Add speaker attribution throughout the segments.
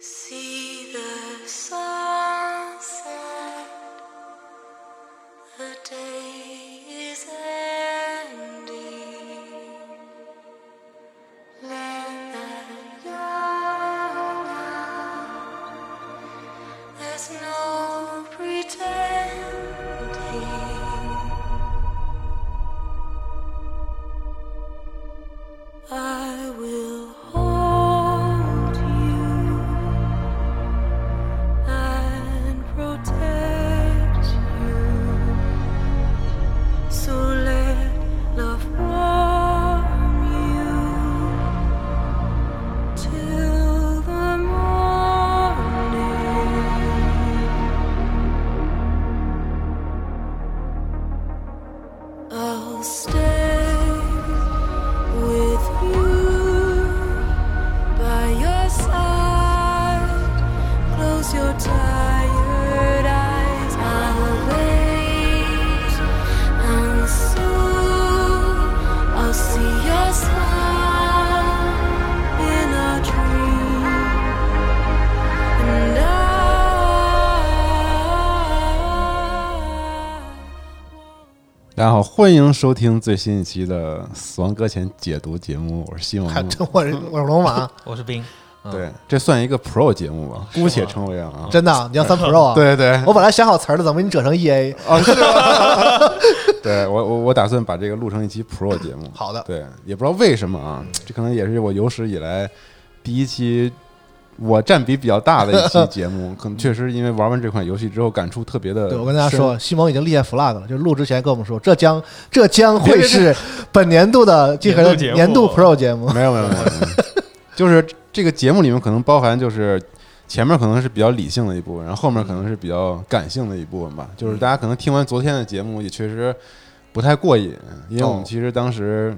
Speaker 1: See the sunset. The day is ending. Let the young out. There's no pretending. I will hold you and protect you. So let love warm you till the morning. I'll stay with you by your side. Close your tired eyes. I'll wait, and soon I'll see your smile in our dream. And I.
Speaker 2: 大家好，欢迎收听最新一期的《死亡搁浅》解读节目，我是西蒙。
Speaker 3: 还真我是我是 龙马，
Speaker 4: 我是冰，嗯
Speaker 2: 对，这算一个 Pro 节目吧，姑且称为啊。
Speaker 3: 真的啊，你要三 Pro 啊？，
Speaker 2: 对对，
Speaker 3: 我本来想好词儿了，怎么给你整成 E EA？
Speaker 2: 哦是吗？对我我我打算把这个录成一期 Pro 节目。啊
Speaker 3: 好的
Speaker 2: 对，也不知道为什么啊，这可能也是我有史以来第一期我占比比较大的一期节目，可能确实因为玩完这款游戏之后感触特别的。
Speaker 3: 对，我跟大家说，，西蒙已经立下 flag 了，就是录之前跟我们说，这将这将会是本年度的集合的
Speaker 4: 年度节目
Speaker 3: 年度 Pro 节目。
Speaker 2: 没有没有没有，没有就是这个节目里面可能包含就是前面可能是比较理性的一部分，然后后面可能是比较感性的一部分吧。就是大家可能听完昨天的节目也确实不太过瘾，因为我们
Speaker 3: 哦
Speaker 2: 其实当时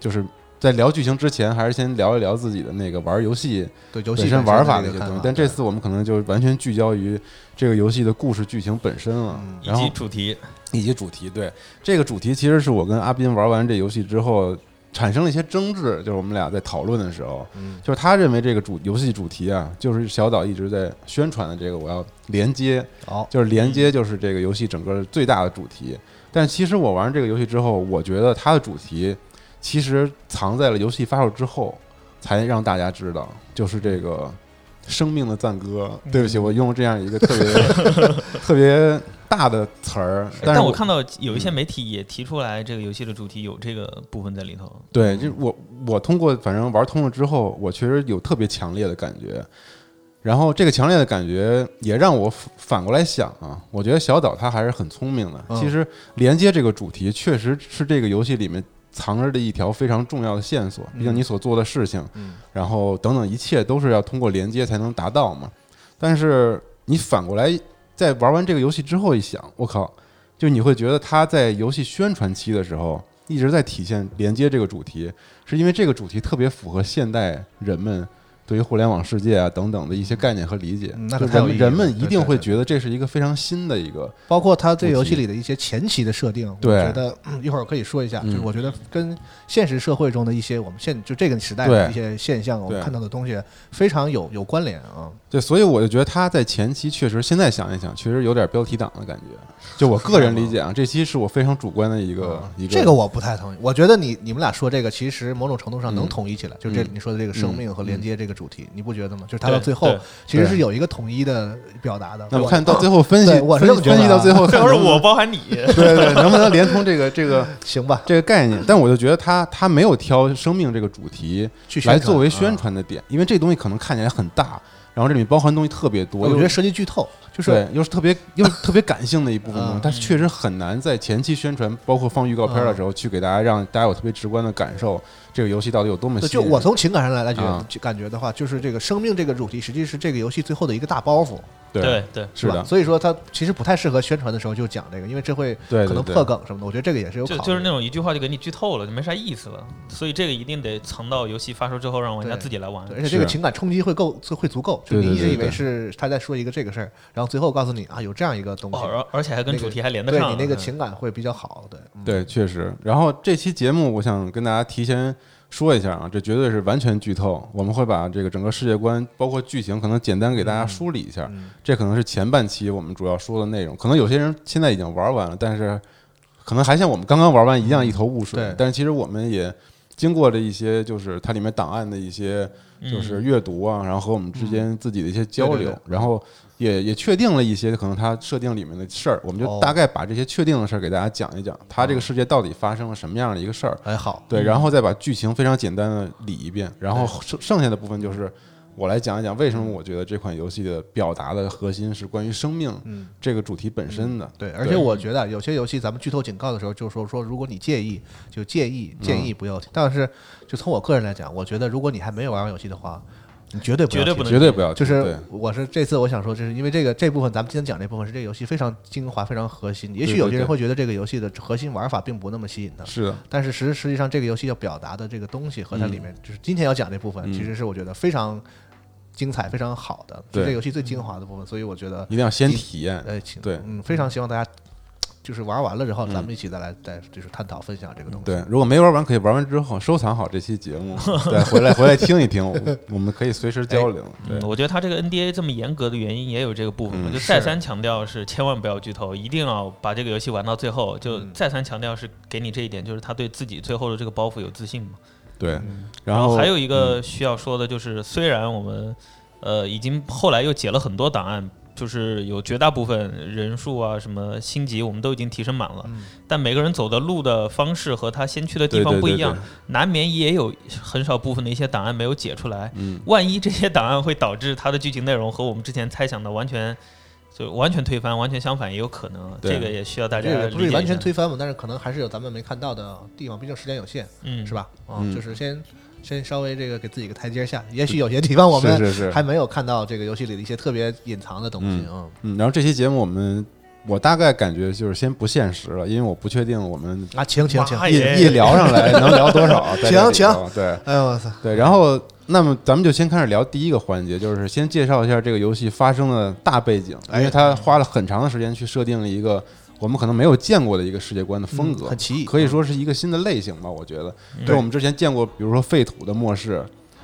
Speaker 2: 就是在聊剧情之前，还是先聊一聊自己的那个玩游戏
Speaker 3: 对，游
Speaker 2: 本
Speaker 3: 戏
Speaker 2: 身玩法的一些东
Speaker 3: 看
Speaker 2: 西
Speaker 3: 法。
Speaker 2: 但这次我们可能就完全聚焦于这个游戏的故事剧情本身了，
Speaker 4: 嗯以
Speaker 2: 然后
Speaker 4: 及主题，
Speaker 2: 以及主题。对，这个主题其实是我跟阿斌玩完这游戏之后产生了一些争执，就是我们俩在讨论的时候，
Speaker 4: 嗯
Speaker 2: 就是他认为这个主游戏主题啊，就是小岛一直在宣传的这个，我要连接，
Speaker 3: 好，
Speaker 2: 就是连
Speaker 4: 嗯
Speaker 2: 接就是这个游戏整个最大的主题。但其实我玩这个游戏之后，我觉得它的主题其实藏在了游戏发售之后才让大家知道，就是这个生命的赞歌。对不
Speaker 4: 嗯
Speaker 2: 起，我用了这样一个特别 特别大的词儿，但是
Speaker 4: 但我看到有一些媒体也提出来，这个游戏的主题有这个部分在 里头。
Speaker 2: 对，就是我我通过反正玩通了之后，我确实有特别强烈的感觉，然后这个强烈的感觉也让我反反过来想啊，我觉得小岛他还是很聪明的。
Speaker 3: 嗯
Speaker 2: 其实连接这个主题确实是这个游戏里面藏着的一条非常重要的线索，毕竟你所做的事情，
Speaker 3: 嗯
Speaker 2: 然后等等一切都是要通过连接才能达到嘛。但是你反过来在玩完这个游戏之后一想，我靠，就你会觉得他在游戏宣传期的时候一直在体现连接这个主题，是因为这个主题特别符合现代人们对于互联网世界啊等等的一些概念和理解。
Speaker 3: 嗯那
Speaker 2: 就
Speaker 3: 可太有
Speaker 2: 人
Speaker 3: 意义了
Speaker 2: 人们一定会
Speaker 3: 对对对
Speaker 2: 觉得这是一个非常新的一个，
Speaker 3: 包括他对游戏里的一些前期的设定，
Speaker 2: 对
Speaker 3: 我觉得嗯一会儿可以说一下，
Speaker 2: 嗯
Speaker 3: 就是我觉得跟现实社会中的一些我们现就这个时代的
Speaker 2: 对
Speaker 3: 一些现象，我们
Speaker 2: 对
Speaker 3: 看到的东西非常有有关联啊。
Speaker 2: 对，所以我就觉得他在前期确实，现在想一想，确实有点标题党的感觉。就我个人理解啊，这期是我非常主观的一个一个
Speaker 3: 啊这个我不太同意，我觉得你你们俩说这个，其实某种程度上能
Speaker 2: 嗯
Speaker 3: 统一起来，就是这
Speaker 2: 嗯
Speaker 3: 你说的这个生命和连接这个主题，你不觉得吗？就是它
Speaker 4: 对
Speaker 3: 到最后
Speaker 4: 对
Speaker 3: 其实是有一个统一的表达的。
Speaker 2: 那
Speaker 3: 对
Speaker 2: 我
Speaker 3: 吧
Speaker 2: 看到最后分析，
Speaker 3: 对我是这么觉得啊
Speaker 2: 分析到最 后，
Speaker 4: 这要是 我，包含你，
Speaker 2: 对对，能不能连通这个这个
Speaker 3: 行吧，
Speaker 2: 这个概念？但我就觉得他他没有挑生命这个主题
Speaker 3: 去宣
Speaker 2: 来
Speaker 3: 传
Speaker 2: 作为宣
Speaker 3: 啊
Speaker 2: 传的点，因为这东西可能看起来很大，然后这里面包含东西特别多，
Speaker 3: 我
Speaker 2: 又
Speaker 3: 觉得涉及剧透，就是
Speaker 2: 对，又是特别又是特别感性的一部分东西
Speaker 3: 嗯，
Speaker 2: 但是确实很难在前期宣传，包括放预告片
Speaker 3: 啊
Speaker 2: 的时候，去给大家让大家有特别直观的感受，这个游戏到底有多么
Speaker 3: 对
Speaker 2: 吸
Speaker 3: 就
Speaker 2: 引
Speaker 3: 我
Speaker 2: 人。
Speaker 3: 从情感上来来觉
Speaker 2: 啊
Speaker 3: 就感觉的话，就是这个生命这个主题实际是这个游戏最后的一个大包袱，
Speaker 2: 对，
Speaker 4: 对，
Speaker 2: 是
Speaker 3: 吧
Speaker 2: 的，
Speaker 3: 所以说它其实不太适合宣传的时候就讲这个，因为这会
Speaker 2: 对
Speaker 3: 可能
Speaker 2: 对对
Speaker 3: 破梗什么的。我觉得这个也是有考
Speaker 4: 就
Speaker 3: 虑的。
Speaker 4: 就是那种一句话就给你剧透了，就没啥意思了。所以这个一定得藏到游戏发售之后，让玩家
Speaker 3: 对
Speaker 4: 自己来玩
Speaker 3: 对。而且这个
Speaker 2: 啊是
Speaker 3: 情感冲击会够，会足够。就
Speaker 2: 对对
Speaker 3: 你一直
Speaker 2: 对
Speaker 3: 以为
Speaker 2: 对
Speaker 3: 是他在说一个这个事儿，然后最后告诉你啊，有这样一个东西，
Speaker 4: 哦，而而且还跟主题还连得
Speaker 3: 对
Speaker 4: 上。
Speaker 3: 你那个
Speaker 4: 嗯
Speaker 3: 情感会比较好。对，嗯
Speaker 2: 对，确实。然后这期节目，我想跟大家提前说一下啊，这绝对是完全剧透。我们会把这个整个世界观，包括剧情，可能简单给大家梳理一下。
Speaker 3: 嗯
Speaker 2: 这可能是前半期我们主要说的内容。可能有些人现在已经玩完了，但是可能还像我们刚刚玩完一样一头雾水
Speaker 3: 嗯对。
Speaker 2: 但是其实我们也经过了一些，就是它里面档案的一些就是阅读啊，然后和我们之间自己的一些交
Speaker 3: 嗯对
Speaker 2: 流
Speaker 3: 对对，
Speaker 2: 然后也也确定了一些可能它设定里面的事儿。我们
Speaker 3: 哦
Speaker 2: 就大概把这些确定的事儿给大家讲一讲，它这个世界到底发生了什么样的一个事儿。
Speaker 3: 还哎好，
Speaker 2: 对，然后再把剧情非常简单的理一遍，然后剩剩下的部分就是我来讲一讲为什么我觉得这款游戏的表达的核心是关于生命
Speaker 3: 嗯，
Speaker 2: 这个主题本身的。
Speaker 3: 对，而且我觉得啊有些游戏咱们剧透警告的时候就说说，如果你介意就介意，建
Speaker 2: 嗯
Speaker 3: 议不要听。但是就从我个人来讲，我觉得如果你还没有玩完游戏的话，你绝对不要
Speaker 4: 绝对
Speaker 3: 听
Speaker 4: 不能
Speaker 2: 绝对不要
Speaker 3: 就
Speaker 2: 听，
Speaker 3: 是
Speaker 2: 对
Speaker 3: 我是这次我想说，就是因为这个这部分咱们今天讲这部分是这个游戏非常精华、非常核心。也许
Speaker 2: 对
Speaker 3: 有些
Speaker 2: 对
Speaker 3: 人
Speaker 2: 对
Speaker 3: 会觉得这个游戏的核心玩法并不那么吸引他，
Speaker 2: 是的，
Speaker 3: 但是实实际上这个游戏要表达的这个东西和它里面就是今天要讲这部分，
Speaker 2: 嗯
Speaker 3: 其实是我觉得非常精彩、非常好的，是
Speaker 2: 对
Speaker 3: 这个游戏最精华的部分。所以我觉得
Speaker 2: 一定要先体验。
Speaker 3: 呃，请
Speaker 2: 对嗯
Speaker 3: 嗯，非常希望大家就是玩完了之后，咱们一起再来再就是探讨分享这个东西。
Speaker 2: 对，如果没玩完，可以玩完之后收藏好这期节目， 对，回来回来听一听，我我们可以随时交流。哎对
Speaker 4: 嗯，，我觉得他这个 NDA 这么严格的原因也有这个部分吧，
Speaker 2: 嗯
Speaker 4: 就再三强调是千万不要剧透，一定要把这个游戏玩到最后。就
Speaker 3: 嗯
Speaker 4: 再三强调是给你这一点，就是他对自己最后的这个包袱有自信嘛。
Speaker 2: 对，
Speaker 4: 然
Speaker 2: 然
Speaker 3: 哦
Speaker 2: 后
Speaker 4: 还有
Speaker 3: 嗯
Speaker 4: 一个需要说的就是，虽然我们呃已经后来又解了很多档案，就是有绝大部分人数啊、什么星级，我们都已经提升满了，
Speaker 3: 嗯
Speaker 4: 但每个人走的路的方式和他先去的地
Speaker 2: 对
Speaker 4: 方
Speaker 2: 对
Speaker 4: 不
Speaker 2: 对
Speaker 4: 一样，
Speaker 2: 对，
Speaker 4: 难免也有很少部分的一些档案没有解出来。
Speaker 2: 嗯，
Speaker 4: 万一这些档案会导致它的剧情内容和我们之前猜想的完全就完全推翻、完全相反，也有可能。
Speaker 2: 对
Speaker 4: 这个也需要大家
Speaker 3: 这个
Speaker 4: 理
Speaker 3: 不
Speaker 4: 解一
Speaker 3: 是
Speaker 4: 下
Speaker 3: 完全，推翻嘛，但是可能还是有咱们没看到的地方，毕竟时间有限，
Speaker 4: 嗯，
Speaker 3: 是？吧？啊、
Speaker 2: 嗯
Speaker 3: 就是先先稍微这个给自己个台阶下，也许有些地方我们
Speaker 2: 是是是
Speaker 3: 还没有看到这个游戏里的一些特别隐藏的东西啊。
Speaker 2: 嗯，然后这期节目我们我大概感觉就是先不限时了，因为我不确定我们
Speaker 3: 啊，请请请，
Speaker 4: 妈
Speaker 2: 一
Speaker 4: 耶
Speaker 2: 一聊上来能聊多 少？在这里
Speaker 3: 行
Speaker 2: 头对
Speaker 3: 哎呦我操！
Speaker 2: 对，然后那么咱们就先开始聊第一个环节，就是先介绍一下这个游戏发生的大背景，因
Speaker 3: 哎
Speaker 2: 为它花了很长的时间去设定了一个我们可能没有见过的一个世界观的风格，
Speaker 3: 嗯很奇异
Speaker 2: 可以说是一个新的类型吧。我觉得，
Speaker 4: 嗯
Speaker 2: 就我们之前见过，比如说废土的末世。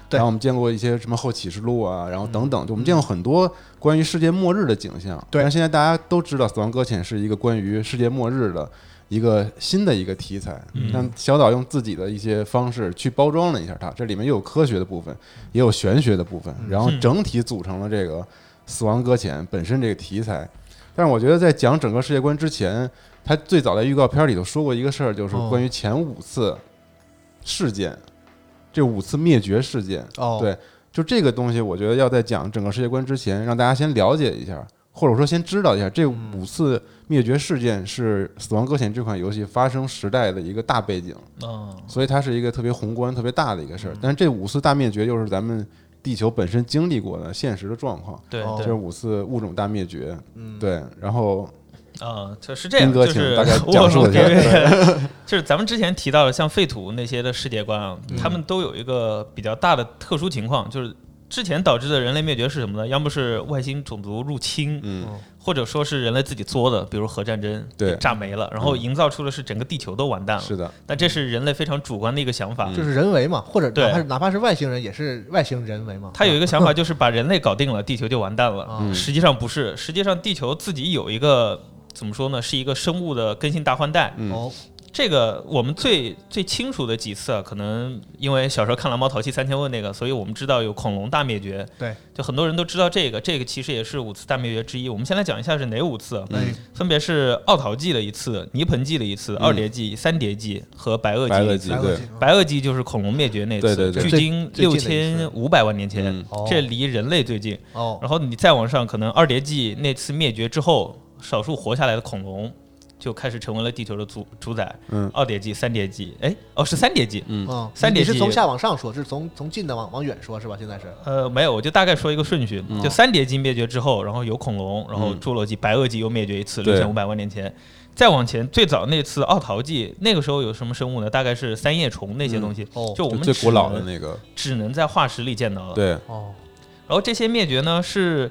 Speaker 3: 对嗯
Speaker 2: 然后我们见过一些什么后启示录啊，然后等等，就我们见过很多关于世界末日的景象。
Speaker 3: 对
Speaker 2: 但现在大家都知道《死亡搁浅》是一个关于世界末日的一个新的一个题材。
Speaker 4: 嗯
Speaker 2: 但小岛用自己的一些方式去包装了一下它，这里面又有科学的部分，也有玄学的部分，然后整体组成了这个《死亡搁浅》本身这个题材。但是我觉得在讲整个世界观之前，他最早在预告片里头说过一个事儿，就是
Speaker 3: 哦
Speaker 2: 关于前五次事件，这五次灭绝事件，
Speaker 3: 哦，
Speaker 2: 对就这个东西，我觉得要在讲整个世界观之前，让大家先了解一下，或者说先知道一下这
Speaker 4: 嗯
Speaker 2: 五次灭绝事件是《死亡搁浅》这款游戏发生时代的一个大背景，
Speaker 4: 嗯，
Speaker 2: 所以它是一个特别宏观、特别大的一个事儿。但是这五次大灭绝又是咱们地球本身经历过的现实的状况，
Speaker 4: 对
Speaker 3: 哦
Speaker 2: 这
Speaker 4: 对
Speaker 2: 是五次物种大灭绝。
Speaker 3: 嗯，
Speaker 2: 对，然后
Speaker 4: 啊，就是这样，
Speaker 2: 斌哥
Speaker 4: 就
Speaker 2: 请
Speaker 4: 是
Speaker 2: 大 概
Speaker 4: 我
Speaker 2: 讲述一下
Speaker 4: 我对 就是咱们之前提到的，像废土那些的世界观啊，
Speaker 2: 嗯
Speaker 4: 他们都有一个比较大的特殊情况，就是之前导致的人类灭绝是什么呢？要么是外星种族入侵，
Speaker 2: 嗯
Speaker 4: 或者说是人类自己作的，比如核战争，
Speaker 2: 对嗯
Speaker 4: 被炸没了，然后营造出的是整个地球都完蛋了。
Speaker 2: 是嗯的，
Speaker 4: 但这是人类非常主观的一个想法。
Speaker 3: 就是人为嘛，或者
Speaker 4: 嗯对
Speaker 3: 哪怕是哪怕是外星人，也是外星人为嘛。
Speaker 4: 他有一个想法，就是把人类搞定了，地球就完蛋了。
Speaker 3: 嗯
Speaker 4: 实际上不是，实际上地球自己有一个怎么说呢，是一个生物的更新大换代。
Speaker 2: 嗯
Speaker 3: 哦，
Speaker 4: 这个我们最最清楚的几次啊，可能因为小时候看《蓝猫淘气三千问》那个，所以我们知道有恐龙大灭绝。
Speaker 3: 对，
Speaker 4: 就很多人都知道这个，这个其实也是五次大灭绝之一。我们先来讲一下是哪五次啊，
Speaker 3: 嗯
Speaker 4: 分别是奥陶纪的一次、泥盆纪的一次、
Speaker 2: 嗯
Speaker 4: 二叠纪、三叠纪和白垩纪
Speaker 2: 白
Speaker 4: 的
Speaker 2: 垩
Speaker 4: 一次
Speaker 2: 纪
Speaker 3: 白垩
Speaker 2: 对
Speaker 3: 纪
Speaker 4: 白垩纪就是恐龙灭绝那次，
Speaker 2: 对对对
Speaker 4: 距今
Speaker 3: 最
Speaker 4: 六
Speaker 3: 最近的
Speaker 4: 千
Speaker 3: 一
Speaker 4: 五百万年前，
Speaker 2: 嗯
Speaker 3: 哦
Speaker 4: 这离人类最近。
Speaker 3: 哦，
Speaker 4: 嗯然后你再往上，可能二叠纪那次灭绝之后，少数活下来的恐龙就开始成为了地球的主主宰。
Speaker 2: 嗯
Speaker 4: 二叠纪、三叠纪，哎，哦，是三叠纪。
Speaker 2: 嗯
Speaker 3: 嗯，
Speaker 4: 三
Speaker 3: 你
Speaker 4: 叠
Speaker 3: 是
Speaker 4: 纪
Speaker 3: 从下往上说，是从从近的往往远说，是吧？现在是
Speaker 4: 呃，没有，我就大概说一个顺序，就三叠纪灭绝之后，然后有恐龙，然后
Speaker 2: 嗯
Speaker 4: 侏罗纪、白垩纪又灭绝一次，六
Speaker 2: 对
Speaker 4: 千五百万年前。再往前，最早那次奥陶纪，那个时候有什么生物呢？大概是三叶虫那些东西，
Speaker 3: 哦
Speaker 4: 就
Speaker 2: 嗯就
Speaker 4: 我们
Speaker 2: 最
Speaker 4: 只
Speaker 2: 古老的
Speaker 4: 能
Speaker 2: 那个，
Speaker 4: 只能在化石里见到了。
Speaker 2: 对，
Speaker 3: 哦，
Speaker 4: 然后这些灭绝呢是，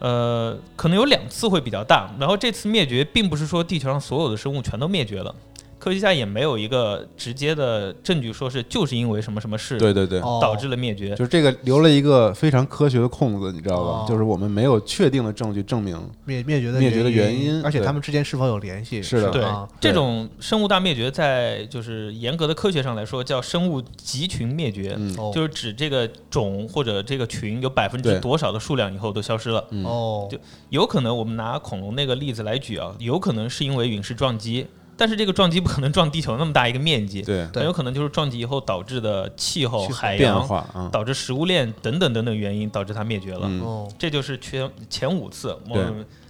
Speaker 4: 呃，可能有两次会比较大。然后这次灭绝并不是说地球上所有的生物全都灭绝了，科学家也没有一个直接的证据说是就是因为什么什么事
Speaker 2: 对对对，
Speaker 3: 哦
Speaker 4: 导致了灭绝。
Speaker 2: 就是这个留了一个非常科学的空子，你知道吧？
Speaker 3: 哦
Speaker 2: 就是我们没有确定的证据证明，
Speaker 3: 灭灭绝的
Speaker 2: 灭绝的原因
Speaker 3: 因，而且
Speaker 2: 对
Speaker 3: 他们之间是否有联系？
Speaker 2: 是的
Speaker 4: 对
Speaker 3: 啊，
Speaker 4: 这种生物大灭绝，在就是严格的科学上来说，叫生物集群灭绝，
Speaker 2: 嗯，
Speaker 3: 哦
Speaker 4: 就是指这个种或者这个群有百分之
Speaker 2: 对
Speaker 4: 多少的数量以后都消失了。
Speaker 2: 嗯
Speaker 3: 哦，
Speaker 4: 就有可能我们拿恐龙那个例子来举啊，有可能是因为陨石撞击，但是这个撞击不可能撞地球那么大一个面积，
Speaker 2: 对，
Speaker 3: 对
Speaker 4: 很有可能就是撞击以后导致的气候、
Speaker 3: 气候
Speaker 4: 海
Speaker 2: 变
Speaker 4: 洋、
Speaker 2: 化啊，
Speaker 4: 导致食物链等等等等原因导致它灭绝了。
Speaker 2: 嗯，
Speaker 3: 哦，
Speaker 4: 这就是前前五次，
Speaker 2: 对
Speaker 4: 我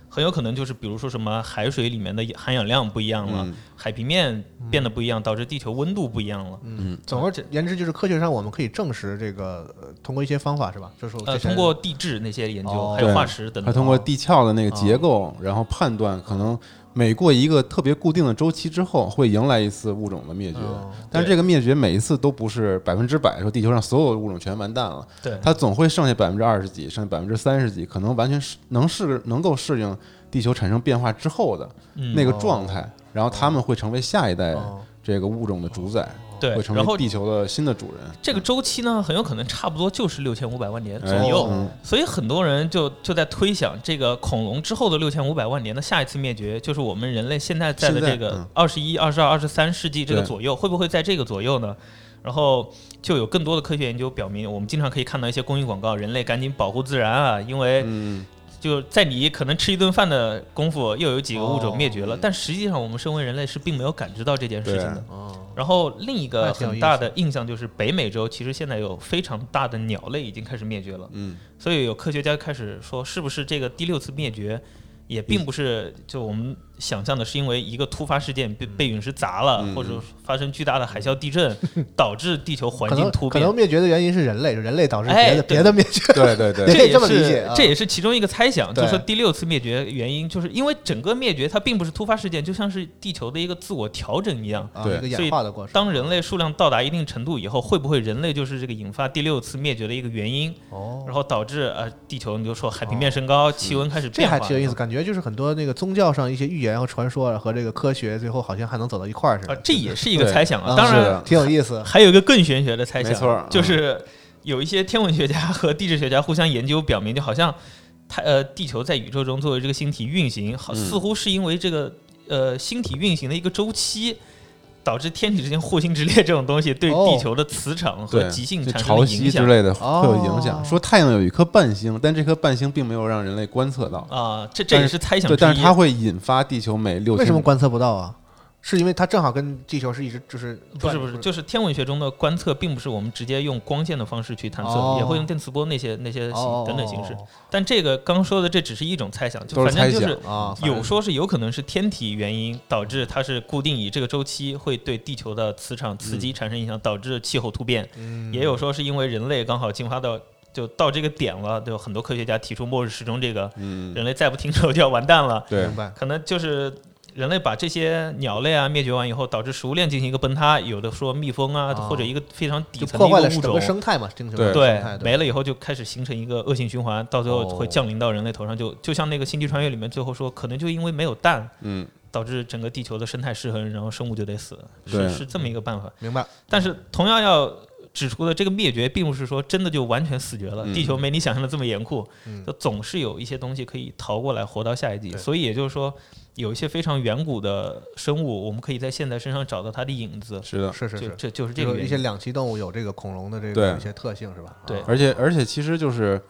Speaker 4: 很有可能就是比如说什么海水里面的含氧量不一样了，
Speaker 2: 嗯
Speaker 4: 海平面变得不一样，导致地球温度不一样了。
Speaker 2: 嗯
Speaker 3: 嗯
Speaker 4: 嗯
Speaker 3: 总而言之，就是科学上我们可以证实这个，呃通过一些方法是吧？就是我
Speaker 4: 呃，
Speaker 3: 之前
Speaker 4: 通过地质那些研究，
Speaker 3: 哦
Speaker 4: 还有
Speaker 2: 对
Speaker 4: 化石等
Speaker 2: 它
Speaker 4: 等，
Speaker 2: 通过地壳的那个结构，然后判断可能每过一个特别固定的周期之后，会迎来一次物种的灭绝。
Speaker 3: 哦
Speaker 2: 但是这个灭绝每一次都不是百分之百说地球上所有物种全完蛋了，
Speaker 4: 对
Speaker 2: 它总会剩下百分之二十几，剩下百分之三十几，可能完全是能适能够适应地球产生变化之后的
Speaker 4: 嗯
Speaker 2: 那个状态，然后他们会成为下一代
Speaker 3: 哦
Speaker 2: 这个物种的主宰，
Speaker 4: 对
Speaker 2: 会，成
Speaker 4: 然后
Speaker 2: 为地球的新的主人。
Speaker 4: 这个周期呢，很有可能差不多就是六千五百万年左
Speaker 2: 哎
Speaker 4: 右，
Speaker 2: 嗯
Speaker 4: 所以很多人就就在推想，这个恐龙之后的六千五百万年的下一次灭绝，就是我们人类现在在的这
Speaker 2: 现在
Speaker 4: 个
Speaker 2: 嗯
Speaker 4: 二十一、二十二、二十三世纪这个
Speaker 2: 对
Speaker 4: 左右，会不会在这个左右呢？然后就有更多的科学研究表明，我们经常可以看到一些公益广告，人类赶紧保护自然啊，因为
Speaker 2: 嗯，
Speaker 4: 就在你可能吃一顿饭的功夫，又有几个物
Speaker 3: 哦
Speaker 4: 种灭绝了。但实际上，我们身为人类是并没有感知到这件事情的
Speaker 2: 对。
Speaker 3: 哦
Speaker 4: 然后另一
Speaker 3: 那
Speaker 4: 个
Speaker 3: 挺有
Speaker 4: 很
Speaker 3: 意
Speaker 4: 大
Speaker 3: 思
Speaker 4: 的印象就是北美洲，其实现在有非常大的鸟类已经开始灭绝了，
Speaker 2: 嗯，
Speaker 4: 所以有科学家开始说，是不是这个第六次灭绝，也
Speaker 3: 嗯
Speaker 4: 并不是就我们想象的是因为一个突发事件被被陨石砸了，
Speaker 2: 嗯
Speaker 4: 或者发生巨大的海啸、地震，导致地球环
Speaker 3: 可
Speaker 4: 境
Speaker 3: 能
Speaker 4: 突
Speaker 3: 可
Speaker 4: 变
Speaker 3: 能。灭绝的原因是人类，人类导致
Speaker 4: 哎
Speaker 3: 别的
Speaker 4: 对
Speaker 3: 别的灭绝。
Speaker 2: 对对对
Speaker 3: 也，可以
Speaker 4: 也
Speaker 3: 这么理
Speaker 4: 是
Speaker 3: 解啊
Speaker 4: 这也是其中一个猜想，就
Speaker 3: 对
Speaker 4: 是说第六次灭绝原因，就是因为整个灭绝它并不是突发事件，就像是地球的一个自我调整一样。
Speaker 3: 啊，
Speaker 2: 对
Speaker 3: 一个
Speaker 4: 所以
Speaker 3: 演化的过程。
Speaker 4: 当人类数量到达一定程度以后，会不会人类就是这个引发第六次灭绝的一个原因？
Speaker 3: 哦，
Speaker 4: 然后导致呃地球你就说海平面升高，气温开始
Speaker 3: 这
Speaker 4: 变化，
Speaker 3: 还挺有意思，感觉就是很多那个宗教上一些预言和传说啊和这个科学，最后好像还能走到一块儿似
Speaker 4: 啊
Speaker 3: 的。，
Speaker 4: 这也是一个
Speaker 2: 对嗯
Speaker 4: 猜想
Speaker 3: 啊
Speaker 4: 啊。当
Speaker 2: 是
Speaker 4: 然
Speaker 2: 的，
Speaker 3: 挺有意思。
Speaker 4: 还有一个更玄学的猜想，啊
Speaker 2: 没错儿嗯
Speaker 4: 就是有一些天文学家 和地质学家互相研究，表明就好像太呃地球在宇宙中作为这个星体运行，好
Speaker 2: 嗯
Speaker 4: 似乎是因为这个呃星体运行的一个周期。导致天体之间互星之裂这种东西对
Speaker 3: 哦
Speaker 4: 地球的磁场和
Speaker 2: 哦对，
Speaker 4: 极性
Speaker 2: 就
Speaker 4: 产生
Speaker 2: 潮
Speaker 4: 了
Speaker 2: 汐
Speaker 4: 影
Speaker 2: 之
Speaker 4: 响
Speaker 2: 类的会有影响。
Speaker 3: 哦
Speaker 2: 说太阳有一颗伴星，但这颗伴星并没有让人类观测到。
Speaker 4: 啊，这这也是猜想
Speaker 2: 对，
Speaker 4: 之一。
Speaker 2: 但是它会引发地球每六
Speaker 3: 为
Speaker 2: 千
Speaker 3: 什么观测不到啊？是因为它正好跟地球是一直就是
Speaker 4: 不是不
Speaker 3: 转
Speaker 4: 是，就是天文学中的观测，并不是我们直接用光线的方式去探测，
Speaker 3: 哦
Speaker 4: 也会用电磁波那些那些形、
Speaker 3: 哦
Speaker 4: 等等形式。但这个刚说的这只是一种猜想，就
Speaker 2: 都是
Speaker 4: 反正
Speaker 2: 猜
Speaker 4: 就
Speaker 2: 想
Speaker 4: 是
Speaker 3: 啊，反正
Speaker 4: 有说是有可能是天体原因导致它是固定以这个周期会对地球的磁场
Speaker 3: 嗯
Speaker 4: 刺激产生影响，导致气候突变。也有说是因为人类刚好进化到就到这个点了，就很多科学家提出末日时钟这个，
Speaker 2: 嗯，
Speaker 4: 人类再不停手就要完蛋了。
Speaker 2: 对
Speaker 3: 明，白
Speaker 4: 可能就是人类把这些鸟类啊灭绝完以后，导致食物链进行一个崩塌，有的说蜜蜂啊，
Speaker 3: 哦
Speaker 4: 或者一个非常底
Speaker 3: 就
Speaker 4: 层
Speaker 3: 破
Speaker 4: 的一
Speaker 3: 坏了整
Speaker 4: 物种
Speaker 3: 个。生态嘛，这个
Speaker 2: 对
Speaker 4: 对
Speaker 3: 生态，
Speaker 4: 没了以后就开始形成一个恶性循环，到最后
Speaker 3: 哦
Speaker 4: 会降临到人类头上。就就像那个《星际穿越》里面最后说，可能就因为没有蛋，
Speaker 2: 嗯，
Speaker 4: 导致整个地球的生态失衡，然后生物就得死，
Speaker 2: 对
Speaker 4: 是是这么一个办法。
Speaker 3: 明白
Speaker 4: 但是同样要指出的，这个灭绝并不是说真的就完全死绝了，
Speaker 2: 嗯
Speaker 4: 地球没你想象的这么严酷，
Speaker 3: 嗯
Speaker 4: 就总是有一些东西可以逃过来，活到下一季。
Speaker 3: 对
Speaker 4: 所以也就是说，有一些非常远古的生物，我们可以在现代身上找到它的影子。
Speaker 2: 是的。
Speaker 3: 是是，
Speaker 4: 就是这就是这
Speaker 3: 就
Speaker 4: 个
Speaker 3: 是一
Speaker 4: 原
Speaker 3: 些
Speaker 4: 因。
Speaker 3: 两栖动物有这个恐龙的这个
Speaker 2: 对
Speaker 3: 一些特性是吧？
Speaker 4: 对
Speaker 3: 啊
Speaker 2: 而且而且其实就是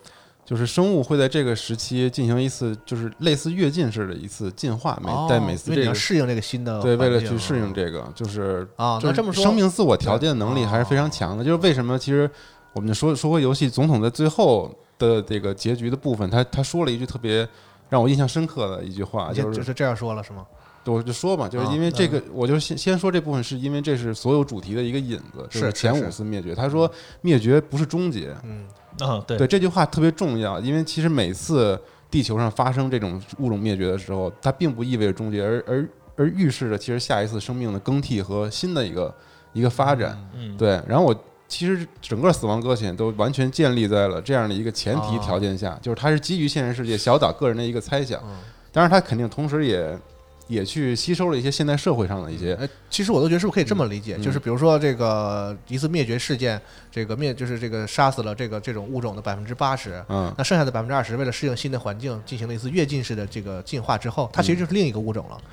Speaker 2: 就是生物会在这个时期进行一次就是类似跃进式的一次进化，每
Speaker 3: 哦
Speaker 2: 在每次
Speaker 3: 因为
Speaker 2: 这
Speaker 3: 你要
Speaker 2: 个
Speaker 3: 适应这个新的
Speaker 2: 对为了
Speaker 3: 环境
Speaker 2: 去适应
Speaker 3: 啊
Speaker 2: 这个就是
Speaker 3: 啊，
Speaker 2: 就
Speaker 3: 那
Speaker 2: 是
Speaker 3: 这么说哦
Speaker 2: 生命自我调节的能力还是非常强的。就是为什么其实我们说说回游戏，总统在最后的这个结局的部分，他他说了一句特别让我印象深刻的一句话，
Speaker 3: 你
Speaker 2: 啊就
Speaker 3: 就是是啊这样说了是吗？
Speaker 2: 我就说嘛，就是因为这个，我就先先说这部分，是因为这是所有主题的一个引子，就是前
Speaker 3: 是
Speaker 2: 五次灭绝。他说灭绝不是终结，
Speaker 3: 嗯，
Speaker 4: 啊，对
Speaker 2: 对这句话特别重要，因为其实每次地球上发生这种物种灭绝的时候，它并不意味着终结，而而而预示着其实下一次生命的更替和新的一个一个发展。
Speaker 4: 嗯，
Speaker 2: 对，然后我其实整个《死亡搁浅》都完全建立在了这样的一个前提
Speaker 3: 啊
Speaker 2: 条件下，就是它是基于现实世界小岛个人的一个猜想，
Speaker 3: 嗯
Speaker 2: 当然它肯定同时也也去吸收了一些现代社会上的一些，
Speaker 3: 呃，其实我都觉得是不是可以这么理解，
Speaker 2: 嗯
Speaker 3: 就是比如说这个一次灭绝事件，这个灭就是这个杀死了这个这种物种的百分之八十，
Speaker 2: 嗯
Speaker 3: 那剩下的百分之二十为了适应新的环境进行了一次跃进式的这个进化之后，它其实就是另一个物种了。
Speaker 2: 嗯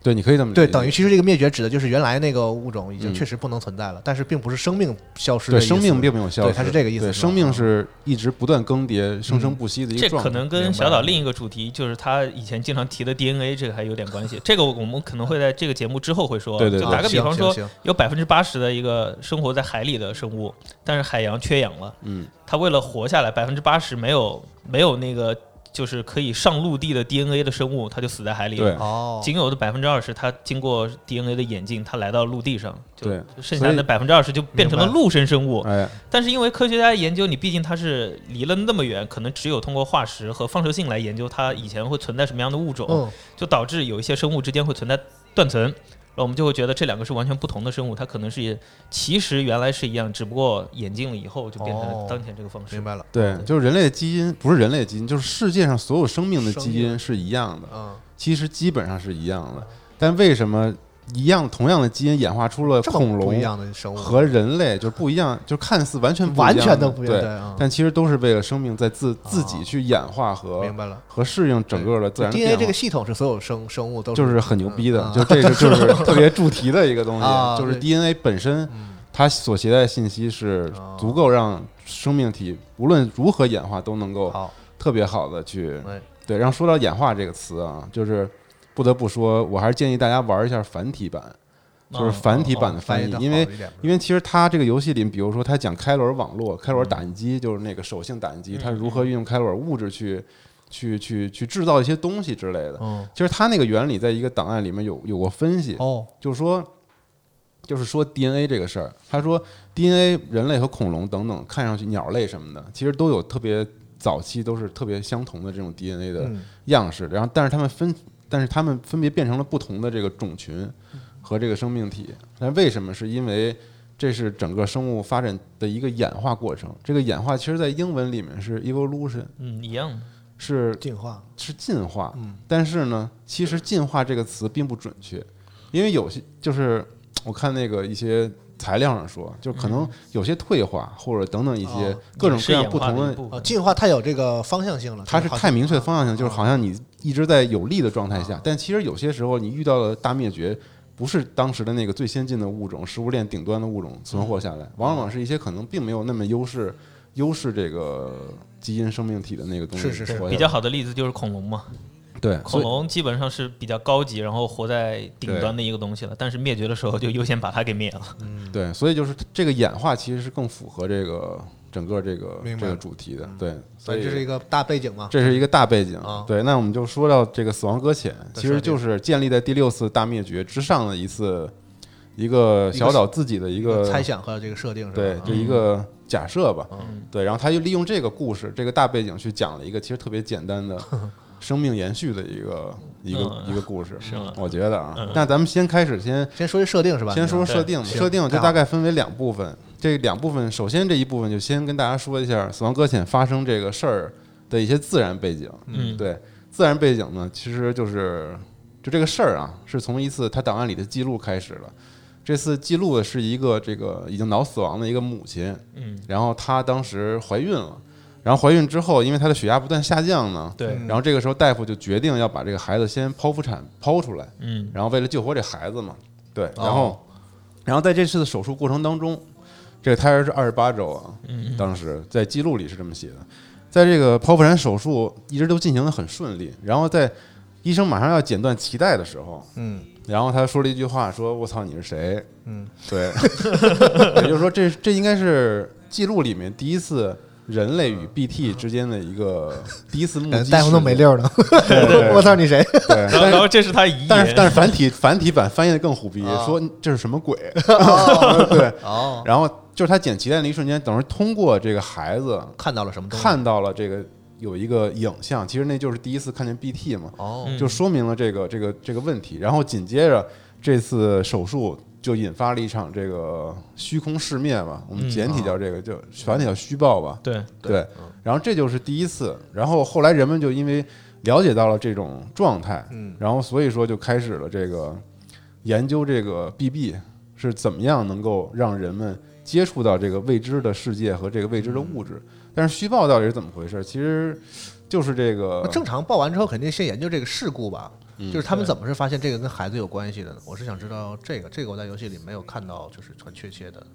Speaker 2: 对，你可以这么理
Speaker 3: 对，
Speaker 2: 解
Speaker 3: 等于其实这个灭绝指的就是原来那个物种已经
Speaker 2: 嗯
Speaker 3: 确实不能存在了，但是并不是生命消失的
Speaker 2: 对
Speaker 3: 意思
Speaker 2: 生命并没有消失，
Speaker 3: 对它是这个意思
Speaker 2: 对
Speaker 3: 是吧嗯
Speaker 2: 生命是一直不断更迭、生生不息的一
Speaker 4: 这
Speaker 2: 个状
Speaker 4: 可
Speaker 2: 态。
Speaker 4: 能跟小岛另一个主题，就是他以前经常提的 DNA 这个还有点关系。这个我们可能会在这个节目之后会说。
Speaker 2: 对对
Speaker 4: 就
Speaker 2: 对
Speaker 4: 打个比方
Speaker 3: 啊
Speaker 4: 说
Speaker 3: 行行行，
Speaker 4: 有百分之八十的一个生活在海里的生物，但是海洋缺氧了，
Speaker 2: 嗯，
Speaker 4: 它为了活下来，百分之八十没有没有那个就是可以上陆地的 DNA 的生物，它就死在海里。
Speaker 2: 对，
Speaker 3: 哦，
Speaker 4: 仅有的百分之二十，它经过 DNA 的演进，它来到陆地上，就
Speaker 2: 对
Speaker 4: 剩下的百分之二十就变成了
Speaker 3: 明
Speaker 4: 陆生生物。
Speaker 2: 哎，
Speaker 4: 但是因为科学家研究你，毕竟它是离了那么远，可能只有通过化石和放射性来研究它以前会存在什么样的物种，
Speaker 3: 嗯，
Speaker 4: 就导致有一些生物之间会存在断层。然后我们就会觉得这两个是完全不同的生物，它可能是其实原来是一样，只不过演进了以后就变成
Speaker 3: 哦
Speaker 4: 了当前这个方式。
Speaker 3: 明白了，
Speaker 2: 对，就是人类的基因不是人类的基因，就是世界上所有生命的
Speaker 3: 生
Speaker 2: 基
Speaker 3: 命
Speaker 2: 因是一样的，
Speaker 3: 嗯，
Speaker 2: 其实基本上是一样的。但为什么一样同样的基因演化出了
Speaker 3: 这么
Speaker 2: 恐
Speaker 3: 不一
Speaker 2: 龙
Speaker 3: 样的生物
Speaker 2: 和人类就不一样，就看似完全不一
Speaker 3: 完
Speaker 2: 样
Speaker 3: 全
Speaker 2: 的
Speaker 3: 都不一样，
Speaker 2: 对，
Speaker 3: 嗯
Speaker 2: 但其实都是为了生命在自自己
Speaker 3: 哦
Speaker 2: 去演化和
Speaker 3: 明白了。
Speaker 2: 和适应整个的自然的
Speaker 3: DNA
Speaker 2: 变
Speaker 3: 这
Speaker 2: 化
Speaker 3: 个系统是所有生生物都
Speaker 2: 就是很牛逼的
Speaker 3: 嗯，
Speaker 2: 就这 个就是特别主题的一个东
Speaker 3: 啊
Speaker 2: 西，就是
Speaker 3: 对
Speaker 2: DNA 本身
Speaker 3: 嗯
Speaker 2: 它所携带的信息是
Speaker 3: 哦
Speaker 2: 足够让生命体无论如何演化都能够
Speaker 3: 好，
Speaker 2: 特别好的去
Speaker 3: 哎
Speaker 2: 对。然后说到演化这个词啊，就是不得不说，我还是建议大家玩一下繁体版，就是繁体版的
Speaker 3: 啊哦翻
Speaker 2: 译
Speaker 3: 译的，
Speaker 2: 因为因为其实它这个游戏里，比如说它讲开罗尔网络、开
Speaker 3: 嗯
Speaker 2: 罗尔打印机，就是那个手性打印机，它是如何运用开罗尔物质去去去去制造一些东西之类的。
Speaker 3: 嗯
Speaker 2: 其实它那个原理在一个档案里面有有过分析，
Speaker 3: 哦
Speaker 2: 就是说，就是说 DNA 这个事儿，他说 DNA 人类和恐龙等等，看上去鸟类什么的，其实都有特别早期都是特别相同的这种 DNA 的
Speaker 3: 嗯
Speaker 2: 样式，然后但是它们分，但是它们分别变成了不同的这个种群
Speaker 3: 嗯
Speaker 2: 和这个生命体。那为什么？是因为这是整个生物发展的一个演化过程。这个演化其实在英文里面是 evolution，
Speaker 4: 嗯一样的，
Speaker 2: 是
Speaker 3: 进化
Speaker 2: 是进化，
Speaker 3: 嗯
Speaker 2: 但是呢，其实“进化”这个词并不准确，因为有些就是我看那个一些材料上说，就可能有些退化或者等等一些
Speaker 3: 哦
Speaker 2: 各种
Speaker 4: 嗯也是
Speaker 2: 各样
Speaker 4: 演
Speaker 2: 不
Speaker 4: 化
Speaker 2: 同
Speaker 4: 的一
Speaker 2: 的，
Speaker 4: 部
Speaker 3: 哦，
Speaker 4: 分
Speaker 3: 进化太有这个方向性了，
Speaker 2: 它是
Speaker 3: 好像
Speaker 2: 太明确的方向性，就是
Speaker 3: 啊
Speaker 2: 好像你一直在有利的状态
Speaker 3: 嗯
Speaker 2: 下，但其实有些时候你遇到了大灭绝。不是当时的那个最先进的物种，食物链顶端的物
Speaker 3: 嗯
Speaker 2: 种存活下来，往往是一些可能并没有那么优势、优势这个基因生命体的那个东西
Speaker 3: 是是是
Speaker 2: 活下来
Speaker 4: 比较好的例子就是恐龙嘛。
Speaker 2: 对所
Speaker 4: 恐
Speaker 2: 以
Speaker 4: 龙基本上是比较高级，然后活在顶端的一个东西了，但是灭绝的时候就优先把它给灭了。
Speaker 2: 对，所以就是这个演化其实是更符合这个整个这个
Speaker 3: 明白
Speaker 2: 这个主题的，对，所
Speaker 3: 所
Speaker 2: 以
Speaker 3: 以这是一个大背景嘛。
Speaker 2: 这是一个大背景
Speaker 3: 啊。
Speaker 2: 对，那我们就说到这个死亡搁浅，其
Speaker 3: 设
Speaker 2: 实
Speaker 3: 定
Speaker 2: 就是建立在第六次大灭绝之上的一次一个小岛自己的一
Speaker 3: 一
Speaker 2: 个
Speaker 3: 猜想和这个设定是吧？嗯啊
Speaker 2: 对，就一个假设吧。对，然后他就利用这个故事这个大背景去讲了一个其实特别简单的生命延续的一个一个
Speaker 4: 嗯
Speaker 2: 一个故事
Speaker 4: 是吗，
Speaker 2: 我觉得啊。那咱们先开始先
Speaker 3: 先说一设定是吧？
Speaker 2: 先说
Speaker 3: 你
Speaker 2: 设定吧，
Speaker 3: 行
Speaker 2: 设定
Speaker 3: 太
Speaker 2: 就
Speaker 3: 好
Speaker 2: 大概分为两部分。这两部分，首先这一部分就先跟大家说一下《死亡搁浅》发生这个事儿的一些自然背景。
Speaker 4: 嗯
Speaker 2: 对，自然背景呢，其实就是就这个事儿啊，是从一次他档案里的记录开始了。这次记录的是一个这个已经脑死亡的一个母亲，
Speaker 4: 嗯，
Speaker 2: 然后她当时怀孕了，然后怀孕之后，因为她的血压不断下降呢，
Speaker 4: 对，
Speaker 2: 然后这个时候大夫就决定要把这个孩子先剖腹产剖出来。
Speaker 4: 嗯，
Speaker 2: 然后为了救活这孩子嘛，对，
Speaker 3: 哦
Speaker 2: 然后，然后在这次的手术过程当中，这个胎儿是二十八周啊，
Speaker 3: 嗯
Speaker 2: 当时在记录里是这么写的，在这个剖腹产手术一直都进行的很顺利，然后在医生马上要剪断脐带的时候，
Speaker 3: 嗯
Speaker 2: 然后他说了一句话，说：“我操，你是谁？”
Speaker 3: 嗯，
Speaker 2: 对，也就是说这这应该是记录里面第一次。人类与 BT 之间的一个第一次 目击事件，
Speaker 3: 大哎夫都没溜呢，
Speaker 2: 对，对
Speaker 3: 我操你谁？
Speaker 2: 对，
Speaker 4: 然
Speaker 2: 但
Speaker 4: 后
Speaker 2: 是
Speaker 4: 然后这是他遗
Speaker 2: 但是
Speaker 4: 言，
Speaker 2: 但是繁体繁体版翻译的更虎逼
Speaker 3: 啊，
Speaker 2: 说这是什么鬼？ 对，
Speaker 3: 哦，
Speaker 2: 然后就是他剪脐带那一瞬间，等于通过这个孩子
Speaker 3: 看到了什么东西？
Speaker 2: 看到了这个有一个影像，其实那就是第一次看见 BT 嘛，
Speaker 3: 哦，
Speaker 4: 嗯
Speaker 2: 就说明了这个这个这个问题。然后紧接着这次手术就引发了一场这个虚空世灭嘛，我们
Speaker 4: 嗯
Speaker 2: 简体
Speaker 3: 啊
Speaker 2: 叫这个就繁体叫虚报吧，
Speaker 4: 对，
Speaker 3: 嗯
Speaker 2: 对，然后这就是第一次，然后后来人们就因为了解到了这种状态，
Speaker 3: 嗯
Speaker 2: 然后所以说就开始了这个研究这个 BB 是怎么样能够让人们接触到这个未知的世界和这个未知的物质。
Speaker 3: 嗯
Speaker 2: 但是虚报到底是怎么回事？其实就是这个
Speaker 3: 那正常报完之后，肯定先研究这个事故吧，
Speaker 2: 嗯
Speaker 3: 就是他们
Speaker 4: 对
Speaker 3: 怎么是发现这个跟孩子有关系的呢？我是想知道这个，这个我在游戏里没有看到，就是很确切的。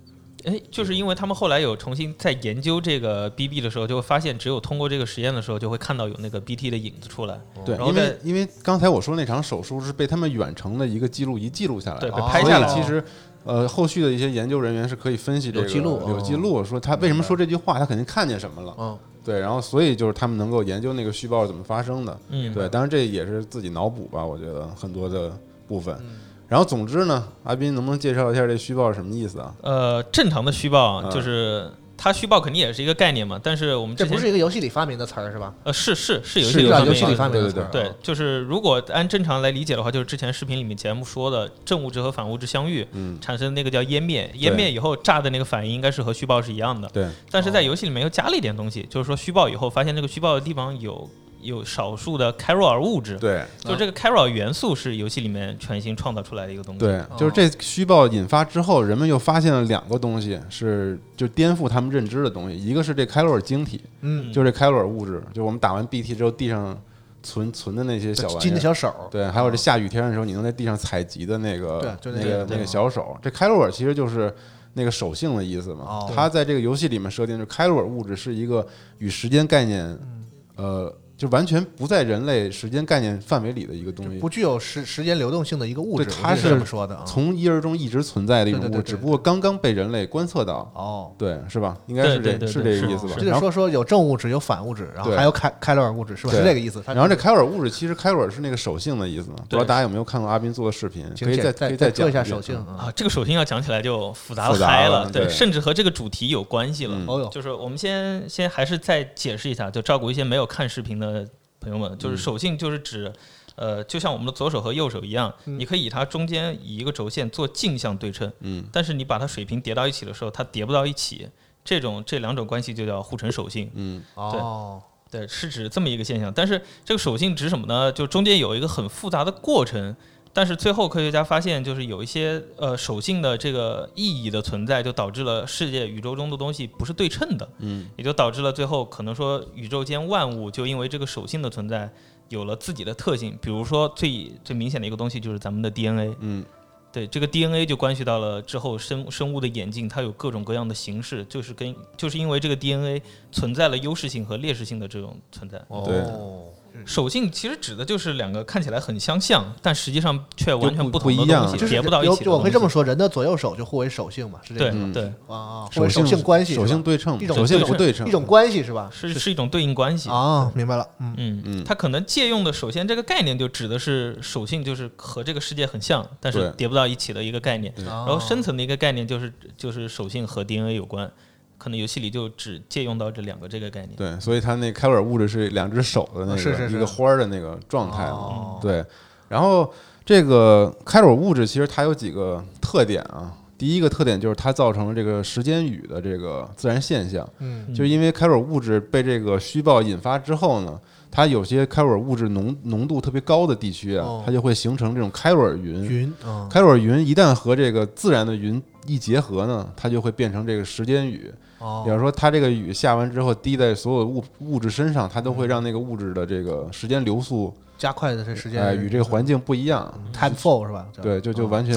Speaker 4: 哎，就是因为他们后来有重新在研究这个 BB 的时候，就会发现只有通过这个实验的时候，就会看到有那个 BT 的影子出来，
Speaker 2: 对，
Speaker 4: 然后
Speaker 2: 因
Speaker 4: 再
Speaker 3: 嗯
Speaker 2: 为因为刚才我说那场手术是被他们远程的一个记录仪记录下来的，
Speaker 4: 对，被
Speaker 3: 哦
Speaker 4: 拍
Speaker 2: 所
Speaker 4: 下
Speaker 2: 以
Speaker 4: 来。
Speaker 2: 其实，呃，后续的一些研究人员是可以分析这个
Speaker 3: 有记
Speaker 4: 哦
Speaker 3: 录
Speaker 2: 有记录，说他为什么说这句话，他肯定看见什么了。
Speaker 3: 嗯，
Speaker 2: 对，然后所以就是他们能够研究那个虚报是怎么发生的。
Speaker 4: 嗯，
Speaker 2: 对，当然这也是自己脑补吧，我觉得很多的部分。
Speaker 4: 嗯
Speaker 2: 然后总之呢，阿斌能不能介绍一下这虚报是什么意思啊？
Speaker 4: 呃，正常的虚报啊
Speaker 2: 嗯
Speaker 4: 就是它虚报肯定也是一个概念嘛，但是我们之
Speaker 3: 这不
Speaker 4: 前
Speaker 3: 是一个游戏里发明的词儿是吧？
Speaker 4: 呃是是是有一
Speaker 2: 是
Speaker 4: 些
Speaker 2: 有
Speaker 4: 方
Speaker 3: 啊
Speaker 4: 面
Speaker 3: 游戏
Speaker 4: 的
Speaker 3: 里发明的
Speaker 2: 对
Speaker 3: 词
Speaker 2: 对
Speaker 3: 儿。
Speaker 4: 对，，就是如果按正常来理解的话，就是之前视频里面节目说的正物质和反物质相遇
Speaker 2: 嗯，
Speaker 4: 产生的那个叫湮灭，湮灭以后炸的那个反应应该是和虚报是一样的，
Speaker 2: 对，
Speaker 4: 但是在游戏里面又加了一点东西，就是说虚报以后发现这个虚报的地方有有少数的开若尔物质，
Speaker 2: 对，嗯
Speaker 4: 就这个开若尔元素是游戏里面全新创造出来的一个东西，
Speaker 2: 对，就是这虚报引发之后，人们又发现了两个东西是就颠覆他们认知的东西，一个是这开罗尔晶体，
Speaker 3: 嗯，
Speaker 2: 就是这开罗尔物质，就我们打完 BT 之后地上存存的那些小玩
Speaker 3: 金
Speaker 2: 意
Speaker 3: 的
Speaker 2: 儿。
Speaker 3: 小手，
Speaker 2: 对，还有这下雨天的时候，你能在地上采集的那个
Speaker 3: 啊对就那
Speaker 2: 那
Speaker 3: 个
Speaker 2: 个
Speaker 3: 对
Speaker 2: 那个小手，这开罗尔其实就是那个手性的意思嘛
Speaker 3: 哦。
Speaker 2: 它在这个游戏里面设定，就是开罗尔物质是一个与时间概念，
Speaker 3: 嗯
Speaker 2: 呃，就完全不在人类时间概念范围里的一个东西，
Speaker 3: 不具有时时间流动性的一个物质，
Speaker 2: 对
Speaker 3: 我
Speaker 2: 它
Speaker 3: 记得
Speaker 2: 是
Speaker 3: 这么说的啊。
Speaker 2: 从一而终一直存在的一种
Speaker 3: 对对
Speaker 2: 物
Speaker 3: 对
Speaker 2: 质，
Speaker 3: 对
Speaker 2: 只不过刚刚被人类观测到，
Speaker 3: 哦，
Speaker 2: 对，是吧？应该是
Speaker 4: 对对
Speaker 2: 这
Speaker 4: 对
Speaker 2: 是这
Speaker 4: 对
Speaker 2: 个
Speaker 4: 是
Speaker 2: 意思吧
Speaker 3: 我？记得
Speaker 2: 然后，
Speaker 3: 说说有正物质，有反物质，然后
Speaker 2: 对
Speaker 3: 还有开开罗尔物质是吧？
Speaker 2: 对
Speaker 3: 是这个意思。它
Speaker 2: 然后这开尔物质其实开尔是那个手性的意思嘛？不知道
Speaker 4: 对
Speaker 2: 大家有没有看过阿斌做的视频？
Speaker 3: 请
Speaker 2: 可以
Speaker 3: 解
Speaker 2: 再
Speaker 3: 再
Speaker 2: 可以
Speaker 3: 再
Speaker 2: 讲
Speaker 3: 说一下
Speaker 2: 遍嗯
Speaker 3: 手性。啊。
Speaker 4: 啊，这个首先要讲起来就复杂
Speaker 2: 复杂
Speaker 4: 嗨
Speaker 2: 了
Speaker 4: 了，对，
Speaker 2: 对
Speaker 4: 甚至和这个主题有关系了。
Speaker 2: 嗯
Speaker 3: 哦哟，
Speaker 4: 就是我们先先还是再解释一下，就照顾一些没有看视频的朋友们，就是手性就是指。呃，就像我们的左手和右手一样，你可以以它中间以一个轴线做镜像对称，
Speaker 2: 嗯，
Speaker 4: 但是你把它水平叠到一起的时候，它叠不到一起，这种这两种关系就叫互成手性。
Speaker 2: 嗯，
Speaker 3: 哦，
Speaker 4: 对，是指这么一个现象。但是这个手性指什么呢？就中间有一个很复杂的过程，但是最后科学家发现，就是有一些呃手性的这个意义的存在，就导致了世界宇宙中的东西不是对称的，
Speaker 2: 嗯，
Speaker 4: 也就导致了最后可能说宇宙间万物就因为这个手性的存在。有了自己的特性，比如说最最明显的一个东西就是咱们的 DNA，
Speaker 2: 嗯
Speaker 4: 对这个 DNA 就关系到了之后生生物的演进，它有各种各样的形式，就是跟就是因为这个 DNA 存在了优势性和劣势性的这种存在。
Speaker 3: 哦，
Speaker 4: 手性其实指的就是两个看起来很相像，但实际上却完全
Speaker 2: 就不
Speaker 4: 同
Speaker 2: 不
Speaker 4: 的
Speaker 2: 一样
Speaker 4: 东西，
Speaker 3: 就是
Speaker 4: 叠不到一
Speaker 3: 有
Speaker 4: 起的
Speaker 3: 我会
Speaker 4: 东
Speaker 3: 这么
Speaker 4: 西
Speaker 3: 说，人的左右手就互为手性嘛，是这个
Speaker 4: 对
Speaker 3: 意思
Speaker 2: 嗯
Speaker 4: 对，
Speaker 3: 啊啊，互
Speaker 2: 手
Speaker 3: 为手性关系是吧，
Speaker 2: 手性对称，
Speaker 3: 一种
Speaker 2: 手性不对
Speaker 3: 一
Speaker 2: 称，
Speaker 3: 种关系是吧？
Speaker 4: 是是一种对应关系。
Speaker 3: 啊，明白了，嗯，
Speaker 4: 嗯
Speaker 2: 嗯，
Speaker 4: 它可能借用的首先这个概念就指的是手性，就是和这个世界很像，但
Speaker 2: 对
Speaker 4: 是叠不到一起的一个概念。
Speaker 3: 然
Speaker 4: 然后深层的一个概念就是就是手性和 DNA 有关，可能游戏里就只借用到这两个这个概念。
Speaker 2: 对，所以它那开尔物质是两只手的那个
Speaker 3: 是是是
Speaker 2: 一个花儿的那个状态嘛。
Speaker 3: 哦
Speaker 2: 嗯对，然后这个开尔物质其实它有几个特点啊。第一个特点就是它造成了这个时间雨的这个自然现象，
Speaker 3: 嗯，
Speaker 2: 就因为开尔物质被这个虚报引发之后呢，它有些开尔物质浓浓度特别高的地区啊
Speaker 3: 哦，
Speaker 2: 它就会形成这种开尔云。
Speaker 3: 云啊，
Speaker 2: 开尔云一旦和这个自然的云一结合呢，它就会变成这个时间雨。比
Speaker 3: 哦，
Speaker 2: 方说，它这个雨下完之后滴在所有物物质身上，它都会让那个物质的这个时间流速，
Speaker 3: 加快的这时间
Speaker 2: 哎，与这个环境不一样。
Speaker 3: time flow 是吧？叫
Speaker 2: 对，就就
Speaker 3: 哦
Speaker 2: 完全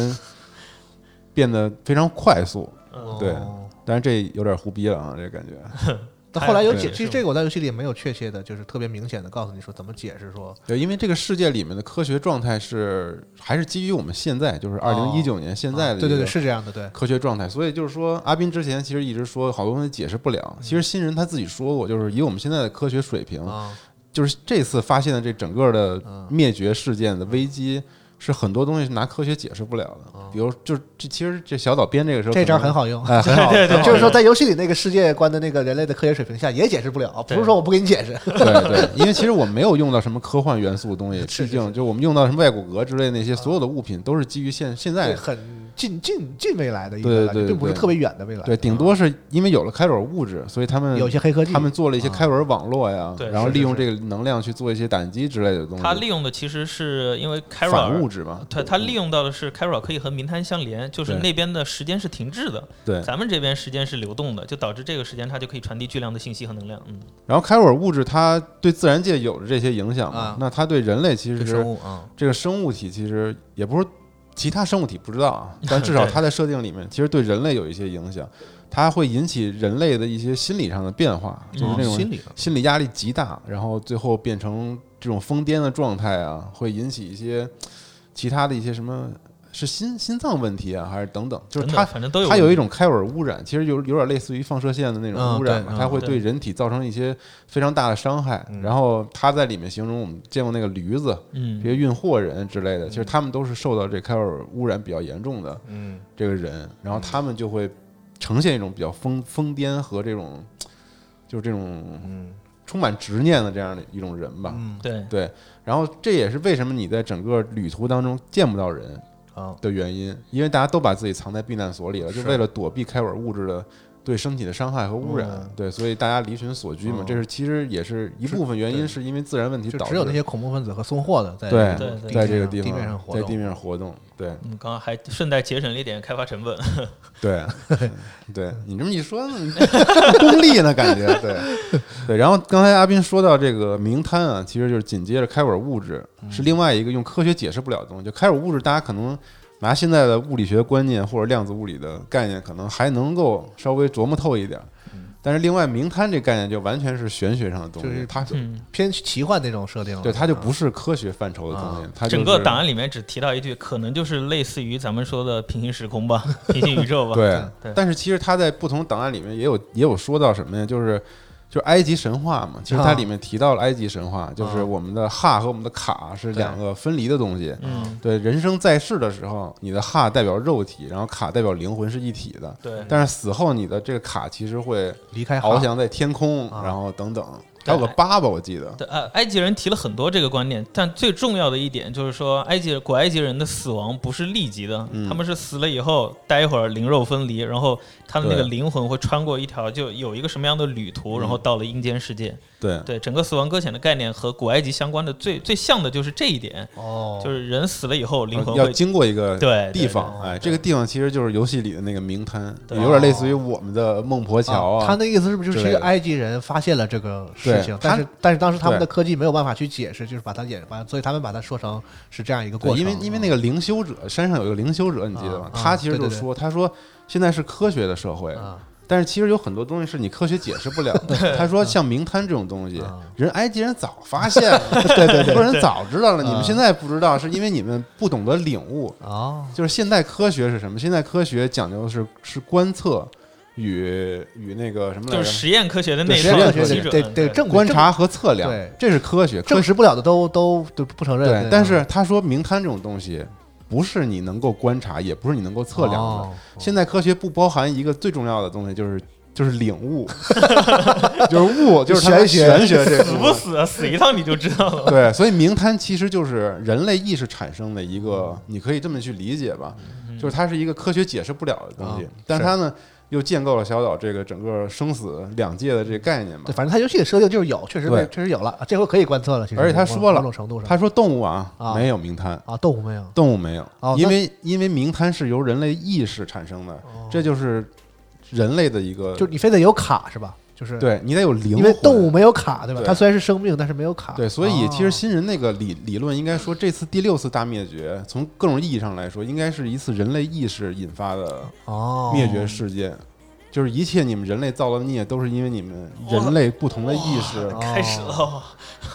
Speaker 2: 变得非常快速。
Speaker 4: 嗯
Speaker 2: 对
Speaker 3: 哦
Speaker 2: 但是这有点胡逼了啊，这感觉。
Speaker 3: 但后来有
Speaker 4: 对
Speaker 3: 解，
Speaker 4: 是
Speaker 3: 其实这个我在游戏里也没有确切的，就是特别明显的告诉你说怎么解释说
Speaker 2: 对，因为这个世界里面的科学状态是还是基于我们现在，就是二零一九年现在的、
Speaker 3: 啊对对对是这样的，对，
Speaker 2: 科学状态。所以就是说，阿斌之前其实一直说好多东西解释不
Speaker 3: 嗯
Speaker 2: 了。其实新人他自己说过，就是以我们现在的科学水平，
Speaker 3: 啊，嗯
Speaker 2: 就是这次发现的这整个的灭绝事件的危机。是很多东西是拿科学解释不了的，比如就是这其实这小岛编这个时候
Speaker 3: 嗯这招很
Speaker 2: 好，
Speaker 3: 好用。
Speaker 2: 哎，很 好，
Speaker 4: 对对对
Speaker 3: 就是说，在游戏里那个世界观的那个人类的科学水平下也解释不了，不是
Speaker 4: 对
Speaker 3: 说我不给你解释，
Speaker 2: 对对，因为其实我没有用到什么科幻元素的东西，
Speaker 3: 是
Speaker 2: 毕
Speaker 3: 是
Speaker 2: 竟就我们用到什么外骨骼之类的那些所有的物品都是基于现现在
Speaker 3: 很近近近未来的一
Speaker 2: 对
Speaker 3: 个
Speaker 2: 对
Speaker 3: 感觉，
Speaker 2: 对
Speaker 3: 并不是
Speaker 2: 对
Speaker 3: 特别远的未来。啊
Speaker 2: 对，顶多是因为有了开罗尔物质，所以他们
Speaker 3: 有一些黑科技，
Speaker 2: 他们做了一些
Speaker 3: 啊
Speaker 2: 开罗尔网络呀，
Speaker 4: 对
Speaker 2: 然后
Speaker 3: 是
Speaker 2: 利
Speaker 3: 是
Speaker 2: 用
Speaker 3: 是
Speaker 2: 这个能量去做一些胆机之类的东西。
Speaker 4: 它利用的其实是因为凯尔
Speaker 2: 反物质嘛，
Speaker 4: 它它利用到的是 k a r a 可以和民摊相连，就是
Speaker 2: 对
Speaker 4: 那边的时间是停滞的，
Speaker 2: 对。
Speaker 4: 咱们这边时间是流动的，就导致这个时间差就可以传递巨量的信息和能量。嗯，
Speaker 2: 然后开罗尔物质它对自然界有着这些影响嘛，
Speaker 3: 啊
Speaker 2: 那它对人类其
Speaker 3: 对
Speaker 2: 实
Speaker 3: 生物啊，
Speaker 2: 这个生物体其实也不是其他生物体不知道 啊，但至少它在设定里面，其实对人类有一些影响，它会引起人类的一些心理上的变化，就是那种
Speaker 3: 啊心理
Speaker 2: 心理压力极大，然后最后变成这种疯癫的状态啊，会引起一些其他的一些什么是心心脏问题啊，还是等等，就是
Speaker 4: 等等
Speaker 2: 它
Speaker 4: 反正都有
Speaker 2: 它有
Speaker 4: 问
Speaker 2: 一
Speaker 4: 题
Speaker 2: 种开尔污染，其实有有点类似于放射线的那种
Speaker 3: 嗯
Speaker 2: 污染嘛，
Speaker 3: 对嗯
Speaker 2: 它会
Speaker 4: 对
Speaker 2: 对人体造成一些非常大的伤害。然后它在里面形容我们见过那个驴子，
Speaker 4: 嗯
Speaker 2: 这些运货人之类的，其实他们都是受到这开尔污染比较严重的
Speaker 3: 嗯，
Speaker 2: 这个人，然后他们就会呈现一种比较疯疯癫和这种就是这
Speaker 3: 嗯
Speaker 2: 种充满执念的这样的一种人吧。
Speaker 4: 对，
Speaker 2: 对，然后这也是为什么你在整个旅途当中见不到人，
Speaker 3: 啊，
Speaker 2: 的原因，因为大家都把自己藏在避难所里了，就是为了躲避开尔物质的对身体的伤害和污染，
Speaker 3: 嗯
Speaker 2: 对，所以大家离群索居嘛，
Speaker 3: 哦
Speaker 2: 这是其实也是一部分原因，是因为自然问题
Speaker 3: 就
Speaker 2: 导致
Speaker 3: 只有那些恐怖分子和送货的在
Speaker 2: 对
Speaker 3: 这个
Speaker 4: 对
Speaker 2: 在这个
Speaker 3: 地
Speaker 2: 地
Speaker 3: 面上
Speaker 2: 方
Speaker 3: 地面上活
Speaker 2: 在
Speaker 3: 动，
Speaker 2: 地面上活动， 对
Speaker 4: 嗯，刚刚还顺带节省了一点开发成本。
Speaker 2: 对对，
Speaker 3: 嗯
Speaker 2: 你这么一说，你功利呢感觉对 对。然后刚才阿斌说到这个名摊啊，其实就是紧接着开尔物质
Speaker 3: 嗯
Speaker 2: 是另外一个用科学解释不了的东西，就开尔物质大家可能。拿现在的物理学观念或者量子物理的概念，可能还能够稍微琢磨透一点儿。但是另外，名摊这概念就完全是玄学上的东西，
Speaker 3: 嗯就是
Speaker 2: 它
Speaker 4: 嗯，
Speaker 3: 偏奇幻那种设定了，
Speaker 2: 对它就不
Speaker 3: 啊
Speaker 2: 是科学范畴的东西
Speaker 3: 啊。
Speaker 2: 它就
Speaker 4: 整个
Speaker 2: 是
Speaker 4: 档案里面只提到一句，可能就是类似于咱们说的平行时空吧，平行宇宙吧。
Speaker 2: 对
Speaker 4: 对，
Speaker 2: 但是其实他在不同档案里面也有也有说到什么呀？就是就是埃及神话嘛，其实它
Speaker 3: 啊
Speaker 2: 里面提到了埃及神话，就是
Speaker 3: 啊
Speaker 2: 我们的哈和我们的卡是两个分离的东西。
Speaker 4: 嗯，
Speaker 2: 对，人生在世的时候，你的哈代表肉体，然后卡代表灵魂是一体的。
Speaker 4: 对，
Speaker 2: 但是死后，你的这个卡其实会
Speaker 3: 离开哈
Speaker 2: 翱翔在天空，
Speaker 3: 啊
Speaker 2: 然后等等，还
Speaker 4: 对
Speaker 2: 有个八吧，我记得。
Speaker 4: 对，呃，埃及人提了很多这个观念，但最重要的一点就是说，埃及古埃及人的死亡不是立即的，
Speaker 2: 嗯
Speaker 4: 他们是死了以后待一会儿灵肉分离，然后他的那个
Speaker 2: 对嗯
Speaker 4: 灵魂会穿过一条就有一个什么样的旅途，然后到了阴间世界。
Speaker 2: 对
Speaker 4: 对，整个死亡搁浅的概念和古埃及相关的最最像的就是这一点，
Speaker 3: 哦，
Speaker 4: 就是人死了以后灵魂
Speaker 2: 哦要
Speaker 4: 会
Speaker 2: 经过一个
Speaker 4: 对对
Speaker 2: 地方，
Speaker 3: 对
Speaker 2: 哎，这个地方其实就是游戏里的那个名滩，
Speaker 4: 对
Speaker 2: 有点类似于我们的孟婆桥
Speaker 3: 啊，他那意思是不是就
Speaker 2: 之
Speaker 3: 是
Speaker 2: 类
Speaker 3: 其
Speaker 2: 的
Speaker 3: 实埃及人发现了这个
Speaker 2: 对
Speaker 3: 事情，
Speaker 2: 他
Speaker 3: 但是但是当时他们
Speaker 2: 对
Speaker 3: 的科技没有办法去解释，就是把它演把，所以他们把它说成是这样一个
Speaker 2: 对，
Speaker 3: 过程。嗯
Speaker 2: 因为因为那个灵修者山上有一个灵修者，你记得吗？
Speaker 3: 啊
Speaker 2: 他其实
Speaker 3: 对
Speaker 2: 就
Speaker 3: 对
Speaker 2: 说，他说现在是科学的社会，
Speaker 3: 啊
Speaker 2: 但是其实有很多东西是你科学解释不了的。他说像名摊这种东西
Speaker 3: 啊，
Speaker 2: 人埃及人早发现了，对 对对，人早知道了，你们
Speaker 3: 啊
Speaker 2: 现在不知道，是因为你们不懂得领悟。
Speaker 3: 哦，
Speaker 2: 就是现代科学是什么？现代科学讲究的是是观测与与那个什么来
Speaker 4: 就
Speaker 2: 着？
Speaker 4: 是实验科学的那
Speaker 2: 对
Speaker 4: 一
Speaker 2: 实
Speaker 4: 套嗯
Speaker 2: 验科学
Speaker 4: 基
Speaker 3: 得
Speaker 4: 准，
Speaker 3: 得得证
Speaker 2: 观察和测量
Speaker 3: 对，
Speaker 2: 这是科学。
Speaker 3: 证
Speaker 2: 科
Speaker 3: 证
Speaker 2: 学
Speaker 3: 实不了的都都都不承认。
Speaker 2: 对
Speaker 3: 吧，
Speaker 2: 但是他说名摊这种东西。不是你能够观察，也不是你能够测量的，
Speaker 3: 哦
Speaker 2: 现在科学不包含一个最重要的东西，就是就是领 悟，就是悟，就是它
Speaker 3: 玄学
Speaker 2: 玄学这
Speaker 4: 死
Speaker 2: 部
Speaker 4: 不
Speaker 2: 分。
Speaker 4: 死啊，死一趟你就知道了。
Speaker 2: 对，所以名摊其实就是人类意识产生的一个，你可以这么去理解吧，
Speaker 3: 嗯
Speaker 2: 就是它是一个科学解释不了的东西
Speaker 3: 啊，
Speaker 2: 但它呢又建构了小岛这个整个生死两界的这个概念嘛
Speaker 3: 对，。反正它游戏里设定就是有，确实被
Speaker 2: 对
Speaker 3: 确实有了，啊这回可以观测了。其实
Speaker 2: 而且他
Speaker 3: 某
Speaker 2: 说了
Speaker 3: 某种程度上，
Speaker 2: 他说动物啊
Speaker 3: 啊
Speaker 2: 没有名摊，
Speaker 3: 啊，动物没有
Speaker 2: 动物没有
Speaker 3: 哦，那
Speaker 2: 因为因为名摊是由人类意识产生的，
Speaker 3: 哦
Speaker 2: 这就是人类的一个，
Speaker 3: 就是你非得有卡是吧？就是，
Speaker 2: 对你得有灵
Speaker 3: 因
Speaker 2: 魂，
Speaker 3: 为动物没有卡对吧？
Speaker 2: 对
Speaker 3: 它虽然是生命，但是没有卡。
Speaker 2: 对，所以其
Speaker 3: 哦
Speaker 2: 实新人那个理理论应该说，这次第六次大灭绝，从各种意义上来说，应该是一次人类意识引发的
Speaker 3: 哦，
Speaker 2: 灭绝事件，就是一切你们人类造的孽，都是因为你们人类不同的意识。
Speaker 4: 开始了，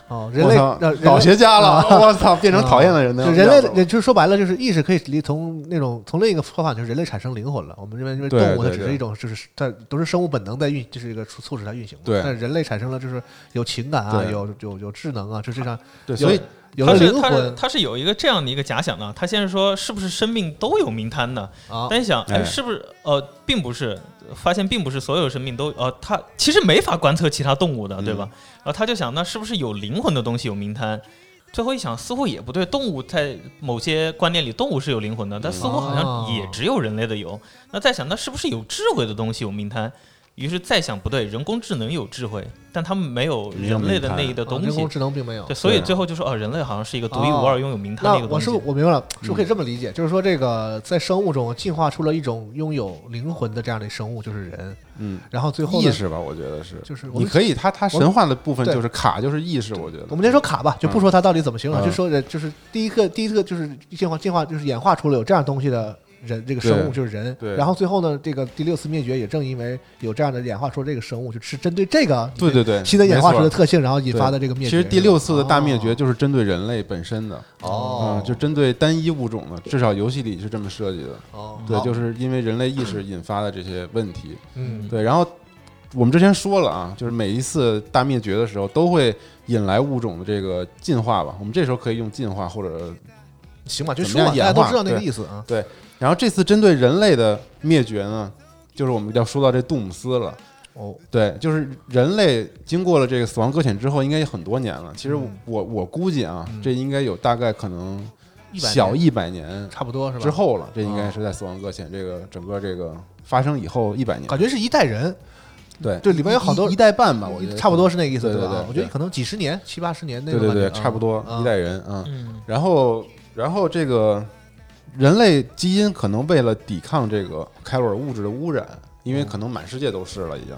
Speaker 3: 哦，人
Speaker 2: 我
Speaker 3: 类
Speaker 2: 操
Speaker 3: 呃人，类
Speaker 2: 搞学家了，我操，变成讨厌的人
Speaker 3: 就
Speaker 2: 那样
Speaker 3: 人类
Speaker 2: 子
Speaker 3: 的，
Speaker 2: 了
Speaker 3: 也就是说白了，就是意识可以离从那种从另一个说法，就是人类产生灵魂了。我们认为，因为
Speaker 2: 对
Speaker 3: 动物它
Speaker 2: 对
Speaker 3: 只是
Speaker 2: 对
Speaker 3: 一种，就是它都是生物本能在运，就是一个促促使它运行嘛。
Speaker 2: 对
Speaker 3: 但人类产生了就是有情感啊，
Speaker 2: 对
Speaker 3: 有有有智能啊，就这样
Speaker 2: 对，
Speaker 3: 有
Speaker 2: 所以
Speaker 3: 有
Speaker 4: 他
Speaker 3: 了
Speaker 4: 是
Speaker 3: 灵
Speaker 4: 他是
Speaker 3: 魂
Speaker 4: 他是有一个这样的一个假想的，他先是说是不是生命都有名摊呢？
Speaker 3: 啊
Speaker 4: 但想哎，
Speaker 2: 哎
Speaker 4: 是不是呃，并不是，发现并不是所有生命都呃，他
Speaker 3: 嗯
Speaker 4: 其实没法观测其他动物的，对吧？然后他就想，那是不是有灵魂的东西有名摊？最后一想，似乎也不对。动物在某些观念里，动物是有灵魂的，但似乎好
Speaker 3: 哦
Speaker 4: 像也只有人类的有。那再想，那是不是有智慧的东西有命贪？于是再想，不对，人工智能有智慧，但他们没有
Speaker 2: 没有
Speaker 4: 人类的
Speaker 2: 明
Speaker 4: 那
Speaker 2: 探
Speaker 4: 一的
Speaker 3: 啊
Speaker 4: 东
Speaker 3: 人
Speaker 4: 西
Speaker 3: 工。智能并没有
Speaker 4: 对，。所以
Speaker 2: 对啊
Speaker 4: 最后就说，哦，人类好像是一个独一无
Speaker 3: 哦
Speaker 4: 二、拥有名探
Speaker 3: 那
Speaker 4: 的一个
Speaker 3: 我
Speaker 4: 东西。
Speaker 3: 是不是我明白了，是不是
Speaker 2: 嗯
Speaker 3: 可以这么理解？就是说，这个在生物中进化出了一种拥有灵魂的这样的生物，就是人。
Speaker 2: 嗯，
Speaker 3: 然后最后呢
Speaker 2: 意识吧，我觉得是，
Speaker 3: 就是我们
Speaker 2: 你可以，它它
Speaker 3: 我们
Speaker 2: 神话的部分
Speaker 3: 对
Speaker 2: 就是卡，就是意识，我觉得
Speaker 3: 我们先说卡吧，就不说它到底怎么形容，
Speaker 2: 嗯
Speaker 3: 就说人就是第一个第一个就是进化进化就是演化出了有这样东西的人，这个生物
Speaker 2: 对
Speaker 3: 就是人。
Speaker 2: 对
Speaker 3: 然后最后呢，这个第六次灭绝也正因为有这样的演化出这个生物，就是针对这个
Speaker 2: 对对对，
Speaker 3: 新的演化
Speaker 2: 没
Speaker 3: 出
Speaker 2: 错
Speaker 3: 的特性，然后引发的这个灭
Speaker 2: 其
Speaker 3: 绝。
Speaker 2: 实第六次的大灭
Speaker 3: 哦
Speaker 2: 绝就是针对人类本身的，
Speaker 3: 哦
Speaker 2: 嗯，就针对单一物种的，至少游戏里是这么设计的。
Speaker 3: 哦，
Speaker 2: 对，
Speaker 3: 好
Speaker 2: 就是因为人类意识引发的这些问题。
Speaker 3: 嗯
Speaker 2: 对，然后我们之前说了啊，就是每一次大灭绝的时候，都会引来物种的这个进化吧。我们这时候可以用进化或者
Speaker 3: 行吧，就
Speaker 2: 怎
Speaker 3: 说
Speaker 2: 么样
Speaker 3: 吧，大家
Speaker 2: 演
Speaker 3: 都
Speaker 2: 化
Speaker 3: 知道那个
Speaker 2: 对
Speaker 3: 意思啊。
Speaker 2: 对。然后这次针对人类的灭绝呢，就是我们要说到这杜姆斯了。
Speaker 3: 哦，
Speaker 2: 对，就是人类经过了这个死亡搁浅之后，应该也很多年了。其实我
Speaker 3: 嗯
Speaker 2: 我我估计啊
Speaker 3: 嗯，
Speaker 2: 这应该有大概可能
Speaker 3: 100年
Speaker 2: 小一百年
Speaker 3: 差不多是吧？
Speaker 2: 之后了。这应该是在死亡搁浅这个整个这个发生以后一百年
Speaker 3: 感。觉是一代人，
Speaker 2: 对，
Speaker 3: 对里边有好多
Speaker 2: 一一代半吧，我觉得
Speaker 3: 差不多是那个意思，
Speaker 2: 对对
Speaker 3: 吧？
Speaker 2: 对
Speaker 3: 我觉
Speaker 2: 对
Speaker 3: 得可能几十年、七八十年那
Speaker 2: 对
Speaker 3: 种
Speaker 2: 对
Speaker 3: 感觉
Speaker 2: 对，
Speaker 3: 啊
Speaker 2: 差不多
Speaker 3: 啊
Speaker 2: 一代人啊。
Speaker 4: 嗯，
Speaker 2: 然后，然后这个人类基因可能为了抵抗这个开罗尔物质的污染，因为可能满世界都是了已经，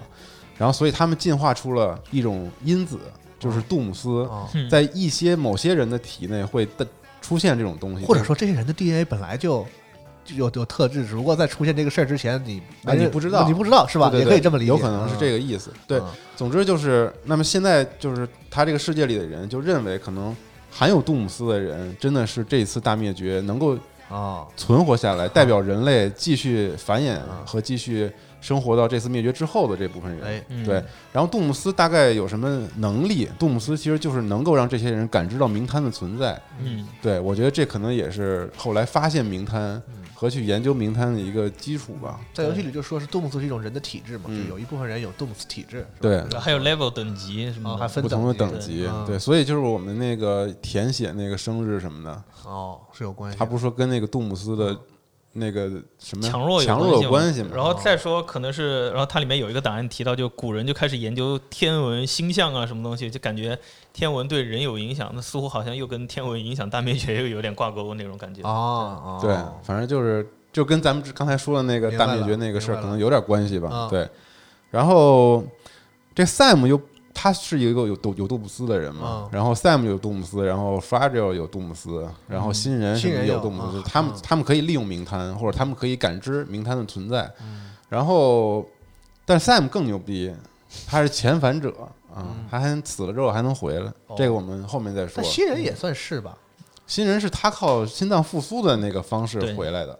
Speaker 2: 然后所以他们进化出了一种因子，就是杜姆斯，
Speaker 3: 啊，
Speaker 4: 嗯
Speaker 2: 在一些某些人的体内会的出现这种东西，
Speaker 3: 或者说这些人的 DNA 本来就。就有有特质，只不过在出现这个事儿之前，你
Speaker 2: 啊
Speaker 3: 没人
Speaker 2: 你不知道
Speaker 3: 你不知道是
Speaker 2: 是
Speaker 3: 吧？也可以这么理解，嗯
Speaker 2: 有可能是这个意思。对，
Speaker 3: 啊
Speaker 2: 总之就是，那么现在就是他这个世界里的人就认为可能。含有杜姆斯的人，真的是这一次大灭绝能够
Speaker 3: 啊，
Speaker 2: 存活下来，代表人类继续繁衍和继续生活到这次灭绝之后的这部分人。
Speaker 3: 哎，
Speaker 4: 嗯
Speaker 2: 对，然后杜姆斯大概有什么能力？杜姆斯其实就是能够让这些人感知到名滩的存在。
Speaker 4: 嗯，
Speaker 2: 对我觉得这可能也是后来发现名滩和去研究名滩的一个基础吧。
Speaker 3: 在游戏里就说是杜姆斯是一种人的体质嘛，
Speaker 2: 嗯
Speaker 3: 就有一部分人有杜姆斯体质，是吧
Speaker 2: 对
Speaker 4: 还有 level 等级什么
Speaker 3: 啊，
Speaker 4: 的，
Speaker 3: 还分
Speaker 2: 不同的等
Speaker 3: 级
Speaker 2: 级
Speaker 3: 对啊，
Speaker 2: 对，所以就是我们那个填写那个生日什么的，
Speaker 3: 哦，是有关系
Speaker 2: 他。不是说跟那个杜姆斯的那个什么
Speaker 4: 强弱
Speaker 2: 强弱有关
Speaker 4: 关
Speaker 2: 系哦吗？
Speaker 4: 然后再说可能是，然后它里面有一个档案提到，就古人就开始研究天文星象啊，什么东西，就感觉天文对人有影响，那似乎好像又跟天文影响大灭绝又有点挂钩那种感觉。
Speaker 3: 哦哦，
Speaker 2: 对，反正就是就跟咱们之刚才说的那个
Speaker 3: 明白
Speaker 2: 大灭绝那个事儿
Speaker 3: 了明白了
Speaker 2: 可能有点关系吧。
Speaker 3: 啊
Speaker 2: 对，然后这 Sam 又他是一个有有有杜姆斯的人嘛，
Speaker 3: 啊
Speaker 2: 然后 Sam 有杜姆斯，然后 Fragile 有杜姆斯，然后新人什
Speaker 3: 嗯新
Speaker 2: 么
Speaker 3: 人
Speaker 2: 也
Speaker 3: 有
Speaker 2: 杜姆斯，
Speaker 3: 啊
Speaker 2: 他们
Speaker 3: 啊
Speaker 2: 他们可以利用名摊，或者他们可以感知名摊的存在。
Speaker 3: 嗯
Speaker 2: 然后，但 Sam 更牛逼，他是遣返者。啊，他还死了之后还能回来，
Speaker 3: 嗯哦
Speaker 2: 这个我嗯们后面再说
Speaker 3: 但。新人也算是吧，
Speaker 2: 新人是他靠心脏复苏的那个方式
Speaker 4: 对
Speaker 2: 回来的，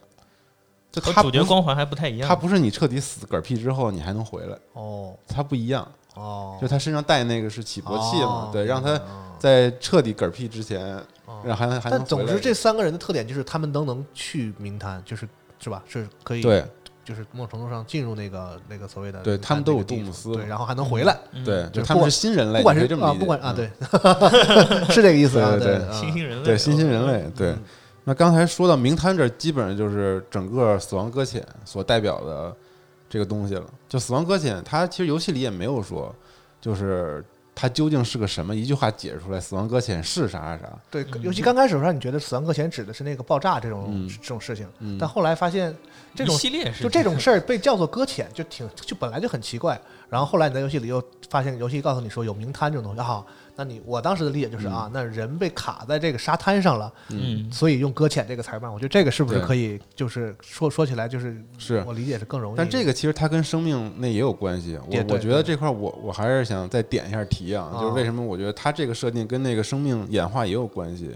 Speaker 2: 就
Speaker 4: 和
Speaker 2: 他
Speaker 4: 主
Speaker 2: 不
Speaker 4: 角
Speaker 2: 是
Speaker 4: 光环还不太一样。
Speaker 2: 他不是你彻底死嗝屁之后你还能回来，
Speaker 3: 哦
Speaker 2: 他不一样，
Speaker 3: 哦，
Speaker 2: 就他身上带那个是起搏器嘛
Speaker 3: 哦，
Speaker 2: 对，让他
Speaker 3: 嗯
Speaker 2: 在彻底嗝屁之前，让还能还能
Speaker 3: 但
Speaker 2: 回
Speaker 3: 总
Speaker 2: 来
Speaker 3: 之，这三个人的特点就是他们都能去名滩，就是是吧？是可以，
Speaker 2: 对
Speaker 3: 就是某种程度上进入那个那个所谓的
Speaker 2: 对
Speaker 3: 名单
Speaker 2: 他们都有
Speaker 3: 那个地
Speaker 2: 杜姆斯
Speaker 3: 对，然后还能回来，
Speaker 4: 嗯
Speaker 2: 对，
Speaker 3: 就
Speaker 2: 就是他们是新人类，
Speaker 3: 不管
Speaker 2: 你
Speaker 3: 是
Speaker 2: 可以这么
Speaker 3: 啊，
Speaker 2: 理解嗯
Speaker 3: 不管啊，，对， 是这个意思啊，
Speaker 2: 对对
Speaker 3: 对，
Speaker 4: 新
Speaker 3: 啊
Speaker 4: 兴人类，哦
Speaker 2: 对新兴人
Speaker 3: 嗯
Speaker 2: 类，对。那刚才说到名滩这儿，基本上就是整个《死亡搁浅》所代表的这个东西了。就《死亡搁浅》，它其实游戏里也没有说，就是它究竟是个什么，一句话解释出来，《死亡搁浅》是啥啥啥。
Speaker 3: 对，尤其刚开始的时候，你觉得死亡搁浅指的是那个爆炸这种
Speaker 2: 嗯
Speaker 3: 这种事情，
Speaker 2: 嗯
Speaker 3: 但后来发现这种
Speaker 4: 一系列是
Speaker 3: 就这种事儿被叫做搁浅，就挺就本来就很奇怪。然后后来你在游戏里又发现，游戏告诉你说有名滩这种东西啊，那你我当时的理解就是
Speaker 2: 嗯
Speaker 3: 啊，那人被卡在这个沙滩上了，
Speaker 4: 嗯，
Speaker 3: 所以用搁浅这个裁判，我觉得这个是不是
Speaker 2: 对
Speaker 3: 可以就是说说起来就是
Speaker 2: 是
Speaker 3: 我理解是更容易。
Speaker 2: 但这个其实它跟生命那也有关系。
Speaker 3: 也
Speaker 2: 我
Speaker 3: 对
Speaker 2: 我觉得这块儿我我还是想再点一下题啊，
Speaker 3: 啊
Speaker 2: 就是为什么我觉得它这个设定跟那个生命演化也有关系，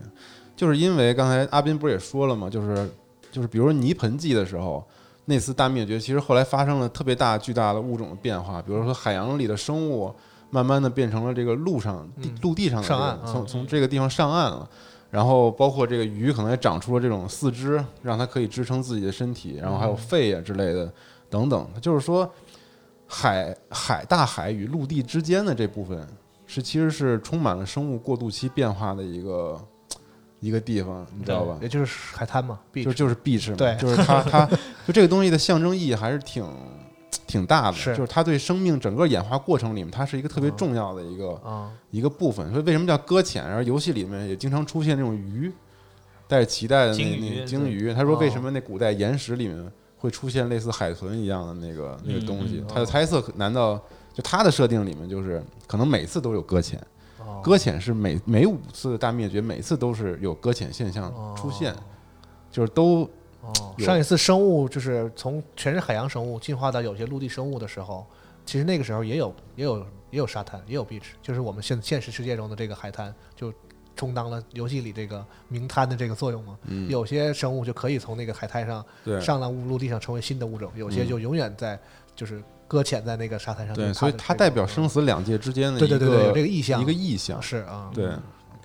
Speaker 2: 就是因为刚才阿斌不是也说了嘛，就是就是比如泥盆纪的时候。那次大灭绝，其实后来发生了特别大、巨大的物种的变化，比如说海洋里的生物慢慢的变成了这个陆上、地
Speaker 3: 嗯
Speaker 2: 陆地上的这
Speaker 3: 上
Speaker 2: 种
Speaker 3: 岸
Speaker 2: 从
Speaker 3: 嗯
Speaker 2: 从这个地方上岸了。然后包括这个鱼可能也长出了这种四肢，让它可以支撑自己的身体，然后还
Speaker 3: 嗯
Speaker 2: 有肺啊之类的等等。就是说，海海大海与陆地之间的这部分是其实是充满了生物过渡期变化的一个一个地方，你知道吧
Speaker 3: 也？就是海滩嘛，beach，
Speaker 2: 就就是 beach，嘛
Speaker 3: 对
Speaker 2: 就是它它就这个东西的象征意义还是挺挺大的，
Speaker 3: 是
Speaker 2: 就是它对生命整个演化过程里面，它是一个特
Speaker 4: 嗯
Speaker 2: 别重要的一个、
Speaker 3: 啊，
Speaker 2: 一个部分。所以为什么叫搁浅？然后游戏里面也经常出现那种鱼带着脐带的那
Speaker 4: 鲸鱼
Speaker 2: 那
Speaker 4: 对嗯
Speaker 2: 鲸鱼，他说
Speaker 3: 哦
Speaker 2: 为什么那古代岩石里面会出现类似海豚一样的那个那个
Speaker 4: 嗯
Speaker 2: 东西
Speaker 4: 嗯？
Speaker 2: 他的猜测可，难道就他的设定里面就是可能每次都有搁浅？
Speaker 3: 哦
Speaker 2: 搁浅是每每五次大灭绝，每次都是有搁浅现象出现，就是都
Speaker 3: 哦，
Speaker 2: 有
Speaker 3: 上一次生物就是从全是海洋生物进化到有些陆地生物的时候，其实那个时候也有也有也有沙滩，也有 beach，就是我们现现实世界中的这个海滩就充当了游戏里这个名滩的这个作用嘛。
Speaker 2: 嗯
Speaker 3: 有些生物就可以从那个海滩上
Speaker 2: 对
Speaker 3: 上到陆地上成为新的物种，有些就永远在就是搁浅在那个沙滩上。就
Speaker 2: 对，
Speaker 3: 是
Speaker 2: 所以
Speaker 3: 的
Speaker 2: 它
Speaker 3: 这个
Speaker 2: 代表生死两界之间的
Speaker 3: 对
Speaker 2: 一
Speaker 3: 对对对，有
Speaker 2: 个
Speaker 3: 这个意象
Speaker 2: 一个意象，
Speaker 3: 是啊，
Speaker 2: 对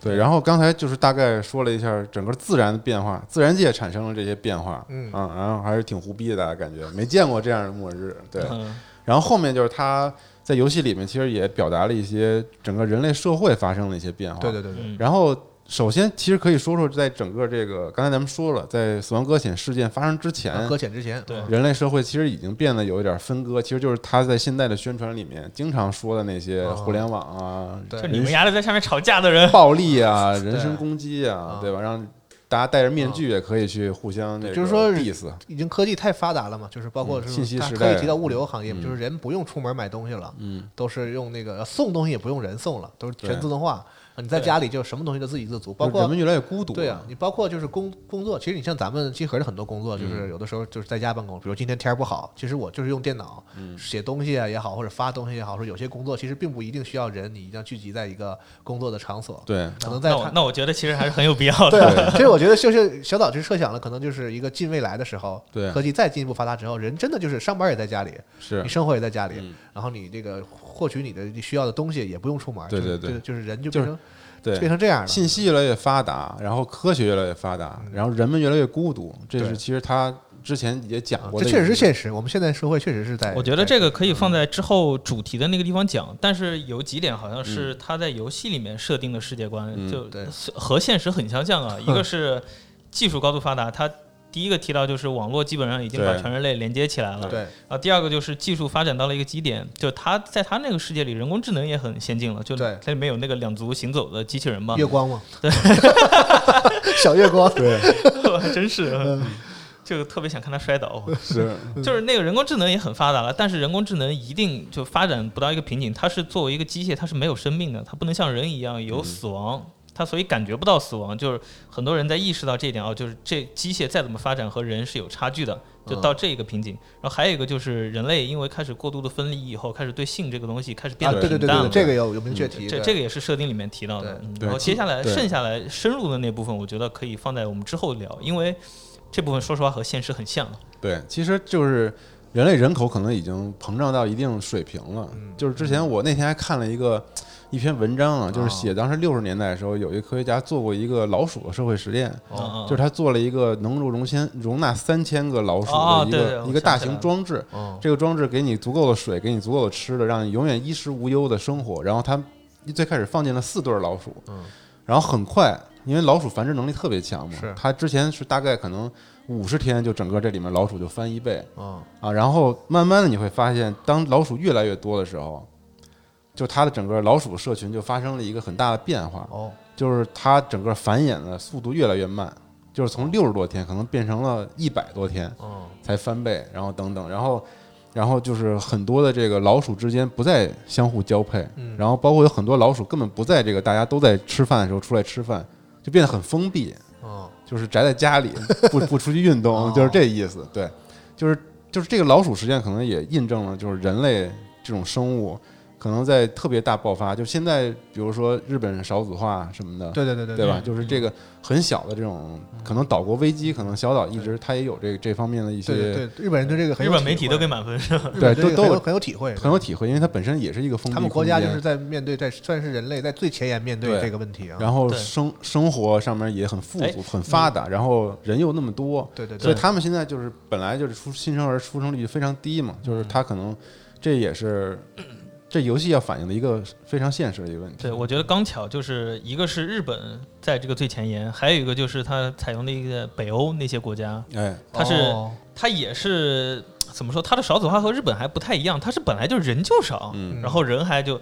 Speaker 2: 对。然后刚才就是大概说了一下整个自然的变化，自然界产生了这些变化，
Speaker 3: 嗯
Speaker 2: 啊，然后还是挺胡逼的，大家感觉没见过这样的末日，对。
Speaker 4: 嗯
Speaker 2: 然后后面就是他在游戏里面其实也表达了一些整个人类社会发生的一些变化，
Speaker 3: 对对对对，
Speaker 4: 嗯
Speaker 2: 然后，首先其实可以说说，在整个这个刚才咱们说了，在死亡搁浅事件发生之前，
Speaker 3: 啊搁浅之前
Speaker 4: 对
Speaker 3: 嗯
Speaker 2: 人类社会其实已经变得有一点分割，其实就是他在现在的宣传里面经常说的那些
Speaker 3: 哦
Speaker 2: 互联网啊、
Speaker 3: 对
Speaker 4: 就
Speaker 2: 人
Speaker 4: 你们丫的在下面吵架的人，
Speaker 2: 暴力啊、人身攻击啊
Speaker 3: 啊，
Speaker 2: 对吧？让大家戴着面具也可以去互相那个
Speaker 3: 就是说
Speaker 2: diss，
Speaker 3: 已经科技太发达了嘛，就是包括
Speaker 2: 嗯
Speaker 3: 是
Speaker 2: 信息
Speaker 3: 它
Speaker 2: 时
Speaker 3: 可以
Speaker 2: 代
Speaker 3: 提到物流行业嘛，
Speaker 2: 嗯
Speaker 3: 就是人不用出门买东西了，
Speaker 2: 嗯，
Speaker 3: 都是用那个送东西也不用人送了，都是全
Speaker 2: 对
Speaker 3: 自动化。你在
Speaker 4: 对
Speaker 3: 家里就什么东西都自给自足，包
Speaker 2: 人
Speaker 3: 括
Speaker 2: 们越来越孤独，
Speaker 3: 对啊，，你包括就是工工作，其实你像咱们集合的很多工
Speaker 2: 嗯
Speaker 3: 作，就是有的时候就是在家办公，比如今天天儿不好，其实我就是用电脑
Speaker 2: 嗯
Speaker 3: 写东西啊也好，或者发东西也好，说有些工作其实并不一定需要人，你一定要聚集在一个工作的场所，
Speaker 2: 对
Speaker 3: 可能在
Speaker 4: 那
Speaker 3: 它
Speaker 4: 我那我觉得其实还是很有必 要
Speaker 3: 对
Speaker 4: 的。
Speaker 3: 啊，其实我觉得就是小岛就设想了，可能就是一个近未来的时候，
Speaker 2: 对
Speaker 3: 科技再进一步发达之后，人真的就是上班也在家里，
Speaker 2: 是
Speaker 3: 你生活也在家里，
Speaker 2: 嗯
Speaker 3: 然后你这个获取你的你需要的东西也不用出门，
Speaker 2: 对
Speaker 3: 就是
Speaker 2: 对对
Speaker 3: 就是人就
Speaker 2: 就
Speaker 3: 变
Speaker 2: 是
Speaker 3: 成
Speaker 2: 对
Speaker 3: 变成这样了，
Speaker 2: 信息越来越发达，然后科学越来越发达，
Speaker 4: 嗯
Speaker 2: 然后人们越来越孤独，这
Speaker 3: 对
Speaker 2: 是其实他之前也讲
Speaker 3: 啊
Speaker 2: 过
Speaker 3: 这
Speaker 2: 的一个，
Speaker 3: 确实是现实，我们现在社会确实是在，
Speaker 4: 我觉得这个
Speaker 3: 嗯
Speaker 4: 可以放在之后主题的那个地方讲，但是有几点好像是他在游戏里面设定的世界观，
Speaker 2: 嗯
Speaker 4: 就
Speaker 3: 嗯对
Speaker 4: 和现实很 相像啊。一个是技术高度发达，他第一个提到就是网络基本上已经把
Speaker 2: 对
Speaker 4: 全人类连接起来了。
Speaker 3: 对
Speaker 4: 啊，第二个就是技术发展到了一个极点，就它在它那个世界里，人工智能也很先进了，就
Speaker 3: 对
Speaker 4: 它里面有那个两足行走的机器人嘛，
Speaker 3: 月光嘛，对， 小月光，对，
Speaker 4: 真是，就特别想看它摔倒。
Speaker 2: 是
Speaker 4: 就是那个人工智能也很发达了，但是人工智能一定就发展不到一个瓶颈，它是作为一个机械，它是没有生命的，它不能像人一样
Speaker 3: 嗯
Speaker 4: 有死亡。它所以感觉不到死亡，就是很多人在意识到这一点啊，就是这机械再怎么发展和人是有差距的，就
Speaker 3: 嗯
Speaker 4: 到这一个瓶颈。然后还有一个就是人类因为开始过度的分离以后，开始对性这个东西开始变
Speaker 3: 啊，
Speaker 4: 得
Speaker 3: 对对对
Speaker 4: 平淡
Speaker 3: 对，
Speaker 4: 了。嗯
Speaker 3: 这个有有明确提，
Speaker 4: 这
Speaker 3: 对
Speaker 4: 这个也是设定里面提到的
Speaker 3: 对。
Speaker 4: 嗯
Speaker 2: 对
Speaker 4: 然后接下来
Speaker 2: 对
Speaker 4: 剩下来深入的那部分，我觉得可以放在我们之后聊，因为这部分说实话和现实很像。
Speaker 2: 对，其实就是人类人口可能已经膨胀到一定水平了。
Speaker 4: 嗯
Speaker 2: 就是之前我那天还看了一个一篇文章啊，就是写当时六十年代的时候，有一科学家做过一个老鼠的社会实验，
Speaker 4: 哦
Speaker 2: 就是他做了一个能够容先容纳三千个老鼠
Speaker 4: 哦
Speaker 2: 的一
Speaker 4: 对对
Speaker 2: 个
Speaker 4: 我
Speaker 2: 一个
Speaker 4: 想
Speaker 2: 大
Speaker 4: 起来
Speaker 2: 型
Speaker 4: 了
Speaker 2: 装置。
Speaker 3: 嗯
Speaker 2: 这个装置给你足够的水，给你足够的吃的，让你永远衣食无忧的生活。然后他最开始放进了四对儿老鼠，
Speaker 3: 嗯，
Speaker 2: 然后很快，因为老鼠繁殖能力特别强嘛
Speaker 3: 是，
Speaker 2: 它之前是大概可能五十天就整个这里面老鼠就翻一倍
Speaker 3: 嗯
Speaker 2: 啊，然后慢慢的你会发现，当老鼠越来越多的时候，就它的整个老鼠社群就发生了一个很大的变化，
Speaker 3: 哦
Speaker 2: 就是它整个繁衍的速度越来越慢，就是从六十多天可能变成了一百多天，
Speaker 3: 嗯
Speaker 2: 才翻倍，然后等等，然后然后就是很多的这个老鼠之间不再相互交配，
Speaker 3: 嗯
Speaker 2: 然后包括有很多老鼠根本不在这个大家都在吃饭的时候出来吃饭，就变得很封闭，
Speaker 3: 嗯
Speaker 2: 就是宅在 家里不不出去运
Speaker 3: 哦
Speaker 2: 动，就是这意思。对，就是就是这个老鼠实践可能也印证了，就是人类这种生物可能在特别大爆发，就现在比如说日本少子化什么的，
Speaker 3: 对对对对嗯
Speaker 2: 对吧？
Speaker 4: 嗯
Speaker 2: 就是这个很小的这种，可能岛国危机，可能小岛一直它也有这这方面的一
Speaker 3: 对
Speaker 2: 些
Speaker 3: 对对，日本人对这个很
Speaker 4: 日
Speaker 3: 有
Speaker 4: 本媒
Speaker 3: 体
Speaker 4: 体
Speaker 3: 会
Speaker 4: 都给满 分，
Speaker 3: 日
Speaker 2: 对
Speaker 3: 本这
Speaker 2: 都
Speaker 3: 个
Speaker 2: 都有
Speaker 3: 很有很有体会，
Speaker 2: 很有体会，因为它本身也是一个封闭
Speaker 3: 他们国家
Speaker 2: 空
Speaker 3: 就
Speaker 2: 间
Speaker 3: 是在面对在算是人类在最前沿面对
Speaker 2: 对
Speaker 3: 这个问题啊，
Speaker 2: 然后
Speaker 4: 对
Speaker 2: 生生活上面也很富
Speaker 4: 哎
Speaker 2: 足、很发达，然后人又那么多，
Speaker 3: 对对
Speaker 2: 所以
Speaker 3: 对，
Speaker 2: 他们现在就是
Speaker 3: 嗯
Speaker 2: 本来就是出新生儿出生率非常低嘛，就是他可能这也是这游戏要反映的一个非常现实的一个问题。
Speaker 4: 对，我觉得刚巧就是一个是日本在这个最前沿，还有一个就是它采用了一个北欧那些国家，
Speaker 2: 哎，
Speaker 4: 它是、
Speaker 3: 哦
Speaker 4: 它也是怎么说，它的少子化和日本还不太一样，它是本来就人就少，
Speaker 2: 嗯
Speaker 4: 然后人还就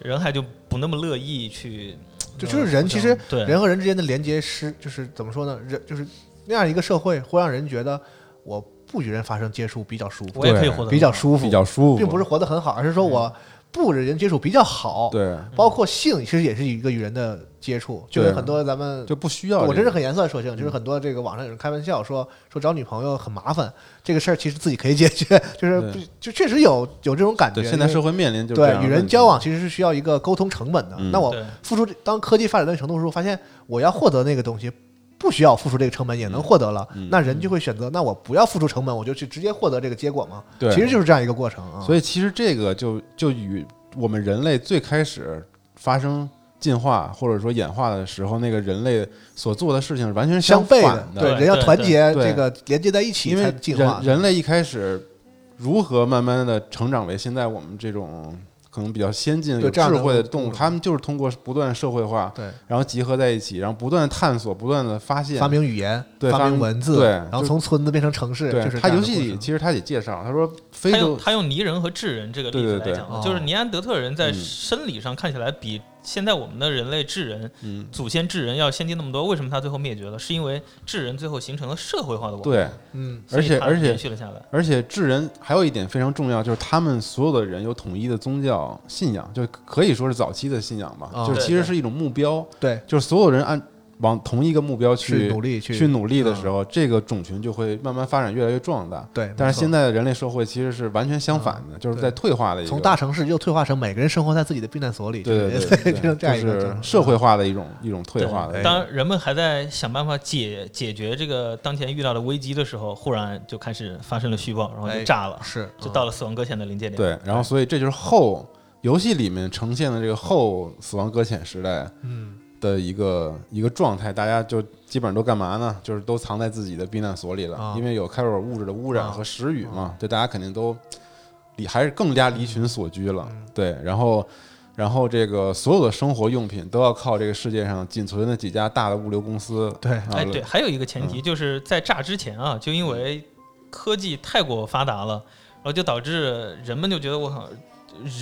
Speaker 4: 人还就不那么乐意去，
Speaker 3: 就
Speaker 4: 呃
Speaker 3: 就是人
Speaker 4: 互
Speaker 3: 其
Speaker 4: 相
Speaker 3: 实
Speaker 4: 对
Speaker 3: 人和人之间的连接失，就是怎么说呢？人就是那样一个社会，会让人觉得我不与人发生接触比较舒服
Speaker 4: 我，也
Speaker 2: 对
Speaker 4: 可以活得
Speaker 3: 比较舒服，
Speaker 2: 比较舒服，嗯
Speaker 3: 并不是活得很好，而是说我不与人接触比较好。，
Speaker 2: 对，
Speaker 3: 包括性其实也是一个与人的接触，就
Speaker 2: 对
Speaker 3: 跟很多咱们
Speaker 2: 就不需要、
Speaker 3: 我真是很严肃的
Speaker 2: 嗯
Speaker 3: 说性，就是很多这个网上有人开玩笑说说找女朋友很麻烦，这个事儿其实自己可以解决，就是
Speaker 2: 对
Speaker 3: 不就确实有有这种感觉。
Speaker 2: 对现在
Speaker 3: 因为
Speaker 2: 社会面临就是这
Speaker 3: 对
Speaker 2: 样的
Speaker 3: 与人
Speaker 2: 问题
Speaker 3: 交往其实是需要一个沟通成本的。
Speaker 2: 嗯
Speaker 3: 那我
Speaker 4: 对
Speaker 3: 付出这当科技发展到一定程度的时候，发现我要获得那个东西。不需要付出这个成本也能获得了，
Speaker 2: 嗯
Speaker 3: 那人就会选择，那我不要付出成本，我就去直接获得这个结果嘛。
Speaker 2: 对
Speaker 3: 其实就是这样一个过程啊。
Speaker 2: 所
Speaker 3: 以
Speaker 2: 以其实这个就就与我们人类最开始发生进化或者说演化的时候，那个人类所做的事情是完全
Speaker 3: 相
Speaker 2: 反
Speaker 3: 悖的，
Speaker 4: 对
Speaker 3: 人要
Speaker 4: 对
Speaker 3: 团
Speaker 4: 对
Speaker 3: 结，
Speaker 2: 对
Speaker 3: 这个连接在一起
Speaker 2: 因为
Speaker 3: 才进化
Speaker 2: 人。人类一开始如何慢慢的成长为现在我们这种可能比较先进、
Speaker 3: 对
Speaker 2: 有
Speaker 3: 这样
Speaker 2: 智
Speaker 3: 的
Speaker 2: 慧的
Speaker 3: 物
Speaker 2: 动物，
Speaker 3: 种
Speaker 2: 他们就是通过不断社会化，
Speaker 3: 对，
Speaker 2: 然后集合在一起，然后不断地探索、不断的发现、
Speaker 3: 发明语言，
Speaker 2: 对
Speaker 3: 发
Speaker 2: 发
Speaker 3: 明
Speaker 2: 明
Speaker 3: 文字，
Speaker 2: 对
Speaker 3: 然后
Speaker 2: 就
Speaker 3: 从村子变成城市，
Speaker 2: 对
Speaker 3: 就是
Speaker 2: 他
Speaker 3: 这样
Speaker 2: 游
Speaker 3: 的
Speaker 2: 戏
Speaker 3: 过
Speaker 2: 里
Speaker 3: 程
Speaker 2: 其实他也介绍，他说非
Speaker 4: 他
Speaker 2: 洲
Speaker 4: 用他用泥人和智人这个例
Speaker 2: 对
Speaker 4: 子
Speaker 2: 对
Speaker 4: 来
Speaker 2: 对
Speaker 4: 讲的，
Speaker 3: 哦
Speaker 4: 就是尼安德特人在
Speaker 2: 嗯
Speaker 4: 生理上看起来比现在我们的人类智人、
Speaker 2: 嗯
Speaker 4: 祖先智人要先进那么多。为什么他最后灭绝了？是因为智人最后形成了社会化的文化，
Speaker 2: 对，
Speaker 3: 嗯，
Speaker 4: 所以
Speaker 2: 而且
Speaker 4: 它
Speaker 2: 而且
Speaker 4: 延续了下来。
Speaker 2: 而且智人还有一点非常重要，就是他们所有的人有统一的宗教信仰，就可以说是早期的信仰吧，
Speaker 3: 啊
Speaker 2: 就是其实是一种目标，
Speaker 3: 对，
Speaker 2: 就是所有人按往同一个目标去
Speaker 3: 去努力去
Speaker 2: 去努力的时候，这个种群就会慢慢发展越来越壮大。
Speaker 3: 对，
Speaker 2: 但
Speaker 3: 没
Speaker 2: 是
Speaker 3: 错
Speaker 2: 现在的人类社会其实是完全相反的，就是在退化的一个
Speaker 3: 从大城市又退化成每个人生活在自己的避难所里，
Speaker 2: 对对
Speaker 3: 就是
Speaker 2: 对对
Speaker 3: 变成这样一
Speaker 2: 就
Speaker 3: 个状
Speaker 2: 是
Speaker 3: 态
Speaker 2: 社会化的一种一种退
Speaker 4: 对
Speaker 2: 化的一种。
Speaker 4: 当人们还在想办法解解决这个当前遇到的危机的时候，忽然就开始发生了虚报，然后就
Speaker 3: 哎
Speaker 4: 炸了，
Speaker 3: 是
Speaker 4: 就
Speaker 2: 嗯
Speaker 4: 到了死亡搁浅的临界点。
Speaker 2: 对，然后所以这就是后游戏里面呈现的这个后死亡搁浅时代，
Speaker 3: 嗯
Speaker 2: 的一个一个状态，大家就基本上都干嘛呢？就是都藏在自己的避难所里了，
Speaker 3: 啊
Speaker 2: 因为有开始有物质的污染
Speaker 3: 啊
Speaker 2: 和食欲嘛，就大家肯定都离还是更加离群索居了。对，然后然后这个所有的生活用品都要靠这个世界上仅存的几家大的物流公司。
Speaker 3: 对
Speaker 2: 啊
Speaker 4: 哎，对，还有一个前提就是在炸之前啊，就因为科技太过发达了，然后就导致人们就觉得我靠，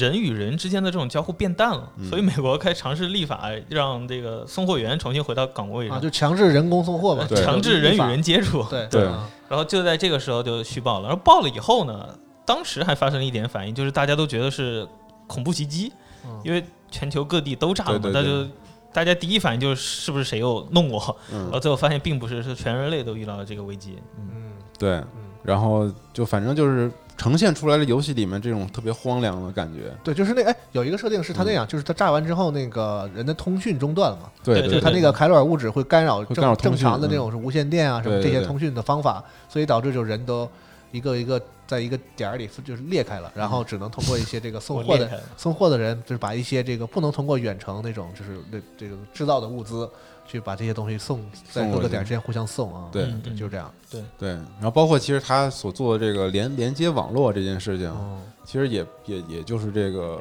Speaker 4: 人与人之间的这种交互变淡了，所以美国开始尝试立法让这个送货员重新回到岗位上，
Speaker 3: 啊，就强制人工送货嘛，
Speaker 4: 呃
Speaker 2: 哎对
Speaker 4: 强制人与
Speaker 3: 法
Speaker 4: 人接触。
Speaker 3: 对
Speaker 2: 对
Speaker 3: 啊
Speaker 4: 然后就在这个时候就虚报了，然后报了以后呢，当时还发生了一点反应，就是大家都觉得是恐怖袭击，
Speaker 3: 嗯
Speaker 4: 因为全球各地都炸了嘛，
Speaker 2: 对对
Speaker 4: 那
Speaker 2: 对
Speaker 4: 就大家第一反应就是是不是谁又弄我，
Speaker 2: 嗯
Speaker 4: 然，后最后发现并不是，是全人类都遇到了这个危机。嗯，
Speaker 3: 嗯
Speaker 2: 对，然后就反正就是呈现出来的游戏里面这种特别荒凉的感觉。
Speaker 3: 对，就是那哎，有一个设定是他
Speaker 2: 嗯
Speaker 3: 那样，就是他炸完之后，那个人的通讯中断了嘛，
Speaker 2: 对
Speaker 4: 对
Speaker 3: 就是
Speaker 2: 对
Speaker 3: 他
Speaker 4: 它
Speaker 3: 那个凯鲁尔物质会干扰
Speaker 2: 会干扰
Speaker 3: 正
Speaker 2: 通
Speaker 3: 正
Speaker 2: 讯
Speaker 3: 常的那
Speaker 2: 嗯
Speaker 3: 种是无线电啊什么
Speaker 2: 对
Speaker 3: 这
Speaker 2: 对
Speaker 3: 些
Speaker 2: 对
Speaker 3: 通讯的方法，所以导致就人都一个一个在一个点儿里就是裂开了，然后只能通过一些这个送
Speaker 4: 我
Speaker 3: 货
Speaker 4: 裂
Speaker 3: 的
Speaker 4: 开了
Speaker 3: 送货的人就是把一些这个不能通过远程那种就是那这个制造的物资，去把这些东西送在
Speaker 2: 送
Speaker 3: 各
Speaker 2: 过
Speaker 3: 个
Speaker 2: 去
Speaker 3: 点儿之间互相送啊。
Speaker 2: 对
Speaker 4: 嗯嗯
Speaker 3: 就是这样。
Speaker 2: 对，然后包括其实他所做的这个连连接网络这件事情，
Speaker 3: 哦，
Speaker 2: 其实也也也就是这个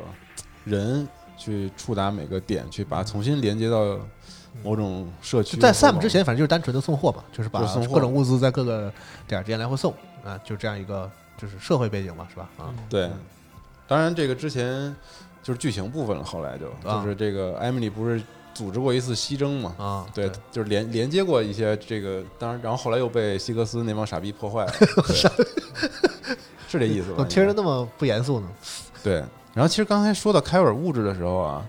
Speaker 2: 人去触达每个点，去把它重新连接到某种社区。
Speaker 3: 就在 SAM 之前，反正就是单纯的送货嘛，就是把
Speaker 2: 就是送货
Speaker 3: 各种物资在各个点儿之间来回送啊，就这样一个就是社会背景嘛，是吧？啊，
Speaker 2: 对，当然这个之前就是剧情部分了，后来就
Speaker 3: 啊
Speaker 2: 就是这个艾米丽不是组织过一次西征嘛。
Speaker 3: 啊，
Speaker 2: 对，就是连连接过一些这个，当然，然后后来又被希格斯那帮傻逼破 坏了，对是这意思吧？
Speaker 3: 怎么听着那么不严肃呢？
Speaker 2: 对，然后其实刚才说到开尔物质的时候啊，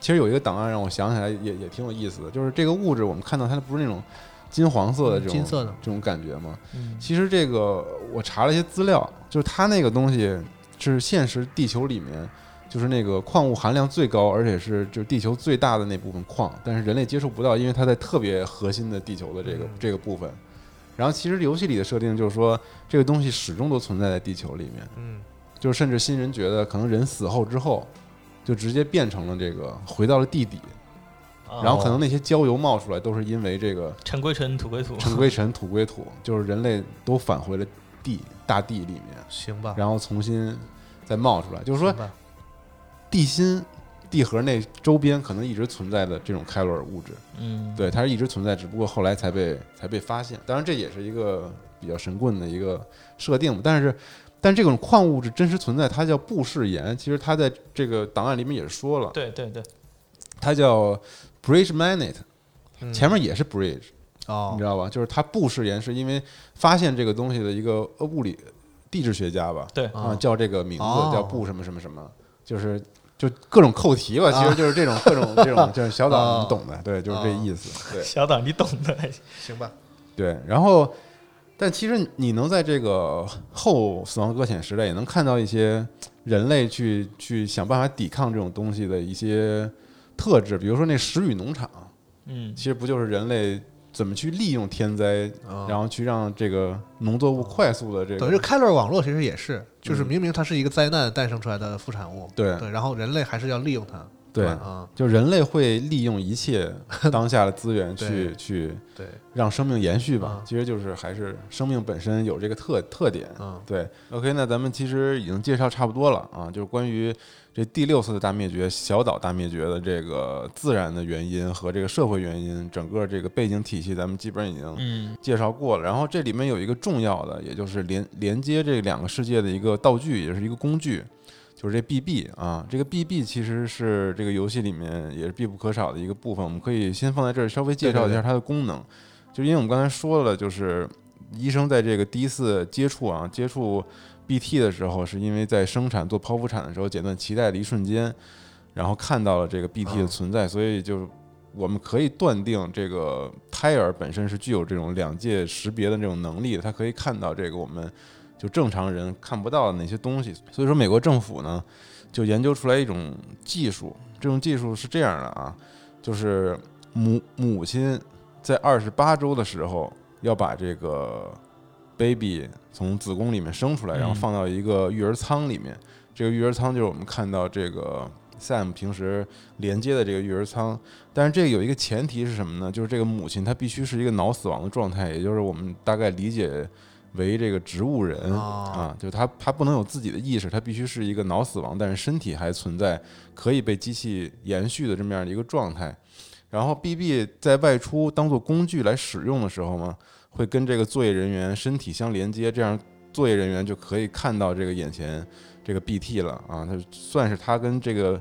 Speaker 2: 其实有一个档案让我想起来也也挺有意思的，就是这个物质我们看到它不是那种金黄色的这种
Speaker 3: 嗯金色的
Speaker 2: 这种感觉吗？
Speaker 3: 嗯
Speaker 2: 其实这个我查了一些资料，就是它那个东西是现实地球里面。就是那个矿物含量最高，而且是就是地球最大的那部分矿，但是人类接触不到，因为它在特别核心的地球的这个、这个部分。然后其实游戏里的设定就是说，这个东西始终都存在在地球里面。
Speaker 3: 嗯，
Speaker 2: 就是甚至新人觉得，可能人死后之后，就直接变成了这个，回到了地底，
Speaker 4: 啊
Speaker 2: 然后可能那些焦油冒出来，都是因为这个
Speaker 4: 尘归尘，土归土。
Speaker 2: 尘归尘，土归土，就是人类都返回了地大地里面，
Speaker 3: 行吧。
Speaker 2: 然后重新再冒出来。就是说
Speaker 3: 行，吧
Speaker 2: 地心、地核内周边可能一直存在的这种开罗尔物质。
Speaker 4: 嗯，
Speaker 2: 对，它是一直存在，只不过后来才被才被发现。当然，这也是一个比较神棍的一个设定，但是。但这种矿物质真实存在，它叫布氏岩。其实它在这个档案里面也说了，
Speaker 4: 对对对，
Speaker 2: 它叫 Bridge Magnet，
Speaker 3: 嗯
Speaker 2: 前面也是 Bridge，、
Speaker 3: 哦
Speaker 2: 你知，道吧？就是它布氏岩是因为发现这个东西的一个呃物理地质学家吧，
Speaker 4: 对
Speaker 2: 啊，叫这个名字
Speaker 3: 哦
Speaker 2: 叫布什么什么什么，就是就各种扣题吧，其实就是这种各种这 种，就是小
Speaker 3: 啊哦
Speaker 2: 岛你懂的，对，就是这意思，对
Speaker 4: 小党你懂的，
Speaker 2: 嗯
Speaker 3: 行吧，
Speaker 2: 对。然后，但其实你能在这个后死亡搁浅时代也能看到一些人类去去想办法抵抗这种东西的一些特质，比如说那石宇农场，
Speaker 4: 嗯
Speaker 2: 其实不就是人类怎么去利用天灾，
Speaker 3: 哦
Speaker 2: 然后去让这个农作物快速的这
Speaker 3: 等于是
Speaker 2: 个嗯
Speaker 3: 开罗尔网络其实也是，就是明明它是一个灾难诞生出来的副产物，
Speaker 2: 对
Speaker 3: 对，然后人类还是要利用它，
Speaker 2: 对
Speaker 3: 吧啊，
Speaker 2: 就人类会利用一切当下的资源去
Speaker 3: 对
Speaker 2: 去
Speaker 3: 对，
Speaker 2: 让生命延续吧
Speaker 3: 啊。
Speaker 2: 其实就是还是生命本身有这个特特点。
Speaker 3: 嗯，
Speaker 2: 对，OK，那咱们其实已经介绍差不多了啊，就是关于这第六次大灭绝、小岛大灭绝的这个自然的原因和这个社会原因，整个这个背景体系，咱们基本已经
Speaker 4: 嗯
Speaker 2: 介绍过了。然后这里面有一个重要的，也就是连连接这两个世界的一个道具，也是一个工具，就是这 BB 啊。这个 BB 其实是这个游戏里面也是必不可少的一个部分。我们可以先放在这儿稍微介绍一下它的功能，就因为我们刚才说了，就是医生在这个第一次接触啊接触 BT 的时候，是因为在生产做剖腹产的时候剪断脐带的一瞬间，然后看到了这个 BT 的
Speaker 3: 啊
Speaker 2: 存在，所以就我们可以断定这个胎儿本身是具有这种两界识别的这种能力的，它可以看到这个我们就正常人看不到的那些东西。所以说，美国政府呢就研究出来一种技术，这种技术是这样的啊，就是母母亲在二十八周的时候要把这个 baby 从子宫里面生出来，
Speaker 4: 嗯
Speaker 2: 然后放到一个育儿舱里面。这个育儿舱就是我们看到这个 Sam 平时连接的这个育儿舱。但是这个有一个前提是什么呢？就是这个母亲她必须是一个脑死亡的状态，也就是我们大概理解为这个植物人、
Speaker 3: 哦
Speaker 2: 啊，就她她不能有自己的意识，她必须是一个脑死亡，但是身体还存在，可以被机器延续的这么样的一个状态。然后 BB 在外出当做工具来使用的时候嘛，会跟这个作业人员身体相连接，这样作业人员就可以看到这个眼前这个 BT 了啊，它算是它跟这个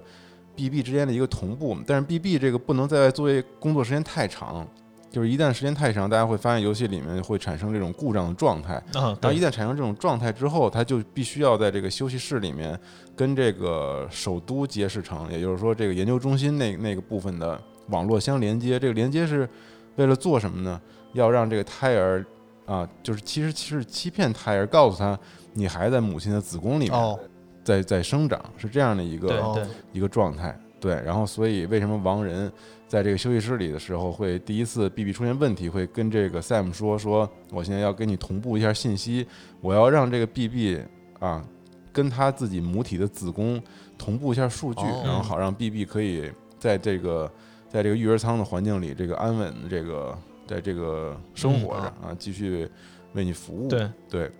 Speaker 2: BB 之间的一个同步。但是 BB 这个不能在外作业工作时间太长，就是一旦时间太长，大家会发现游戏里面会产生这种故障的状态。
Speaker 4: 啊，
Speaker 2: 然后一
Speaker 4: 对
Speaker 2: 旦产生这种状态之后，他就必须要在这个休息室里面跟这个首都结识城，也就是说这个研究中心那那个部分的网络相连接。这个连接是为了做什么呢？要让这个胎儿啊，就是其实是欺骗胎儿，告诉他你还在母亲的子宫里面，
Speaker 3: 哦，
Speaker 2: 在在生长，是这样的一
Speaker 4: 对
Speaker 2: 个
Speaker 3: 哦
Speaker 4: 对，
Speaker 2: 一个状态。对，然后所以为什么王仁在这个休息室里的时候会第一次 B B 出现问题，会跟这个 Sam 说说，我现在要跟你同步一下信息，我要让这个 B B 啊跟他自己母体的子宫同步一下数据，
Speaker 3: 哦
Speaker 2: 然后好让 B B 可以在这个在这个育儿舱的环境里，这个安稳的这个在这个生活着、啊，继续为你服务。
Speaker 4: 对，
Speaker 2: 对，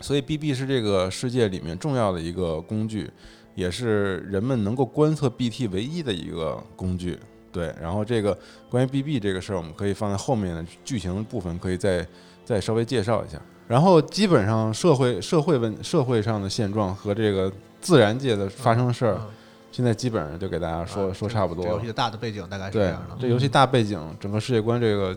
Speaker 2: 所以 BB 是这个世界里面重要的一个工具，也是人们能够观测 BT 唯一的一个工具。对，然后这个关于 BB 这个事儿，我们可以放在后面的剧情部分，可以再再稍微介绍一下。然后基本上社会社会问社会上的现状和这个自然界的发生的事儿，
Speaker 3: 嗯
Speaker 2: 现在基本上就给大家说、
Speaker 3: 啊
Speaker 2: 说
Speaker 3: 这
Speaker 2: 差不多
Speaker 3: 这
Speaker 2: 了
Speaker 3: 游戏。的大的背景大概是这
Speaker 2: 对
Speaker 3: 样的，，
Speaker 2: 这游戏大背景、整个世界观这个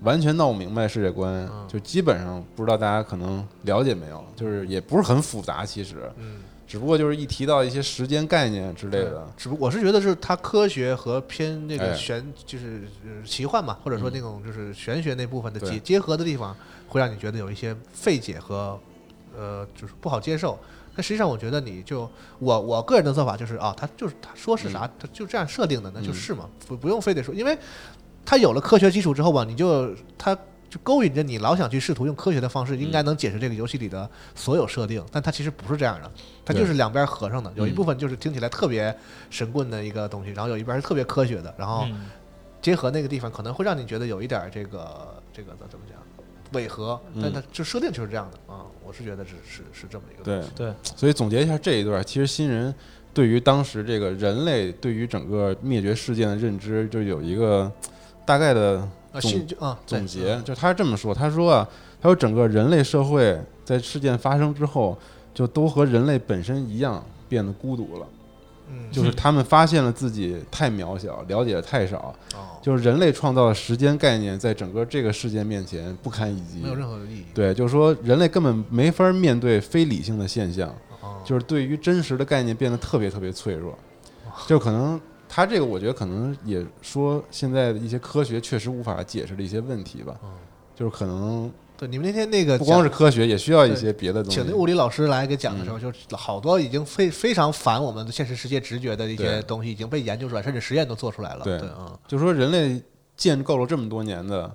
Speaker 2: 完全闹明白世界观，
Speaker 3: 嗯
Speaker 2: 就基本上不知道大家可能了解没有，就是也不是很复杂，其实
Speaker 3: 嗯，
Speaker 2: 只不过就是一提到一些时间概念之类的，
Speaker 3: 只不过我是觉得是它科学和偏那
Speaker 2: 嗯哎嗯
Speaker 3: 个玄，就是呃奇幻嘛，或者说那种就是玄学那部分的
Speaker 2: 对
Speaker 3: 结结合的地方，会让你觉得有一些费解和呃，就是不好接受。但实际上，我觉得你就我我个人的做法就是啊，他就是他说是
Speaker 2: 嗯
Speaker 3: 啥，他就这样设定的，那就是嘛，不不用非得说，因为他有了科学基础之后吧，你就他就勾引着你老想去试图用科学的方式，
Speaker 2: 嗯
Speaker 3: 应该能解释这个游戏里的所有设定，但它其实不是这样的，它就是两边合上的，
Speaker 2: 嗯
Speaker 3: 有一部分就是听起来特别神棍的一个东西，然后有一边是特别科学的，然后
Speaker 2: 啊
Speaker 4: 嗯
Speaker 3: 结合那个地方可能会让你觉得有一点儿这个这个怎么讲违和，
Speaker 2: 嗯
Speaker 3: 但它就设定就是这样的啊、我是觉得是是是这么一个
Speaker 2: 对
Speaker 3: 东西，
Speaker 4: 对，
Speaker 2: 所以总结一下这一段，其实新人对于当时这个人类对于整个灭绝事件的认知，就有一个大概的
Speaker 3: 啊，
Speaker 2: 总
Speaker 3: 信就啊，对
Speaker 2: 总结，就他是这么说，他说啊，他说整个人类社会在事件发生之后，就都和人类本身一样变得孤独了，
Speaker 3: 嗯，
Speaker 2: 就是他们发现了自己太渺小，了解的太少，
Speaker 3: 哦，
Speaker 2: 就是人类创造的时间概念在整个这个事件面前不堪一击
Speaker 3: 没。有任何的意义。
Speaker 2: 对，就是说人类根本没法面对非理性的现象，
Speaker 3: 哦，
Speaker 2: 就是对于真实的概念变得特别特别脆弱，就可能。他这个，我觉得可能也说现在的一些科学确实无法解释的一些问题吧，
Speaker 3: 嗯
Speaker 2: 就是可能
Speaker 3: 对，你们那天那个
Speaker 2: 不光
Speaker 3: 讲
Speaker 2: 是科学，也需要一些别的东西嗯
Speaker 3: 请。那物理老师来给讲的时候，就是好多已经非非常反我们的现实世界直觉的一些
Speaker 2: 对
Speaker 3: 东西已经被研究出来，甚至实验都做出来了。
Speaker 2: 对
Speaker 3: 对，嗯，
Speaker 2: 就说人类建构了这么多年的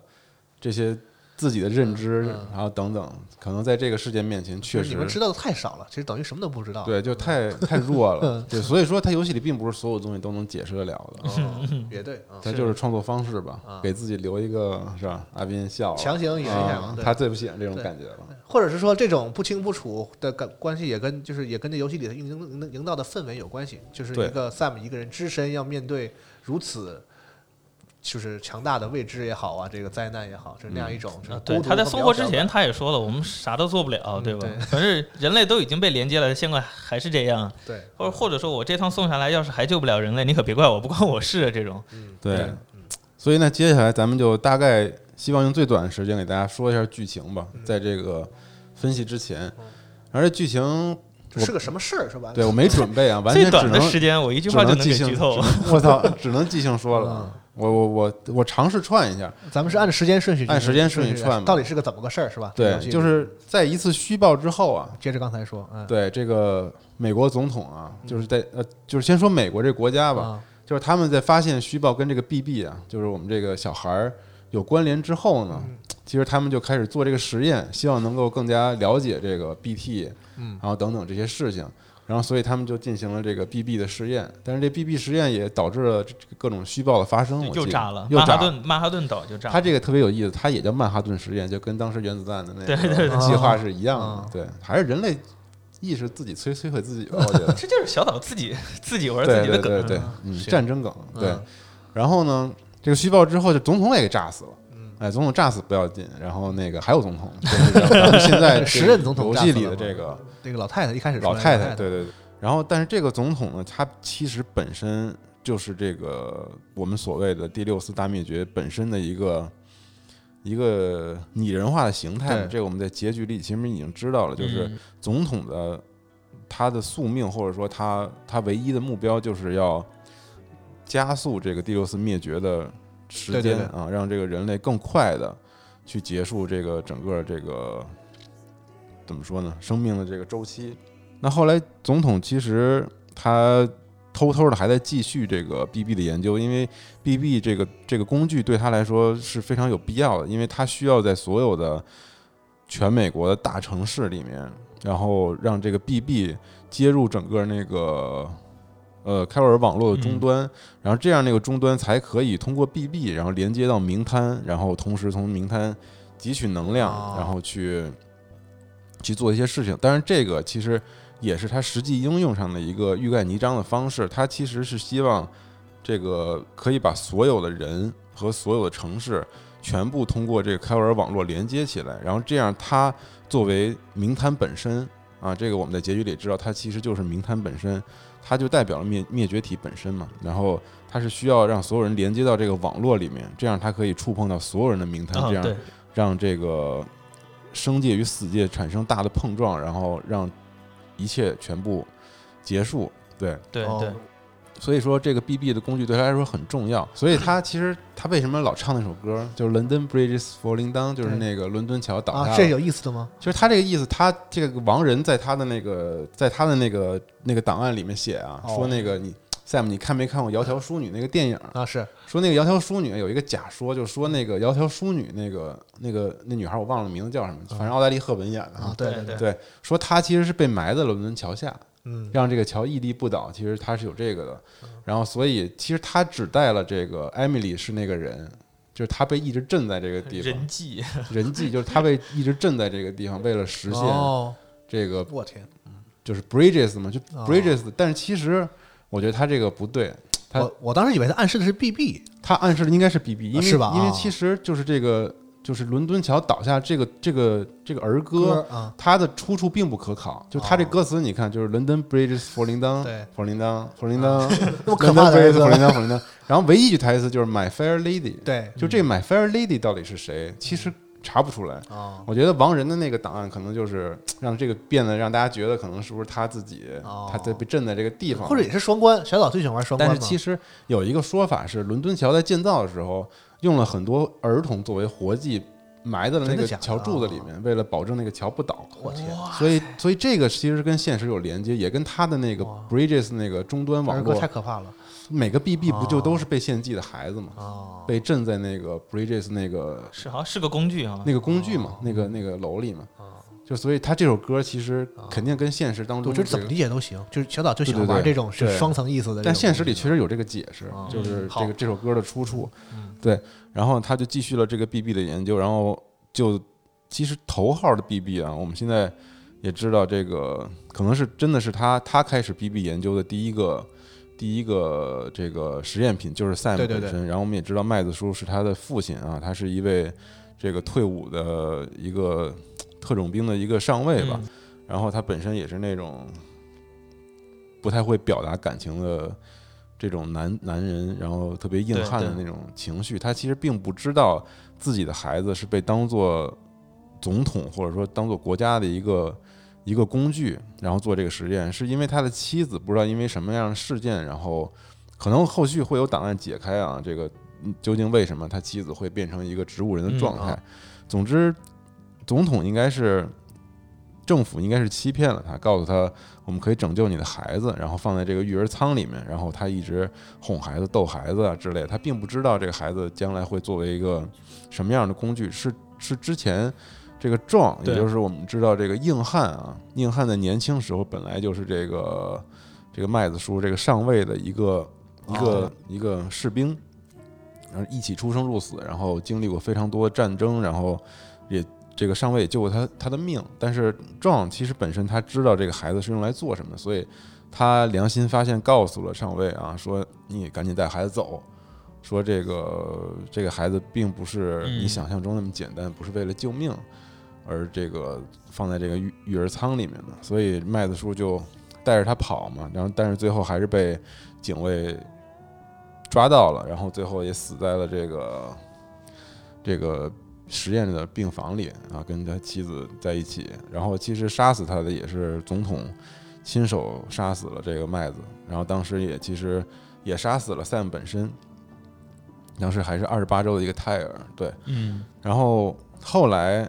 Speaker 2: 这些自己的认知，
Speaker 3: 嗯嗯
Speaker 2: 然后等等，可能在这个事件面前确
Speaker 3: 就是你
Speaker 2: 实
Speaker 3: 们知道的太少了，其实等于什么都不知道。
Speaker 2: 对，就太太弱了
Speaker 3: 嗯。
Speaker 2: 对，所以说它游戏里并不是所有东西都能解释得了的，
Speaker 3: 嗯，也对， 嗯
Speaker 2: 它就是创作方式吧
Speaker 3: 啊，
Speaker 2: 给自己留一个是吧？阿斌笑了，
Speaker 3: 强行圆一下嘛
Speaker 2: 啊。
Speaker 3: 对
Speaker 2: 他最不喜欢这种
Speaker 3: 对
Speaker 2: 感觉了。
Speaker 3: 或者是说这种不清不楚的感关系，也跟就是也跟这游戏里的营营营造的氛围有关系，就是
Speaker 2: 对
Speaker 3: 一个 Sam 一个人只身要面对如此。就是强大的未知也好啊，这个灾难也好，就是那样一
Speaker 2: 嗯
Speaker 3: 种。就是
Speaker 4: 啊对，
Speaker 3: 孤独
Speaker 4: 他在
Speaker 3: 和
Speaker 4: 松
Speaker 3: 渺
Speaker 4: 活
Speaker 3: 小
Speaker 4: 之
Speaker 3: 的
Speaker 4: 前他也说了，我们啥都做不
Speaker 2: 嗯
Speaker 4: 了，对吧？
Speaker 3: 对
Speaker 4: 反正人类都已经被连接了，现在还是这样，
Speaker 3: 对，
Speaker 4: 或者或者说我这趟送下来，要是还救不了人类，你可别怪我，不关我事。啊这种
Speaker 2: 对，所以呢，接下来咱们就大概希望用最短的时间给大家说一下剧情吧，
Speaker 3: 嗯
Speaker 2: 在这个分析之前，而这剧情
Speaker 3: 这是个什么事儿是吧？
Speaker 2: 对我没准 备啊，完全
Speaker 4: 最
Speaker 2: 只
Speaker 4: 短
Speaker 2: 能
Speaker 4: 的时间，我一句
Speaker 2: 只
Speaker 4: 话就
Speaker 2: 能
Speaker 4: 能
Speaker 2: 即
Speaker 4: 给
Speaker 2: 兴
Speaker 4: 剧
Speaker 2: 只
Speaker 4: 透。
Speaker 2: 能我嗯操，只能即兴说了。我我我我尝试串一下，
Speaker 3: 咱们是按时间顺序进行，
Speaker 2: 按时间顺序
Speaker 3: 是
Speaker 2: 串吧
Speaker 3: 到底是个怎么个事儿是吧？这
Speaker 2: 对
Speaker 3: 游，戏
Speaker 2: 就是在一次虚报之后啊，
Speaker 3: 接着刚才说，嗯，
Speaker 2: 对这个美国总统啊，就是在呃，就是先说美国这国家吧，
Speaker 3: 啊，
Speaker 2: 就是他们在发现虚报跟这个 BB 啊，就是我们这个小孩儿有关联之后呢，其实他们就开始做这个实验，希望能够更加了解这个 BT，
Speaker 3: 嗯，
Speaker 2: 然后等等这些事情。然后，所以他们就进行了这个 BB 的实验，但是这 BB 实验也导致了这这各种虚报的发生。我
Speaker 4: 又
Speaker 2: 记得
Speaker 4: 炸了，
Speaker 2: 又
Speaker 4: 曼哈
Speaker 2: 炸了
Speaker 4: 顿曼哈顿岛就炸
Speaker 2: 它
Speaker 4: 了。
Speaker 2: 这个特别有意思，它也叫曼哈顿实验，就跟当时原子弹的那
Speaker 4: 对对
Speaker 2: 个
Speaker 3: 对
Speaker 2: 计划是一样
Speaker 3: 哦
Speaker 2: 的。对，还是人类意识自己摧摧毁
Speaker 4: 。
Speaker 2: 自己吧，我觉得
Speaker 4: 这就是小岛自己自己玩自
Speaker 2: 对
Speaker 4: 己的
Speaker 2: 对
Speaker 4: 梗啊
Speaker 2: 对，对，嗯，
Speaker 3: 是
Speaker 2: 战争梗。对
Speaker 3: 嗯，
Speaker 2: 然后呢，这个虚报之后，就总统也给炸死了。
Speaker 3: 嗯
Speaker 2: 哎，总统炸死不要紧，然后那个还有总 统，就是这样咱们现在这
Speaker 3: 时任总统
Speaker 2: 游
Speaker 3: 炸
Speaker 2: 戏
Speaker 3: 死
Speaker 2: 里
Speaker 3: 了
Speaker 2: 的
Speaker 3: 嘛
Speaker 2: 这个
Speaker 3: 那个老太太一开始说
Speaker 2: 老
Speaker 3: 那个
Speaker 2: 太
Speaker 3: 太
Speaker 2: 太，，对对对。然后，但是这个总统呢，他其实本身就是这个我们所谓的第六次大灭绝本身的一个一个拟人化的形态嘛。
Speaker 3: 对
Speaker 2: 这个我们在结局里其实已经知道了，就是
Speaker 4: 嗯
Speaker 2: 总统的他的宿命，或者说他他唯一的目标，就是要加速这个第六次灭绝的时
Speaker 3: 对对
Speaker 2: 间
Speaker 3: 对
Speaker 2: 啊，让这个人类更快的去结束这个整个这个怎么说呢，生命的这个周期。那后来总统其实他偷偷的还在继续这个 BB 的研究，因为 BB 这个这个工具对他来说是非常有必要的，因为他需要在所有的全美国的大城市里面，然后让这个 BB 接入整个那个呃开罗尔网络的终端，然后这样那个终端才可以通过 BB，然后连接到名滩，然后同时从名滩汲取能量，
Speaker 3: 哦
Speaker 2: 然后去去做一些事情。当然，这个其实也是它实际应用上的一个欲盖弥彰的方式。它其实是希望这个可以把所有的人和所有的城市全部通过这个开罗尔网络连接起来，然后这样它作为名滩本身啊，这个我们在结局里知道，它其实就是名滩本身，它就代表了灭灭绝体本身嘛。然后它是需要让所有人连接到这个网络里面，这样它可以触碰到所有人的名滩，
Speaker 4: 啊
Speaker 2: 这样
Speaker 4: 对，
Speaker 2: 让这个生界与死界产生大的碰撞，然后让一切全部结束。对，
Speaker 4: 对
Speaker 3: 哦
Speaker 4: 对，
Speaker 2: 所以说这个 BB 的工具对他来说很重要。所以他其实他为什么老唱那首歌，就是 London Bridges Falling Down，就是
Speaker 3: 对
Speaker 2: 那个伦敦桥倒下
Speaker 3: 啊，
Speaker 2: 了。
Speaker 3: 这有意思的吗？
Speaker 2: 其实他这个意思，他这个王仁在他的那个在他的那个那个档案里面写啊，
Speaker 3: 哦
Speaker 2: 说那个你 Sam，你看没看过《窈窕淑女》那个电影？
Speaker 3: 啊，是
Speaker 2: 说那个窈窕淑女有一个假说，就说那个窈窕淑女那个那个那女孩，我忘了名字叫什么，反正奥黛丽·赫本演的
Speaker 3: 啊
Speaker 2: 啊，。
Speaker 3: 对
Speaker 4: 对
Speaker 3: 哦对，
Speaker 2: 对，说她其实是被埋在了伦敦桥下，
Speaker 3: 嗯，
Speaker 2: 让这个桥屹立不倒，其实它是有这个的。然后，所以其实他只带了这个艾米丽是那个人，就是他被一直镇在这个地
Speaker 4: 人
Speaker 2: 方，
Speaker 4: 际
Speaker 2: 人际就是他被一直镇在这个地方，为了实现
Speaker 3: 哦，
Speaker 2: 这个
Speaker 3: 我天，
Speaker 2: 就是 Bridges 嘛，就
Speaker 3: 哦
Speaker 2: Bridges，、但是其实我觉得他这个不对，他
Speaker 3: 我我当时以为他暗示的是 BB，
Speaker 2: 他暗示的应该是 BB，因为
Speaker 3: 是吧
Speaker 2: 因为
Speaker 3: 啊
Speaker 2: 其实就是这个就是伦敦桥倒下这个这个这个儿歌，
Speaker 3: 啊，
Speaker 2: 它的出处并不可靠，就它这歌词你看，就是 London Bridges falling down，
Speaker 3: 对啊
Speaker 2: ，falling down，falling down，
Speaker 3: 那么可怕
Speaker 2: London
Speaker 3: 的
Speaker 2: Bridges
Speaker 3: 儿歌
Speaker 2: falling down，falling down，然后唯一一句台词就是 My fair lady，
Speaker 3: 对，嗯
Speaker 2: 就这 My fair lady 到底是谁，其实查不出来。
Speaker 3: 啊
Speaker 2: 我觉得王仁的那个档案可能就是让这个变得让大家觉得可能是不是他自己，
Speaker 3: 哦
Speaker 2: 他在被震在这个地方，
Speaker 3: 或者也是双关，小岛最喜欢玩双关
Speaker 2: 哦但
Speaker 3: 嘛。
Speaker 2: 是其实有一个说法是，伦敦桥在建造的时候用了很多儿童作为活计，埋在了那
Speaker 3: 真
Speaker 2: 个
Speaker 3: 的假的
Speaker 2: 桥柱子里面，为了保证那个桥不倒。
Speaker 3: 我天，
Speaker 2: 所以，所以这个其实跟现实有连接，也跟他的那个
Speaker 3: 哇
Speaker 2: Bridges 那个终端网
Speaker 3: 儿歌太
Speaker 2: 络，嗯
Speaker 3: 可怕了
Speaker 2: 每个 BB 不就
Speaker 3: 哦
Speaker 2: 都是被献祭的孩子嘛，
Speaker 3: 啊！
Speaker 2: 被镇在那个 Bridges 那个
Speaker 4: 是好像是个工具啊
Speaker 2: 那。个工具嘛，那个那个楼里嘛
Speaker 3: 哦。
Speaker 2: 就所以他这首歌其实肯定跟现实当中
Speaker 3: 我觉
Speaker 2: 这
Speaker 3: 得怎么
Speaker 2: 个
Speaker 3: 理解都行，就是小岛就喜
Speaker 2: 对对
Speaker 3: 欢
Speaker 2: 对
Speaker 3: 玩这种是
Speaker 2: 对
Speaker 3: 双层意思的这种东西。
Speaker 2: 但现实里确实有这个解释，
Speaker 3: 哦
Speaker 2: 就是这
Speaker 3: 好
Speaker 2: 个这首歌的出处
Speaker 3: 嗯。
Speaker 2: 对，然后他就继续了这个 BB 的研究，然后就其实头号的 BB 啊，我们现在也知道这个可能是真的是他他开始 BB 研究的第一个第一个这个实验品就是赛姆
Speaker 3: 对对
Speaker 2: 本
Speaker 3: 对
Speaker 2: 身，然后我们也知道麦子叔是他的父亲啊，他是一位这个退伍的一个特种兵的一个上尉吧，
Speaker 4: 嗯
Speaker 2: 然后他本身也是那种不太会表达感情的这种男男人，然后特别硬
Speaker 4: 对
Speaker 2: 汉的
Speaker 4: 对
Speaker 2: 那种情绪，他其实并不知道自己的孩子是被当做总统或者说当做国家的一个一个工具，然后做这个实验，是因为他的妻子不知道因为什么样的事件，然后可能后续会有档案解开啊，这个嗯究竟为什么他妻子会变成一个植物人的
Speaker 4: 嗯
Speaker 2: 状态？
Speaker 4: 啊
Speaker 2: 总之，总统应该是政府应该是欺骗了他，告诉他我们可以拯救你的孩子，然后放在这个育儿舱里面，然后他一直哄孩子、逗孩子啊之类的，他并不知道这个孩子将来会作为一个什么样的工具，是是之前。这个壮，也
Speaker 4: 对
Speaker 2: 就是我们知道这个硬汉啊，硬汉在年轻时候本来就是这个这个麦子叔这个上尉的一个一个
Speaker 3: 哦
Speaker 2: 一个士兵，然后一起出生入死，然后经历过非常多的战争，然后也这个上尉也救过他他的命。但是壮其实本身他知道这个孩子是用来做什么的，所以他良心发现告诉了上尉啊，说你赶紧带孩子走。说这个这个孩子并不是
Speaker 4: 嗯
Speaker 2: 你想象中那么简单，不是为了救命而这个放在这个育育儿舱里面的，所以麦子叔就带着他跑嘛，然后但是最后还是被警卫抓到了，然后最后也死在了这个这个实验的病房里啊，跟他妻子在一起。然后其实杀死他的也是总统亲手杀死了这个麦子，然后当时也其实也杀死了 Sam 本身，当时还是二十八周的一个胎儿，对。
Speaker 4: 嗯，
Speaker 2: 然后后来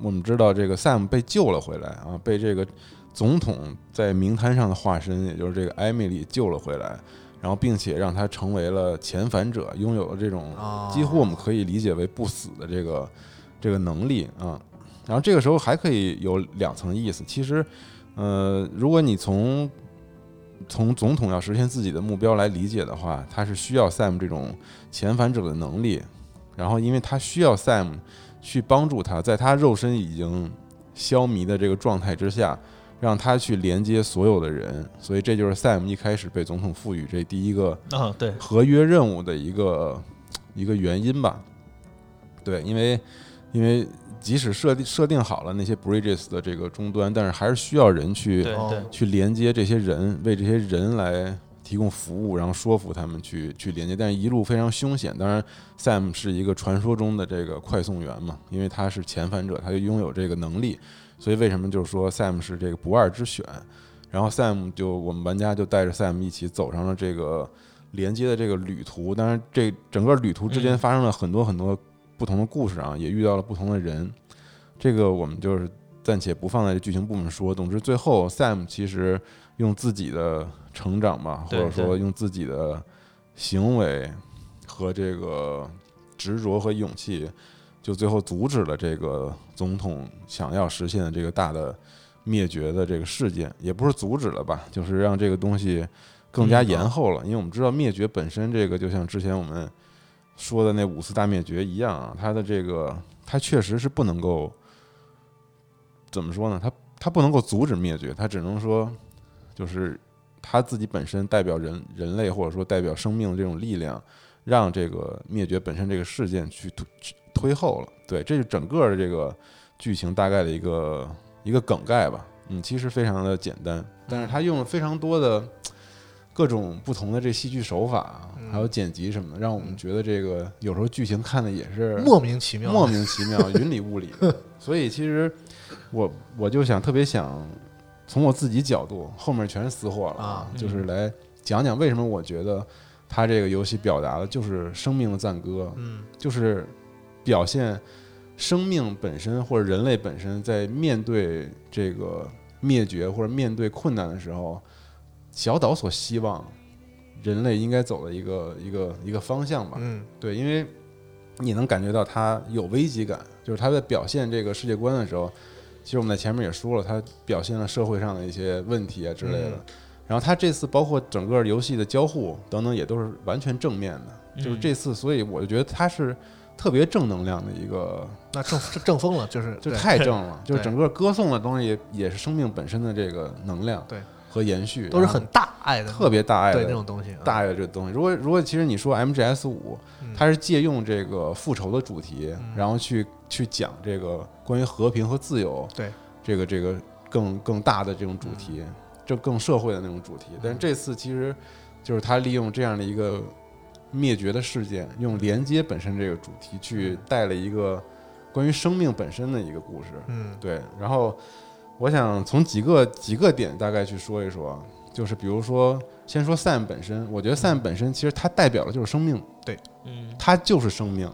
Speaker 2: 我们知道，这个 Sam 被救了回来啊，被这个总统在名摊上的化身，也就是这个艾米丽救了回来，然后并且让他成为了遣返者，拥有了这种
Speaker 3: 啊，
Speaker 2: 几乎我们可以理解为不死的这个这个能力啊。然后这个时候还可以有两层意思，其实，呃，如果你从从总统要实现自己的目标来理解的话，他是需要 Sam 这种遣返者的能力，然后因为他需要 Sam 去帮助他，在他肉身已经消弭的这个状态之下，让他去连接所有的人，所以这就是 Sam 一开始被总统赋予这第一个
Speaker 4: 啊对，
Speaker 2: 合约任务的一个一个原因吧。对，因为因为即使设定设定好了那些 bridges 的这个终端，但是还是需要人去
Speaker 4: 对
Speaker 3: 哦
Speaker 4: 对，
Speaker 2: 去连接这些人，为这些人来提供服务，然后说服他们去去连接。但是一路非常凶险。当然，Sam 是一个传说中的这个快送员嘛，因为他是遣返者，他就拥有这个能力。所以为什么就是说 Sam 是这个不二之选？然后 Sam 就我们玩家就带着 Sam 一起走上了这个连接的这个旅途。当然，这整个旅途之间
Speaker 4: 嗯
Speaker 2: 发生了很多很多不同的故事啊，也遇到了不同的人。这个我们就是暂且不放在剧情部分说。总之，最后 Sam 其实用自己的成长吧，或
Speaker 4: 对
Speaker 2: 者说
Speaker 4: 对
Speaker 2: 用自己的行为和这个执着和勇气，就最后阻止了这个总统想要实现的这个大的灭绝的这个事件，也不是阻止了吧，就是让这个东西更加
Speaker 4: 嗯
Speaker 2: 延后了。因为我们知道灭绝本身这个，就像之前我们说的那五次大灭绝一样啊，它的这个它确实是不能够怎么说呢？它它不能够阻止灭绝，它只能说就是它自己本身代表人人类或者说代表生命的这种力量，让这个灭绝本身这个事件去推去推后了。对，这是整个的这个剧情大概的一个一个梗概吧。嗯，其实非常的简单，但是它用了非常多的各种不同的这戏剧手法啊，还有剪辑什么的，让我们觉得这个有时候剧情看的也是
Speaker 3: 莫名其妙，
Speaker 2: 莫名其妙、云里雾里 的。所以其实我我就想特别想从我自己角度，后面全是私货了
Speaker 3: 啊
Speaker 2: 就是来讲讲为什么我觉得他这个游戏表达的就是生命的赞歌，
Speaker 3: 嗯，
Speaker 2: 就是表现生命本身或者人类本身在面对这个灭绝或者面对困难的时候，小岛所希望人类应该走的一个一个一个方向吧。
Speaker 3: 嗯
Speaker 2: 对，因为你能感觉到他有危机感，就是他在表现这个世界观的时候，其实我们在前面也说了，他表现了社会上的一些问题啊之类的。
Speaker 3: 嗯
Speaker 2: 然后他这次包括整个游戏的交互等等，也都是完全正面的，就是
Speaker 4: 嗯
Speaker 2: 这次，所以我就觉得他是特别正能量的一个，
Speaker 3: 那正正正疯了，就是
Speaker 2: 就
Speaker 3: 对
Speaker 2: 太正 了，就是
Speaker 3: 对
Speaker 2: 整个歌颂的东西也也是生命本身的这个能量
Speaker 3: 对
Speaker 2: 和延续，
Speaker 3: 都是
Speaker 2: 然后
Speaker 3: 很大爱的，
Speaker 2: 特别大爱
Speaker 3: 对
Speaker 2: 的
Speaker 3: 那种东西，啊
Speaker 2: 大爱的这个东西。如果如果其实你说 MGS 五
Speaker 3: 嗯，
Speaker 2: 它是借用这个复仇的主题，然后去去讲这个关于和平和自由，
Speaker 3: 对
Speaker 2: 这个这个更更大的这种主题，这更社会的那种主题。但是这次其实就是他利用这样的一个灭绝的事件，用连接本身这个主题去带了一个关于生命本身的一个故事。
Speaker 3: 嗯
Speaker 2: 对，然后我想从几个几个点大概去说一说啊，就是比如说，先说 Sam 本身，我觉得 Sam 本身其实它代表的就是生命，
Speaker 4: 嗯
Speaker 2: 它就是生命，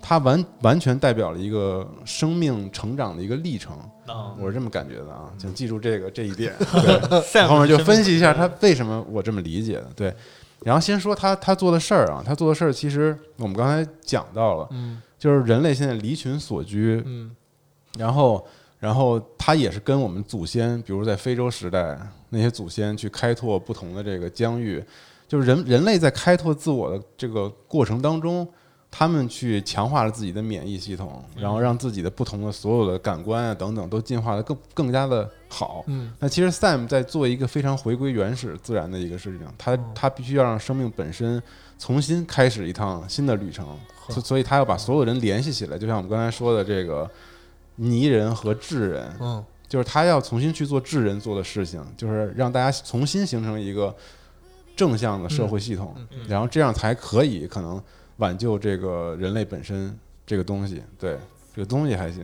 Speaker 2: 它完完全代表了一个生命成长的一个历程，
Speaker 4: 啊
Speaker 2: 我是这么感觉的啊，请记住这个这一点。
Speaker 4: ，Sam
Speaker 2: 后面就是分 析一下他为什么我这么理解的。对，然后先说他他做的事儿啊，他做的事儿其实我们刚才讲到了，
Speaker 3: 嗯
Speaker 2: 就是人类现在离群索居，
Speaker 3: 嗯
Speaker 2: 然后，然后他也是跟我们祖先，比如在非洲时代那些祖先去开拓不同的这个疆域，就是人人类在开拓自我的这个过程当中，他们去强化了自己的免疫系统，然
Speaker 3: 嗯
Speaker 2: 后让自己的不同的所有的感官啊等等都进化的更更加的好。
Speaker 3: 嗯
Speaker 2: 那其实 Sam 在做一个非常回归原始自然的一个事情，他
Speaker 4: 嗯
Speaker 2: 他必须要让生命本身重新开始一趟新的旅程，
Speaker 3: 呵
Speaker 2: 所所以他要把所有人联系起来，就像我们刚才说的这个泥人和智人，
Speaker 3: 嗯
Speaker 2: 就是他要重新去做智人做的事情，就是让大家重新形成一个正向的社会系统，
Speaker 4: 嗯
Speaker 2: 然后这样才可以可能挽救这个人类本身这个东西，对这个东西还行，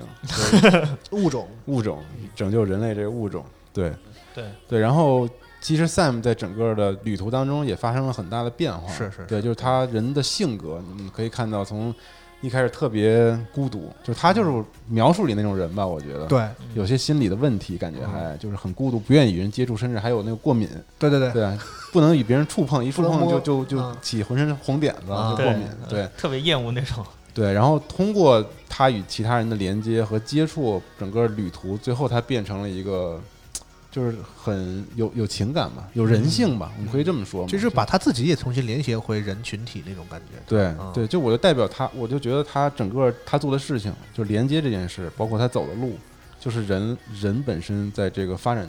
Speaker 3: 物种
Speaker 2: 物种拯救人类这个物种，对。
Speaker 4: 对，
Speaker 2: 对，然后其实 Sam 在整个的旅途当中也发生了很大的变化，
Speaker 3: 是是
Speaker 2: 对，就是他人的性格，你们可以看到从一开始特别孤独，就是他就是描述里那种人吧，我觉得，，
Speaker 3: 对嗯
Speaker 2: 有些心理的问题，感觉还就是很孤独，不愿意与人接触，甚至还有那个过敏，
Speaker 3: 对对对
Speaker 2: 对，啊不能与别人触碰，一触
Speaker 3: 不能
Speaker 2: 碰就
Speaker 3: 摸
Speaker 2: 就就
Speaker 3: 嗯
Speaker 2: 起浑身红点子，
Speaker 3: 啊
Speaker 2: 就过敏，对，
Speaker 4: 特别厌恶那种，
Speaker 2: 对，然后通过他与其他人的连接和接触，整个旅途最后他变成了一个，就是很有有情感吧，有人性吧，我们可以这么说嘛。
Speaker 3: 嗯就是把他自己也重新联系回人群体那种感觉，
Speaker 2: 对
Speaker 3: 嗯
Speaker 2: 对，就我就代表他，我就觉得他整个他做的事情，就连接这件事，包括他走的路，就是人人本身在这个发展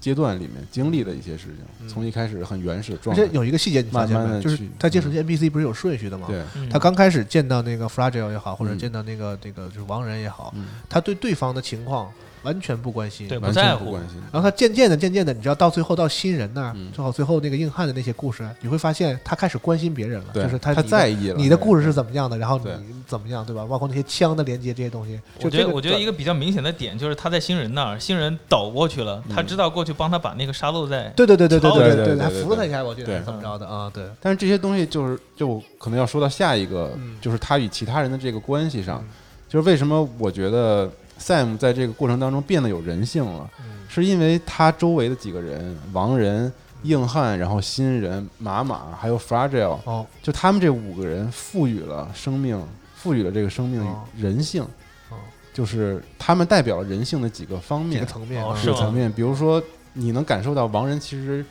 Speaker 2: 阶段里面经历的一些事情，从一开始很原始的
Speaker 3: 嗯而
Speaker 2: 状态
Speaker 3: 且，有一个细节你发现
Speaker 2: 慢慢地
Speaker 3: 没有，就是
Speaker 2: 去嗯
Speaker 3: 他接触这 NPC 不是有顺序的吗？
Speaker 2: 对，
Speaker 4: 嗯
Speaker 3: 他刚开始见到那个 fragile 也好，或者
Speaker 2: 嗯
Speaker 3: 见到那个那个就是亡人也好，
Speaker 2: 嗯，
Speaker 3: 他对对方的情况完全不关心。
Speaker 4: 对
Speaker 2: 完
Speaker 4: 不在
Speaker 2: 全
Speaker 4: 乎
Speaker 2: 不关心。
Speaker 3: 然后他渐渐的、渐渐的，你知道，到最后到新人那儿
Speaker 2: 嗯，
Speaker 3: 正好最后那个硬汉的那些故事，你会发现他开始关心别人了，
Speaker 2: 对，
Speaker 3: 就是
Speaker 2: 他
Speaker 3: 你的
Speaker 2: 在意了
Speaker 3: 你的故
Speaker 2: 事，
Speaker 3: 事是怎么样的，然后
Speaker 2: 对
Speaker 3: 你怎么样，对吧？包括那些枪的连接这些东西，就
Speaker 4: 我觉
Speaker 3: 这
Speaker 4: 得，
Speaker 3: 个
Speaker 4: 我觉得一个比较明显的点就是他在新人那儿，新人倒过去了，他知道过去帮他把那个沙漏在
Speaker 3: 嗯对对对对对
Speaker 4: 对
Speaker 2: 对
Speaker 3: 对
Speaker 2: 对
Speaker 3: 还
Speaker 2: 对
Speaker 3: 扶了他一下，我记得
Speaker 2: 对
Speaker 3: 还是怎么着的啊？对，
Speaker 2: 但是这些东西就是，就我可能要说到下一个，
Speaker 3: 嗯
Speaker 2: 就是他与其他人的这个关系上，
Speaker 3: 嗯
Speaker 2: 就是为什么我觉得 Sam 在这个过程当中变得有人性了，
Speaker 3: 嗯
Speaker 2: 是因为他周围的几个人，王人、硬汉，然后新人、马马，还有 Fragile，
Speaker 3: 哦，
Speaker 2: 就他们这五个人赋予了生命，赋予了这个生命
Speaker 3: 哦
Speaker 2: 人性，
Speaker 3: 哦
Speaker 2: 就是他们代表了人性的几个方
Speaker 3: 几
Speaker 2: 面
Speaker 3: 个，层面
Speaker 4: 哦
Speaker 2: 这
Speaker 3: 啊
Speaker 4: 是
Speaker 2: 个
Speaker 4: 吗
Speaker 2: 层面，比如说你能感受到王人其实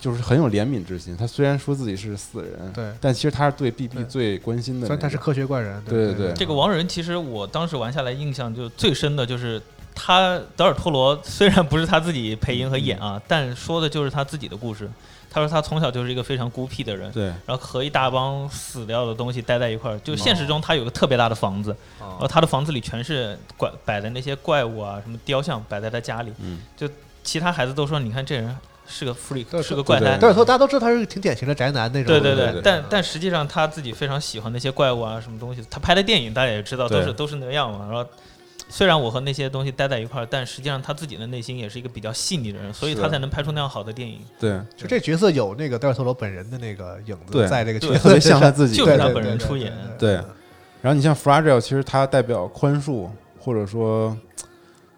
Speaker 2: 就是很有怜悯之心，他虽然说自己是死人，
Speaker 3: 对，
Speaker 2: 但其实他是对 BB
Speaker 3: 对
Speaker 2: 最关心的那
Speaker 3: 虽
Speaker 2: 个，
Speaker 3: 然他是科学怪人，
Speaker 2: 对
Speaker 3: 对
Speaker 2: 对对
Speaker 4: 这个王人。其实我当时玩下来印象就最深的就是他德尔托罗虽然不是他自己配音
Speaker 3: 嗯
Speaker 4: 和演啊，但说的就是他自己的故事。他说他从小就是一个非常孤僻的人，
Speaker 2: 对，
Speaker 4: 然后和一大帮死掉的东西待在一块儿。就现实
Speaker 3: 哦
Speaker 4: 中，他有个特别大的房子，然后他的房子里全是怪摆的那些怪物啊，什么雕像摆在他家里。
Speaker 2: 嗯，
Speaker 4: 其他孩子都说，你看这人是个 freak，
Speaker 3: 对
Speaker 4: 是个怪胎
Speaker 2: 对。
Speaker 3: 德尔托大家都知道他是个挺典型的宅男那种。
Speaker 4: 对
Speaker 2: 对
Speaker 4: 对
Speaker 2: 对
Speaker 4: 但但实际上他自己非常喜欢那些怪物啊，什么东西，他拍的电影大家也知道，都
Speaker 2: 对
Speaker 4: 是都是那样嘛。然后虽然我和那些东西待在一块儿，但实际上他自己的内心也是一个比较细腻的人，所以
Speaker 2: 是
Speaker 4: 他才能拍出那样好的电影，
Speaker 2: 对，
Speaker 3: 就这角色有那个德尔托罗本人的那个影
Speaker 2: 对
Speaker 3: 子在这个角
Speaker 4: 对
Speaker 3: 色
Speaker 2: 特别像他
Speaker 3: 身上
Speaker 2: 自己，
Speaker 4: 就是
Speaker 3: 对
Speaker 4: 他
Speaker 3: 对
Speaker 4: 本人
Speaker 3: 对
Speaker 4: 出
Speaker 3: 对
Speaker 4: 演。
Speaker 2: 对，然后你像 fragile，其实它代表宽恕，或者说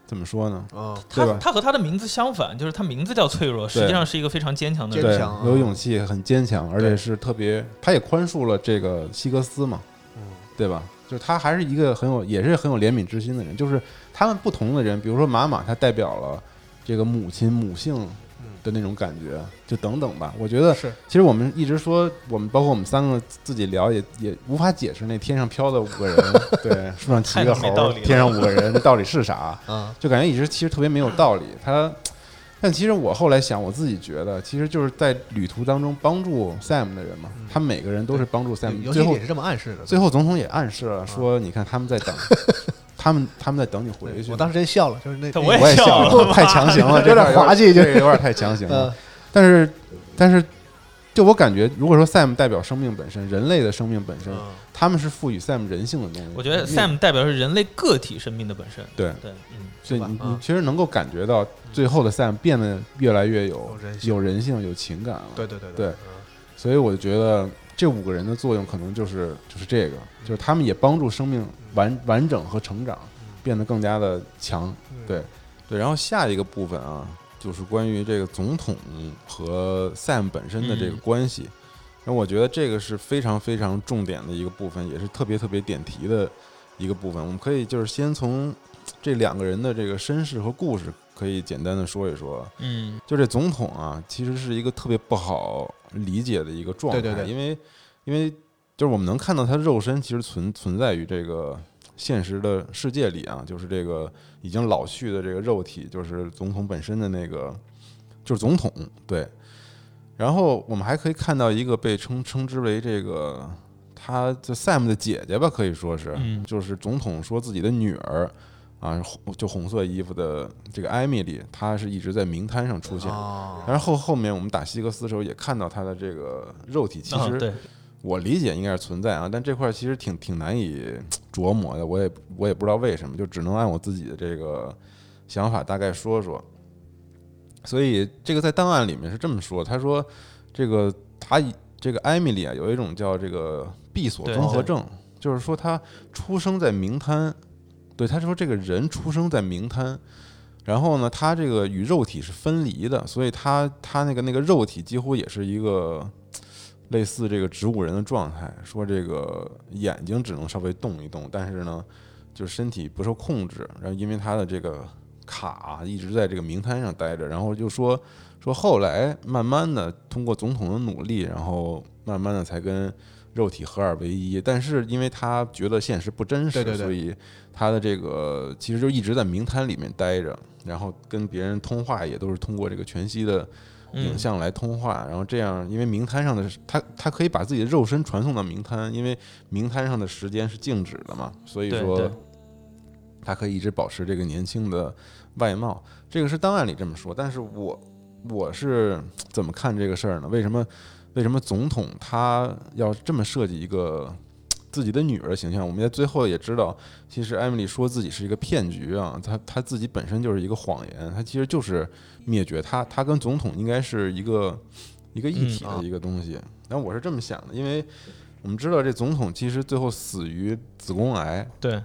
Speaker 2: 怎么说呢？
Speaker 3: 嗯，
Speaker 2: 对
Speaker 4: 他
Speaker 2: 吧
Speaker 4: 他和他的名字相反，就是他名字叫脆弱，实际上是一个非常坚强的
Speaker 3: 坚
Speaker 4: 人。
Speaker 2: 对
Speaker 3: 强啊，
Speaker 2: 有勇气，很坚强，而且是特别，他也宽恕了这个希格斯嘛，
Speaker 3: 嗯
Speaker 2: 对吧？就是他还是一个很有，也是很有怜悯之心的人。就是他们不同的人，比如说玛玛，她代表了这个母亲母性
Speaker 3: 嗯
Speaker 2: 的那种感觉，就等等吧。我觉得
Speaker 3: 是
Speaker 2: 其实我们一直说，我们包括我们三个自己聊也，也无法解释那天上飘的五个人，对，树上骑一个
Speaker 4: 太
Speaker 2: 猴
Speaker 4: 没道
Speaker 2: 儿，
Speaker 4: 理了
Speaker 2: 天上五个人，这到底是啥？
Speaker 3: 啊，
Speaker 2: 就感觉一直其实特别没有道理。他，但其实我后来想，我自己觉得，其实就是在旅途当中帮助 Sam 的人嘛，他每个人都是帮助 Sam。
Speaker 3: 游
Speaker 2: 最
Speaker 3: 戏
Speaker 2: 后
Speaker 3: 也，是这么暗示的。
Speaker 2: 最后总统也暗示了说，你看他们在等，他们他们在等你回去。
Speaker 3: 我当时真笑了，就是那
Speaker 4: 对
Speaker 3: 那
Speaker 4: 我
Speaker 2: 我也
Speaker 4: 笑
Speaker 2: 笑
Speaker 4: 了
Speaker 2: 了， 太强行了，这
Speaker 3: 有点
Speaker 2: 段
Speaker 3: 滑
Speaker 2: 这
Speaker 3: 稽就
Speaker 2: 个有点太强行了
Speaker 3: 呃。
Speaker 2: 但是，但是，就我感觉，如果说 Sam 代表生命本身，人类的生命本身，
Speaker 3: 嗯
Speaker 2: 他们是赋予 Sam 人性的东西。
Speaker 4: 我觉得
Speaker 2: 你
Speaker 4: Sam 代表是人类个体生命的本身。
Speaker 2: 对
Speaker 4: 对，嗯，
Speaker 2: 所以
Speaker 3: 吧
Speaker 2: 你你
Speaker 3: 嗯
Speaker 2: 其实能够感觉到，最后的 Sam 变得越来越有
Speaker 3: 有人性
Speaker 2: 有人性、有情感了。
Speaker 3: 对对对
Speaker 2: 对所以我就觉得这五个人的作用可能就是就是这个，就是他们也帮助生命完完整和成长，变得更加的强。
Speaker 3: 嗯
Speaker 2: 对对，然后下一个部分啊，就是关于这个总统和 Sam 本身的这个
Speaker 4: 嗯
Speaker 2: 关系。那我觉得这个是非常非常重点的一个部分，也是特别特别点题的一个部分。我们可以就是先从这两个人的这个身世和故事，可以简单的说一说。
Speaker 4: 嗯，
Speaker 2: 就这总统啊，其实是一个特别不好理解的一个状态，
Speaker 3: 对对对
Speaker 2: 因为因为就是我们能看到他肉身其实存存在于这个现实的世界里啊，就是这个已经老去的这个肉体，就是总统本身的那个就是总统对。然后我们还可以看到一个被称称之为这个他就 Sam 的姐姐吧，可以说是，
Speaker 4: 嗯
Speaker 2: 就是总统说自己的女儿。啊，红就红色衣服的这个艾米丽，她是一直在名摊上出现的，
Speaker 3: 哦，
Speaker 2: 然后后面我们打希格斯的时候也看到他的这个肉体，其
Speaker 4: 啊
Speaker 2: 实
Speaker 4: 对，
Speaker 2: 我理解应该是存在啊，但这块儿其实挺挺难以琢磨的，我也我也不知道为什么，就只能按我自己的这个想法大概说说。所以这个在档案里面是这么说，他说这个他以这个艾米莉啊有一种叫这个闭锁
Speaker 4: 对
Speaker 2: 综合
Speaker 4: 对
Speaker 2: 症，就是说他出生在名滩，对他说这个人出生在名滩。然后呢，他这个与肉体是分离的，所以他他那个那个肉体几乎也是一个类似这个植物人的状态，说这个眼睛只能稍微动一动，但是呢，就是身体不受控制。然后因为他的这个卡啊一直在这个名摊上待着，然后就说说后来慢慢的通过总统的努力，然后慢慢的才跟肉体合二为一。但是因为他觉得现实不真实，
Speaker 3: 对对对
Speaker 2: 所以他的这个其实就一直在名摊里面待着，然后跟别人通话也都是通过这个全息的。影
Speaker 4: 嗯，
Speaker 2: 像来通话，然后这样，因为名摊上的他，他可以把自己的肉身传送到名摊，因为名摊上的时间是静止的嘛，所以
Speaker 4: 对
Speaker 2: 说
Speaker 4: 对
Speaker 2: 他可以一直保持这个年轻的外貌。这个是档案里这么说，但是我我是怎么看这个事儿呢？为什么为什么总统他要这么设计一个自己的女儿的形象？我们在最后也知道，其实艾米丽说自己是一个骗局啊，她她自己本身就是一个谎言，她其实就是灭绝她，她跟总统应该是一个一个一
Speaker 4: 嗯
Speaker 2: 体
Speaker 3: 啊
Speaker 2: 的一个东西。但我是这么想的，因为我们知道这总统其实最后死于子宫癌，
Speaker 4: 对，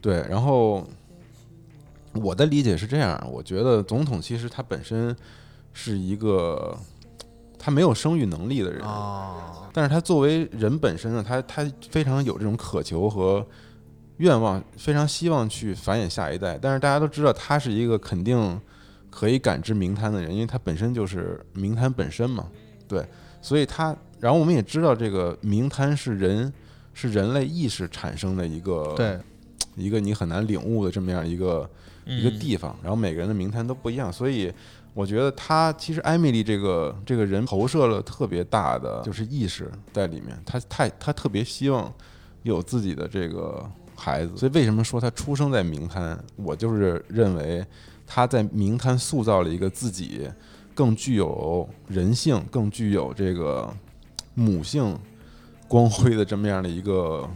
Speaker 2: 对，然后我的理解是这样，啊我觉得总统其实他本身是一个他没有生育能力的人，
Speaker 3: 哦，
Speaker 2: 但是他作为人本身呢，他他非常有这种渴求和愿望，非常希望去繁衍下一代。但是大家都知道，他是一个肯定可以感知名摊的人，因为他本身就是名摊本身嘛，对，所以他，然后我们也知道，这个名摊是人是人类意识产生的一个
Speaker 3: 对，
Speaker 2: 一个你很难领悟的这么样一个一个
Speaker 4: 嗯
Speaker 2: 地方，然后每个人的名摊都不一样，所以我觉得他其实艾米丽这个这个人投射了特别大的就是意识在里面，他太他特别希望有自己的这个孩子，所以为什么说他出生在名摊？我就是认为他在名摊塑造了一个自己更具有人性、更具有这个母性光辉的这么样的一个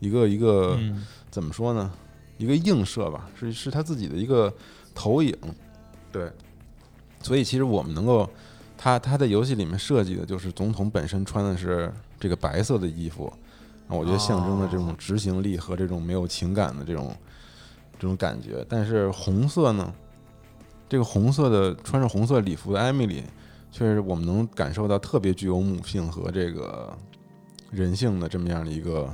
Speaker 2: 一个一个。
Speaker 4: 嗯
Speaker 2: 怎么说呢？一个映射吧，是是他自己的一个投影，对。所以其实我们能够，他他在游戏里面设计的就是总统本身穿的是这个白色的衣服，啊我觉得象征了这种执行力和这种没有情感的这种这种感觉。但是红色呢，这个红色的穿着红色礼服的艾米丽，确实我们能感受到特别具有母性和这个人性的这么样的一个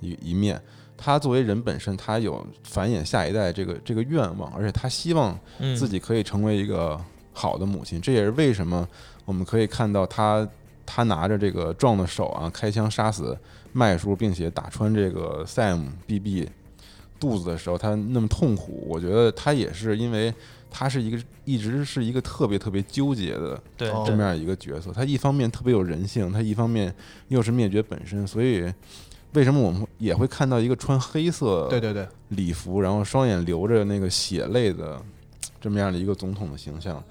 Speaker 2: 一一面。她作为人本身，她有繁衍下一代这个这个愿望，而且她希望
Speaker 4: 嗯，
Speaker 2: 自己可以成为一个好的母亲。这也是为什么我们可以看到她她拿着这个壮的手啊，开枪杀死麦叔，并且打穿这个 Sam BB 肚子的时候，她那么痛苦。我觉得她也是因为她是一个一直是一个特别特别纠结的
Speaker 4: 对
Speaker 3: 哦
Speaker 2: 这么样一个角色。他一方面特别有人性，他一方面又是灭绝本身，所以为什么我们会也会看到一个穿黑色
Speaker 3: 对对对，
Speaker 2: 礼服，然后双眼流着那个血泪的这么样的一个总统的形象？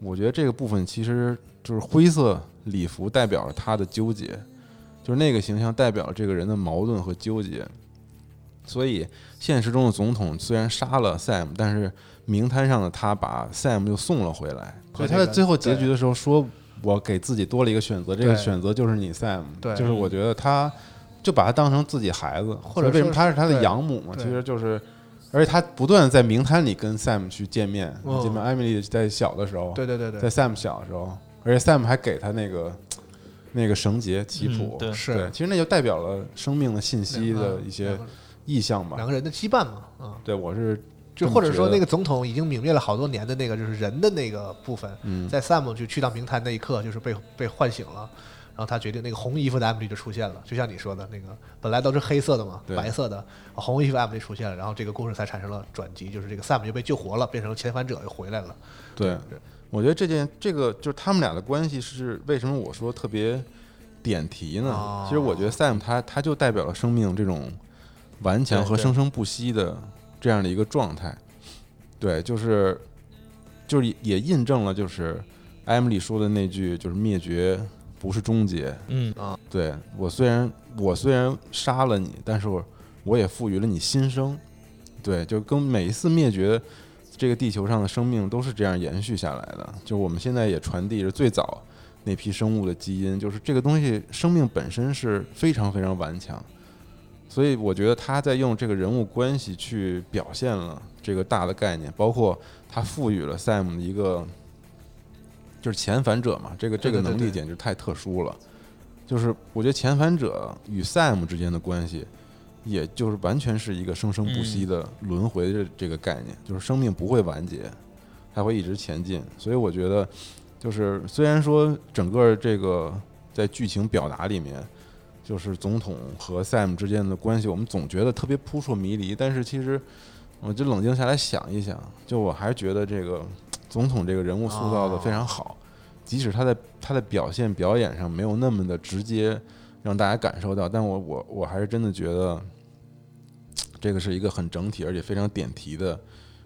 Speaker 2: 我觉得这个部分其实就是灰色礼服代表了他的纠结，就是那个形象代表了这个人的矛盾和纠结。所以，现实中的总统虽然杀了 Sam，但是名摊上的他把 Sam 又送了回来。所以他在最后结局的时候说：“我给自己多了一个选择，这个
Speaker 3: 对
Speaker 2: 选择就是你 Sam。”
Speaker 3: 对
Speaker 2: 就是我觉得他就把他当成自己孩子，
Speaker 3: 或
Speaker 2: 所
Speaker 3: 者
Speaker 2: 以为什
Speaker 3: 说
Speaker 2: 么他是他的
Speaker 3: 对
Speaker 2: 养母嘛？其
Speaker 3: 对
Speaker 2: 实就是，而且他不断地在名摊里跟 Sam 去见面，
Speaker 3: 嗯
Speaker 2: 见面艾米丽在小的时候，
Speaker 3: 对对对
Speaker 2: 在
Speaker 3: 对，
Speaker 2: Sam 小的时候，而且 Sam 还给他那个那个绳结棋谱
Speaker 4: 嗯，对
Speaker 2: 对，
Speaker 3: 是
Speaker 2: 其实那就代表了生命的信息的一些
Speaker 3: 两个
Speaker 2: 意象吧
Speaker 3: 两。个人的羁绊嘛，啊，
Speaker 2: 对，我是这
Speaker 3: 就
Speaker 2: 么
Speaker 3: 或者
Speaker 2: 觉
Speaker 3: 说
Speaker 2: 得
Speaker 3: 那个总统已经泯灭了好多年的那个就是人的那个部分，
Speaker 2: 嗯
Speaker 3: 在 Sam 就去到明坛那一刻，就是被被唤醒了，然后他决定那个红衣服的 Emily 就出现了，就像你说的那个，本来都是黑色的嘛，
Speaker 2: 对
Speaker 3: 白色的红衣服 Emily 出现了，然后这个故事才产生了转机，就是这个 Sam 就被救活了，变成遣返者又回来了，
Speaker 2: 对，我觉得这件这个就是他们俩的关系是为什么我说特别点题呢？
Speaker 3: 哦
Speaker 2: 其实我觉得 Sam 他他就代表了生命这种顽强
Speaker 4: 对
Speaker 2: 和
Speaker 4: 对
Speaker 2: 生生不息的这样的一个状态。对，就是就是也也印证了就是艾米丽说的那句，就是灭绝不是终结。
Speaker 4: 嗯
Speaker 2: 对我虽然我虽然杀了你，但是我我也赋予了你新生。对，就跟每一次灭绝，这个地球上的生命都是这样延续下来的。就我们现在也传递着最早那批生物的基因，就是这个东西，生命本身是非常非常顽强。所以我觉得他在用这个人物关系去表现了这个大的概念，包括他赋予了 Sam 一个就是遣返者嘛，这个这个
Speaker 3: 对对对
Speaker 2: 能力
Speaker 3: 对
Speaker 2: 简直太特殊了。就是我觉得遣返者与 Sam 之间的关系，也就是完全是一个生生不息的轮回的这个概念，就是生命不会完结，它会一直前进。所以我觉得，就是虽然说整个这个在剧情表达里面，就是总统和 Sam 之间的关系，我们总觉得特别扑朔迷离，但是其实我就冷静下来想一想，就我还是觉得这个总统这个人物塑造的非常好，即使他在他的表现表演上没有那么的直接让大家感受到，但我我我还是真的觉得这个是一个很整体而且非常点题的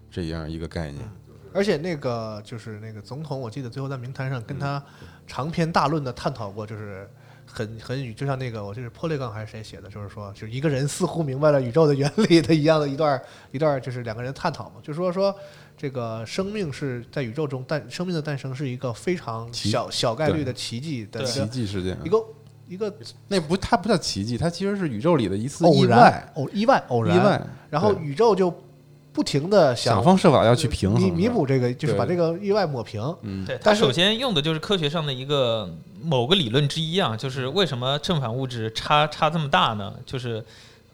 Speaker 2: 这样一个概念。
Speaker 3: 而且那个就是那个总统，我记得最后在名摊上跟
Speaker 2: 嗯
Speaker 3: 他长篇大论的探讨过，就是很很宇，就像那个我就是破裂杠还是谁写的，就是说就是一个人似乎明白了宇宙的原理的一样的一段 一段，就是两个人探讨嘛，就是说说这个生命是在宇宙中诞生命的诞生是一个非常
Speaker 2: 奇
Speaker 3: 小小概率
Speaker 2: 对
Speaker 3: 的奇迹的一
Speaker 2: 奇
Speaker 3: 个
Speaker 2: 迹事件，啊
Speaker 3: 一个一个
Speaker 2: 那不它不叫奇迹，它其实是宇宙里的一次
Speaker 3: 偶
Speaker 2: 意
Speaker 3: 然
Speaker 2: 外，
Speaker 3: 偶意外偶然
Speaker 2: 意外，
Speaker 3: 然后
Speaker 2: 对
Speaker 3: 宇宙就不停的
Speaker 2: 想方设法要去平衡
Speaker 3: 弥
Speaker 2: 它
Speaker 3: 弥。补这个，就是把
Speaker 2: 对
Speaker 3: 这个意外抹平。
Speaker 2: 嗯，
Speaker 4: 对，它
Speaker 3: 但是
Speaker 4: 首先用的就是科学上的一个
Speaker 2: 嗯
Speaker 4: 某个理论之一啊，就是为什么正反物质差差这么大呢？就是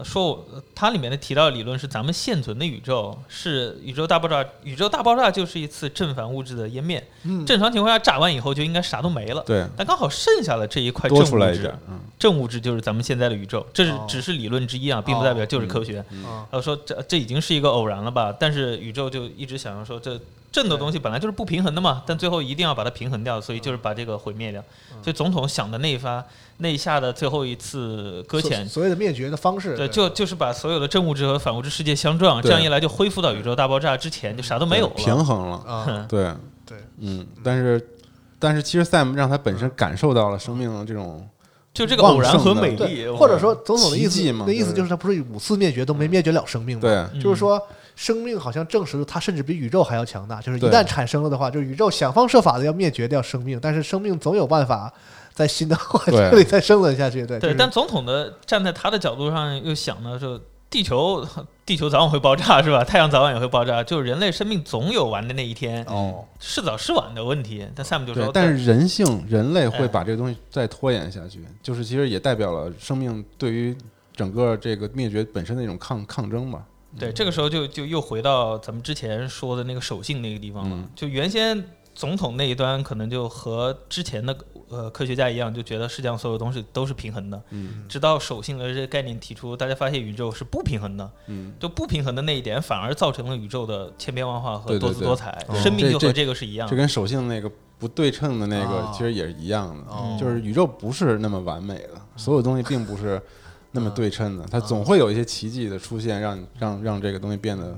Speaker 4: 说我它里面的提到的理论是咱们现存的宇宙是宇宙大爆炸，宇宙大爆炸就是一次正反物质的湮灭。
Speaker 3: 嗯
Speaker 4: 正常情况下炸完以后就应该啥都没了，
Speaker 2: 对，
Speaker 4: 但刚好剩下了这一块正
Speaker 2: 多出来
Speaker 4: 物
Speaker 2: 一
Speaker 4: 质
Speaker 2: 点。，嗯，
Speaker 4: 正物质就是咱们现在的宇宙，这是
Speaker 3: 哦
Speaker 4: 只是理论之一啊，并不代
Speaker 2: 哦
Speaker 4: 表就是科学。
Speaker 3: 啊，
Speaker 4: 他呃说这这已经是一个偶然了吧？但是宇宙就一直想要说这。正的东西本来就是不平衡的嘛，但最后一定要把它平衡掉，所以就是把这个毁灭掉。所以总统想的那一发那一下的最后一次搁
Speaker 3: 所
Speaker 4: 浅，
Speaker 3: 所谓的灭绝的方式，
Speaker 4: 对，就就是把所有的正物质和反物质世界相撞，
Speaker 2: 对
Speaker 4: 这样一来就恢复到宇宙大爆炸之前，就啥都没有
Speaker 2: 对平
Speaker 4: 了。
Speaker 2: 衡了，
Speaker 3: 啊，
Speaker 2: 对
Speaker 3: 对，
Speaker 2: 嗯，但是但是其实 Sam 让他本身感受到了生命的这种，
Speaker 4: 就这个偶然和
Speaker 2: 旺盛的
Speaker 4: 美丽，
Speaker 3: 对，
Speaker 4: 我
Speaker 3: 或者说总统的意
Speaker 2: 奇迹
Speaker 3: 思，
Speaker 2: 嘛
Speaker 3: 那意思
Speaker 2: 对
Speaker 3: 就是他不是五次灭绝
Speaker 4: 嗯
Speaker 3: 都没灭绝了生命嘛？
Speaker 2: 对
Speaker 3: 就是说生命好像证实了它甚至比宇宙还要强大，就是一
Speaker 2: 对
Speaker 3: 旦产生了的话，就是宇宙想方设法的要灭绝掉生命，但是生命总有办法在新的环境里再生存下去。对，
Speaker 4: 对，
Speaker 3: 就是
Speaker 4: 但总统的站在他的角度上又想呢，说地球地球早晚会爆炸是吧？太阳早晚也会爆炸，就是人类生命总有完的那一天，
Speaker 2: 哦，
Speaker 4: 是早是晚的问题。但 Sam 就
Speaker 2: 对
Speaker 4: 说，，
Speaker 2: 但是人性人类
Speaker 4: 哎
Speaker 2: 会把这个东西再拖延下去，就是其实也代表了生命对于整个这个灭绝本身的一种抗抗争吧，
Speaker 4: 对，这个时候就就又回到咱们之前说的那个守信那个地方了。
Speaker 2: 嗯
Speaker 4: 就原先总统那一端，可能就和之前的呃科学家一样，就觉得世界上所有东西都是平衡的。
Speaker 2: 嗯
Speaker 4: 直到守信的这个概念提出，大家发现宇宙是不平衡的，
Speaker 2: 嗯，
Speaker 4: 就不平衡的那一点反而造成了宇宙的千变万化和
Speaker 2: 对对
Speaker 4: 多姿
Speaker 2: 对
Speaker 4: 多彩。
Speaker 3: 哦
Speaker 4: 生命
Speaker 2: 这
Speaker 4: 就和
Speaker 2: 这
Speaker 4: 这个是一样
Speaker 2: 这
Speaker 4: 的。
Speaker 2: 跟手性那个不对称的那个
Speaker 3: 哦
Speaker 2: 其实也是一样的，
Speaker 3: 哦
Speaker 2: 就是宇宙不是那么完美的，所有东西并不是那么对称的，它总会有一些奇迹的出现，让让让这个东西变得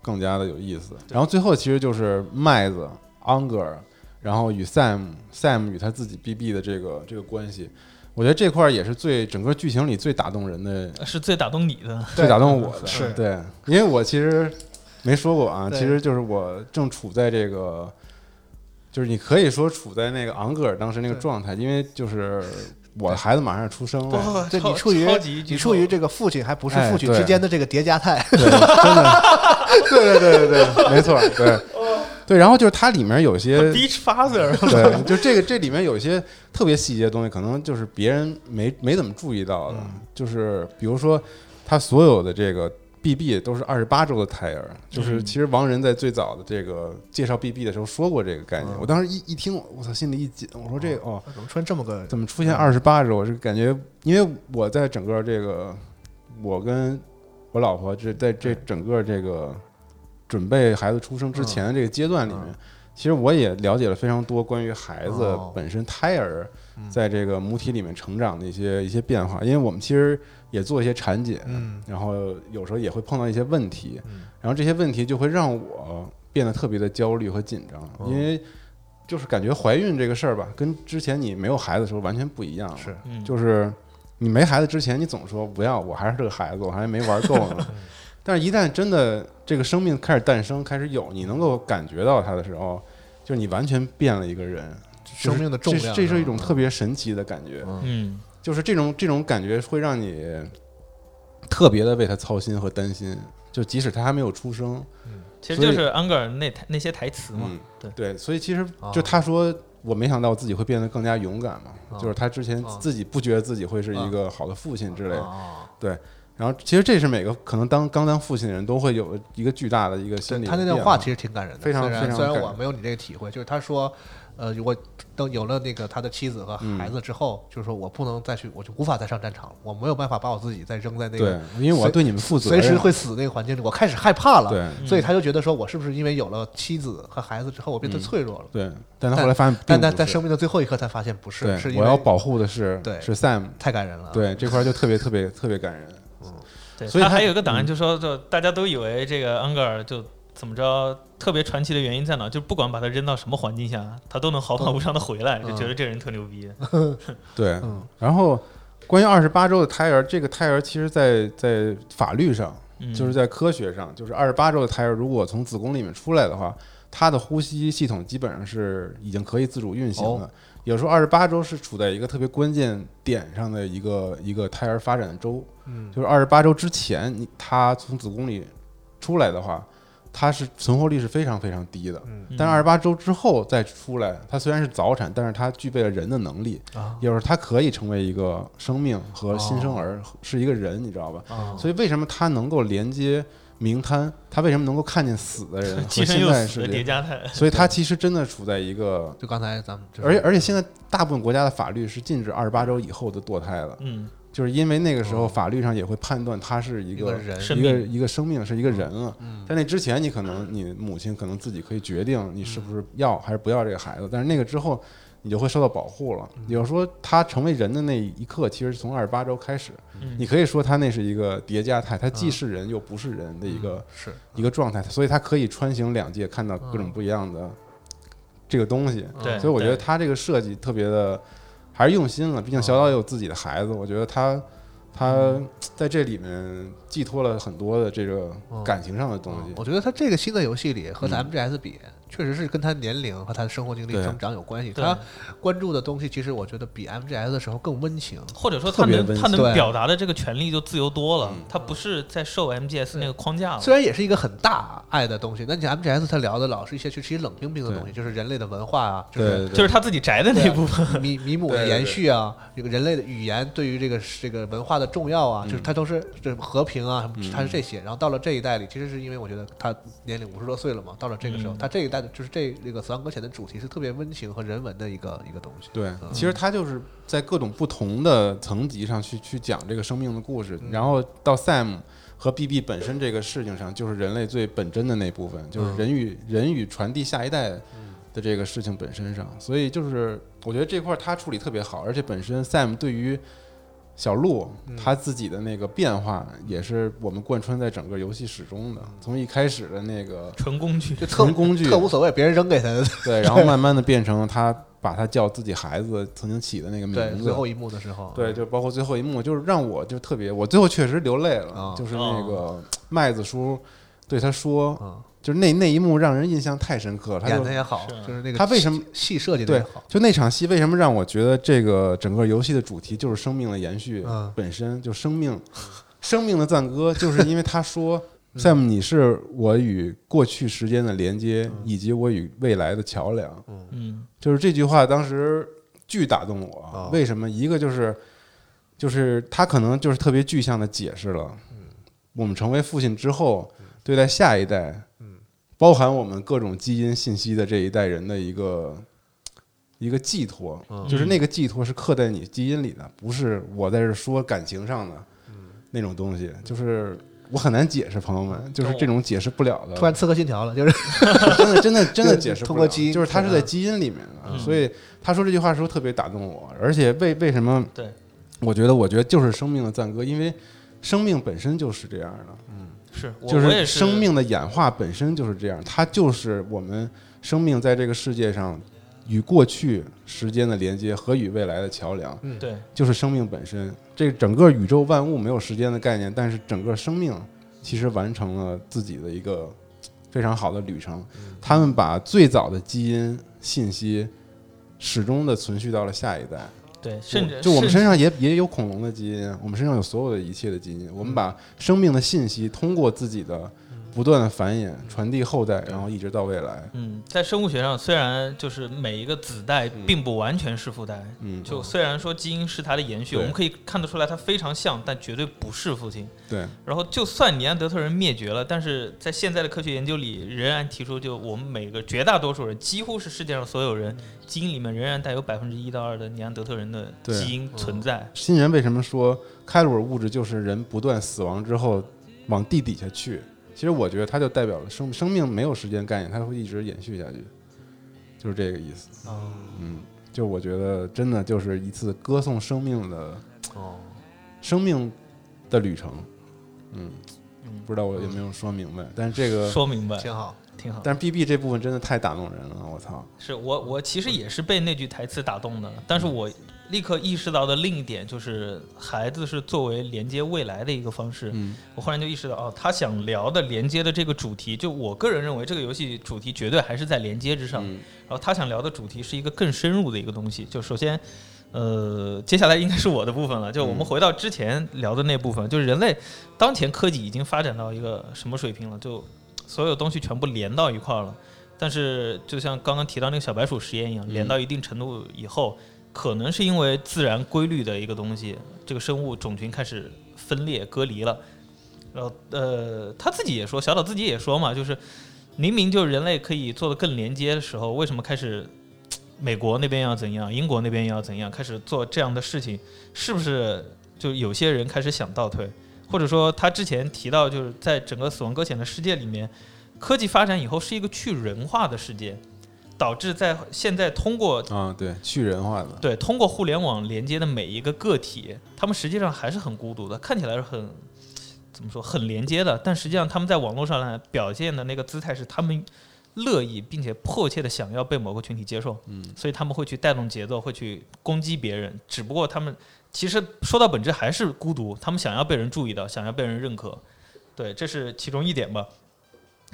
Speaker 2: 更加的有意思。然后最后其实就是麦子、安格尔，然后与 Sam、Sam 与他自己 BB 的这个这个关系，我觉得这块儿也是最整个剧情里最打动人的，
Speaker 4: 是最打动你的，
Speaker 2: 最打动我的。
Speaker 3: 是
Speaker 2: 对，因为我其实没说过啊，
Speaker 3: 对
Speaker 2: 其实就是我正处在这个。就是你可以说处在那个昂格尔当时那个
Speaker 3: 对
Speaker 2: 状态，因为就是我的孩子马上要出生了，
Speaker 4: 哇
Speaker 3: 对
Speaker 4: 超
Speaker 3: 你处于
Speaker 4: 超级
Speaker 3: 你处于这个父亲还不是
Speaker 2: 哎
Speaker 3: 父亲
Speaker 2: 对
Speaker 3: 之间的这个叠加态，
Speaker 2: 对，真的， 对对对对对，没错，对对。然后就是它里面有些
Speaker 4: Beach Father，
Speaker 2: 对，就这个这里面有一些特别细节的东西，可能就是别人没没怎么注意到的，就是比如说他所有的这个 BB 都是二十八周的胎儿，就是
Speaker 4: 嗯
Speaker 2: 其实王仁在最早的这个介绍 BB 的时候说过这个概念，我当时一一听，我操，心里一紧，我说这个哦，
Speaker 3: 怎么穿这么个
Speaker 2: 怎么出现二十八周？我是感觉，因为我在整个这个，我跟我老婆这在这整个这个准备孩子出生之前的这个阶段里面
Speaker 3: 嗯，
Speaker 2: 其实我也了解了非常多关于孩子
Speaker 3: 哦
Speaker 2: 本身胎儿
Speaker 3: 嗯
Speaker 2: 在这个母体里面成长的一些一些变化，因为我们其实也做一些产检，
Speaker 3: 嗯
Speaker 2: 然后有时候也会碰到一些问题
Speaker 3: 嗯，
Speaker 2: 然后这些问题就会让我变得特别的焦虑和紧
Speaker 3: 哦
Speaker 2: 张，因为就是感觉怀孕这个事儿吧，跟之前你没有孩子的时候完全不一样了。
Speaker 3: 是
Speaker 4: 嗯
Speaker 2: 就是你没孩子之前，你总说不要，我还是这个孩子，我还没玩够 呢。但是，一旦真的这个生命开始诞生，开始有你能够感觉到它的时候，就是你完全变了一个人，就是
Speaker 3: 生命的重量？
Speaker 2: 这这是一种
Speaker 4: 啊
Speaker 2: 特别神奇的感觉。
Speaker 4: 嗯。
Speaker 2: 就是这种这种感觉会让你特别的为他操心和担心，就即使他还没有出生，
Speaker 4: 其实
Speaker 2: 所以
Speaker 4: 就是安格尔那台那些台词嘛，
Speaker 2: 嗯，
Speaker 4: 对
Speaker 2: 对，所以其实
Speaker 3: 哦
Speaker 2: 就他说。我没想到自己会变得更加勇敢嘛，
Speaker 3: 哦
Speaker 2: 就是他之前
Speaker 3: 哦
Speaker 2: 自己不觉得自己会是一个好的父亲之类的，
Speaker 3: 啊，
Speaker 2: 然后其实这是每个可能当刚当父亲的人都会有一个巨大的一个
Speaker 3: 对
Speaker 2: 心理的
Speaker 3: 他那
Speaker 2: 变化。
Speaker 3: 段话其实挺感人的，
Speaker 2: 非常
Speaker 3: 虽然
Speaker 2: 非常
Speaker 3: 虽然
Speaker 2: 感
Speaker 3: 我
Speaker 2: 人
Speaker 3: 没有你这个体会，就是他说，呃，我等有了那个他的妻子和孩子之
Speaker 2: 嗯
Speaker 3: 后，就是说我不能再去，我就无法再上战场了，我没有办法把我自己再扔在那个
Speaker 2: 对，因为我要对你们负责
Speaker 3: 随
Speaker 2: 任，
Speaker 3: 时会死那个环境里，我开始害怕了，
Speaker 2: 对
Speaker 3: 所以他就觉得说我是不是因为有了妻子和孩子之后，我变得
Speaker 2: 嗯
Speaker 3: 脆弱了？
Speaker 2: 对，但他后来发现并不是，
Speaker 3: 但但在生命的最后一刻才发现不是，是
Speaker 2: 对，
Speaker 3: 因
Speaker 2: 我要
Speaker 3: 为
Speaker 2: 保护的是
Speaker 3: 对啊
Speaker 2: 是 Sam，
Speaker 3: 太感人了，，
Speaker 2: 对这块就特别特别特别感人，
Speaker 4: 对，
Speaker 2: 所以
Speaker 4: 他
Speaker 2: 他嗯
Speaker 4: 还有一个档案，就说就大家都以为这个安格尔就怎么着特别传奇的原因在哪？就不管把他扔到什么环境下，他都能毫发无伤的回来，
Speaker 2: 嗯
Speaker 4: 就觉得这人特 牛逼。
Speaker 2: 对，
Speaker 3: 嗯
Speaker 2: 然后关于二十八周的胎儿，这个胎儿其实在，在法律上，
Speaker 4: 嗯
Speaker 2: 就是在科学上，就是二十八周的胎儿如果从子宫里面出来的话，他的呼吸系统基本上是已经可以自主运行
Speaker 3: 哦
Speaker 2: 了。有时候二十八周是处在一个特别关键点上的一个一个胎儿发展的周，
Speaker 3: 嗯
Speaker 2: 就是二十八周之前，你他从子宫里出来的话，它是存活率是非常非常低的。
Speaker 3: 嗯
Speaker 2: 但是二十八周之后再出来，它虽然是早产，但是它具备了人的能力，
Speaker 3: 啊哦
Speaker 2: 也就是它可以成为一个生命和新生儿，是一个人，你知道吧？
Speaker 3: 啊，
Speaker 2: 所以为什么它能够连接冥滩？它为什么能够看见死的人
Speaker 4: 寄
Speaker 2: 和
Speaker 4: 生
Speaker 2: 现
Speaker 4: 又
Speaker 2: 在
Speaker 4: 死
Speaker 2: 是
Speaker 4: 的叠
Speaker 2: 连？
Speaker 4: 加 嗯态，
Speaker 2: 所以它其实真的处在一个，
Speaker 3: 就刚才咱们就是，
Speaker 2: 而且而且现在大部分国家的法律是禁止二十八周以后的堕胎的，
Speaker 4: 嗯，
Speaker 2: 就是因为那个时候
Speaker 3: 哦
Speaker 2: 法律上也会判断它是一
Speaker 3: 一个
Speaker 2: 个
Speaker 3: 人
Speaker 4: 生
Speaker 2: 一个
Speaker 4: 命
Speaker 2: 一个生命是一个人啊。
Speaker 3: 嗯
Speaker 2: 在那之前，你可能你母亲可能自己可以决定你是不是要还是不要这个孩子，但是那个之后你就会受到保护了。
Speaker 3: 嗯
Speaker 2: 也就是说，他成为人的那一刻，其实是从二十八周开始，
Speaker 4: 嗯
Speaker 2: 你可以说他那是一个叠加态，他既是人又不是人的一个
Speaker 3: 是
Speaker 2: 一个状态，所以他可以穿行两界，看到各
Speaker 3: 嗯
Speaker 2: 种不一样的这个东西。
Speaker 4: 对
Speaker 2: 所以我觉得他这个设计特别的，还是用心了。毕竟小岛也有自己的孩子，我觉得他他在这里面寄托了很多的这个
Speaker 3: 嗯
Speaker 2: 感情上的东西
Speaker 3: 嗯。我觉得他这个新的游戏里和 MGS 比，确实是跟他年龄和他的生活经历
Speaker 2: 嗯对
Speaker 3: 增长有关系。
Speaker 4: 对
Speaker 3: 他关注的东西，其实我觉得比 MGS 的时候更温情。
Speaker 4: 或者说
Speaker 2: 特
Speaker 4: 他
Speaker 2: 别
Speaker 4: 能
Speaker 2: 温
Speaker 4: 他
Speaker 2: 馨
Speaker 4: 能
Speaker 3: 对
Speaker 4: 表达的这个权利就自由多了
Speaker 2: 嗯，
Speaker 4: 他不是在受 MGS 那个框架了。
Speaker 3: 虽然也是一个很大爱的东西，但你 MGS 他聊的老是一些其实冷冰冰的东西，就是人类的文化啊，就
Speaker 2: 对
Speaker 3: 是
Speaker 2: 对对，
Speaker 4: 就是他自己宅 的那一部 分，
Speaker 3: 弥弥补的
Speaker 2: 对对
Speaker 3: 延续啊，这个人类的语言对于这个这个文化的重要啊，就是
Speaker 2: 嗯
Speaker 3: 它都是这和平啊，它是这些。然后到了这一代里，其实是因为我觉得他年龄五十多岁了嘛，到了这个时候，
Speaker 4: 嗯
Speaker 3: 他这一代的就是这这个死亡搁浅的主题是特别温情和人文的一个一个东西。
Speaker 2: 对，其实他就是在各种不同的层级上去去讲这个生命的故事，
Speaker 3: 嗯
Speaker 2: 然后到 Sam 和 BB 本身这个事情上，就是人类最本真的那部分，
Speaker 3: 嗯
Speaker 2: 就是人与、人与传递下一代的这个事情本身上。
Speaker 3: 嗯
Speaker 2: 所以就是我觉得这块儿他处理特别好，而且本身 Sam 对于小鹿
Speaker 3: 嗯
Speaker 2: 他自己的那个变化，也是我们贯穿在整个游戏始终
Speaker 3: 嗯
Speaker 2: 的，从一开始的那个
Speaker 4: 纯工具。
Speaker 3: 就特
Speaker 2: 纯工具
Speaker 3: 特无所谓，别人扔给他 的。
Speaker 2: 对，然后慢慢的变成他把他叫自己孩子曾经起的那个名
Speaker 3: 对，
Speaker 2: 字，
Speaker 3: 最后一幕的时候，
Speaker 2: 对，就包括最后一幕，就是让我就特别，我最后确实流泪了，
Speaker 3: 啊
Speaker 2: 就是那个麦子叔对他说，
Speaker 3: 嗯，
Speaker 2: 就是那那一幕让人印象太深刻了。他
Speaker 3: 演
Speaker 2: 就
Speaker 3: 的也好
Speaker 4: 是啊，
Speaker 3: 就是那个
Speaker 2: 他为什么
Speaker 3: 戏戏设计的也
Speaker 2: 对
Speaker 3: 好，，
Speaker 2: 就那场戏为什么让我觉得这个整个游戏的主题就是生命的延续
Speaker 3: 嗯
Speaker 2: 本身，就生命，生命的赞歌，就是因为他说。Sam，你
Speaker 3: 嗯
Speaker 2: 是我与过去时间的连接，
Speaker 3: 嗯
Speaker 2: 以及我与未来的桥梁。
Speaker 4: 嗯，
Speaker 2: 就是这句话当时巨打动我。
Speaker 3: 哦
Speaker 2: 为什么？一个就是，就是他可能就是特别具象的解释了，我们成为父亲之后，对待下一代，包含我们各种基因信息的这一代人的一个一个寄托，就是那个寄托是刻在你基因里的，不是我在这说感情上的那种东西，就是。我很难解释，朋友们，就是这种解释不了的。
Speaker 3: 突然刺客信条了，就是
Speaker 2: 真的 真的真的解释不了
Speaker 3: 通过基因
Speaker 2: 就是他是
Speaker 3: 对
Speaker 2: 在
Speaker 3: 啊
Speaker 2: 基因里面的，
Speaker 4: 嗯
Speaker 2: 所以他说这句话的时候特别打动我，而且为为什么？
Speaker 4: 对，
Speaker 2: 我觉得我觉得就是生命的赞歌，因为生命本身就是这样的，
Speaker 4: 是，我
Speaker 2: 就
Speaker 4: 我也是
Speaker 2: 生命的演化本身就是这样，它就是我们生命在这个世界上与过去时间的连接和与未来的桥梁，
Speaker 4: 对，
Speaker 2: 就是生命本身。这整个宇宙万物没有时间的概念，但是整个生命其实完成了自己的一个非常好的旅程。
Speaker 4: 嗯
Speaker 2: 他们把最早的基因信息始终的存续到了下一代。
Speaker 4: 对，甚至
Speaker 2: 就我们
Speaker 4: 甚
Speaker 2: 身上也也有恐龙的基因啊，我们身上有所有的一切的基因。我们
Speaker 4: 嗯
Speaker 2: 把生命的信息通过自己的不断的繁衍传递后代，然后一直到未来。
Speaker 4: 嗯，在生物学上，虽然就是每一个子代并不完全是父代，
Speaker 2: 嗯，
Speaker 4: 就虽然说基因是它的延续，
Speaker 2: 对
Speaker 4: 我们可以看得出来它非常像，但绝对不是父亲。
Speaker 2: 对，
Speaker 4: 然后，就算尼安德特人灭绝了，但是在现在的科学研究里，仍然提出，就我们每个绝大多数人，几乎是世界上所有人基因里面仍然带有百分之一到二的尼安德特人的
Speaker 2: 对
Speaker 4: 基因存在。
Speaker 2: 新人为什么说开鲁尔物质就是人不断死亡之后往地底下去？其实我觉得它就代表了生生命没有时间概念，它会一直延续下去，就是这个意思。嗯，就我觉得真的就是一次歌颂生命的
Speaker 3: 哦，
Speaker 2: 生命的旅程。嗯，
Speaker 4: 嗯，
Speaker 2: 不知道我有没有说明白，但是这个，
Speaker 4: 说明白，
Speaker 3: 挺好。
Speaker 4: 挺好。
Speaker 2: 但是 B B 这部分真的太打动人了，我操！
Speaker 4: 是我我其实也是被那句台词打动的，但是我立刻意识到的另一点就是，孩子是作为连接未来的一个方式。
Speaker 2: 嗯
Speaker 4: 我忽然就意识到，哦，他想聊的连接的这个主题，就我个人认为，这个游戏主题绝对还是在连接之上。
Speaker 2: 嗯
Speaker 4: 然后他想聊的主题是一个更深入的一个东西，就首先。呃，接下来应该是我的部分了。就我们回到之前聊的那部分，就是人类当前科技已经发展到一个什么水平了？就所有东西全部连到一块儿了。但是就像刚刚提到那个小白鼠实验一样，连到一定程度以后，可能是因为自然规律的一个东西，这个生物种群开始分裂隔离了。然后呃，他自己也说，小岛自己也说嘛，就是明明就是人类可以做的更连接的时候，为什么开始美国那边要怎样，英国那边要怎样，开始做这样的事情，是不是就有些人开始想倒退，或者说他之前提到，就是在整个死亡搁浅的世界里面，科技发展以后是一个去人化的世界，导致在现在通过
Speaker 2: 啊，对，去人化的，
Speaker 4: 对，通过互联网连接的每一个个体，他们实际上还是很孤独的，看起来是很怎么说很连接的，但实际上他们在网络上呢表现的那个姿态是他们乐意并且迫切的想要被某个群体接受，嗯，所以他们会去带动节奏，会去攻击别人，只不过他们其实说到本质还是孤独，他们想要被人注意到，想要被人认可，对，这是其中一点吧，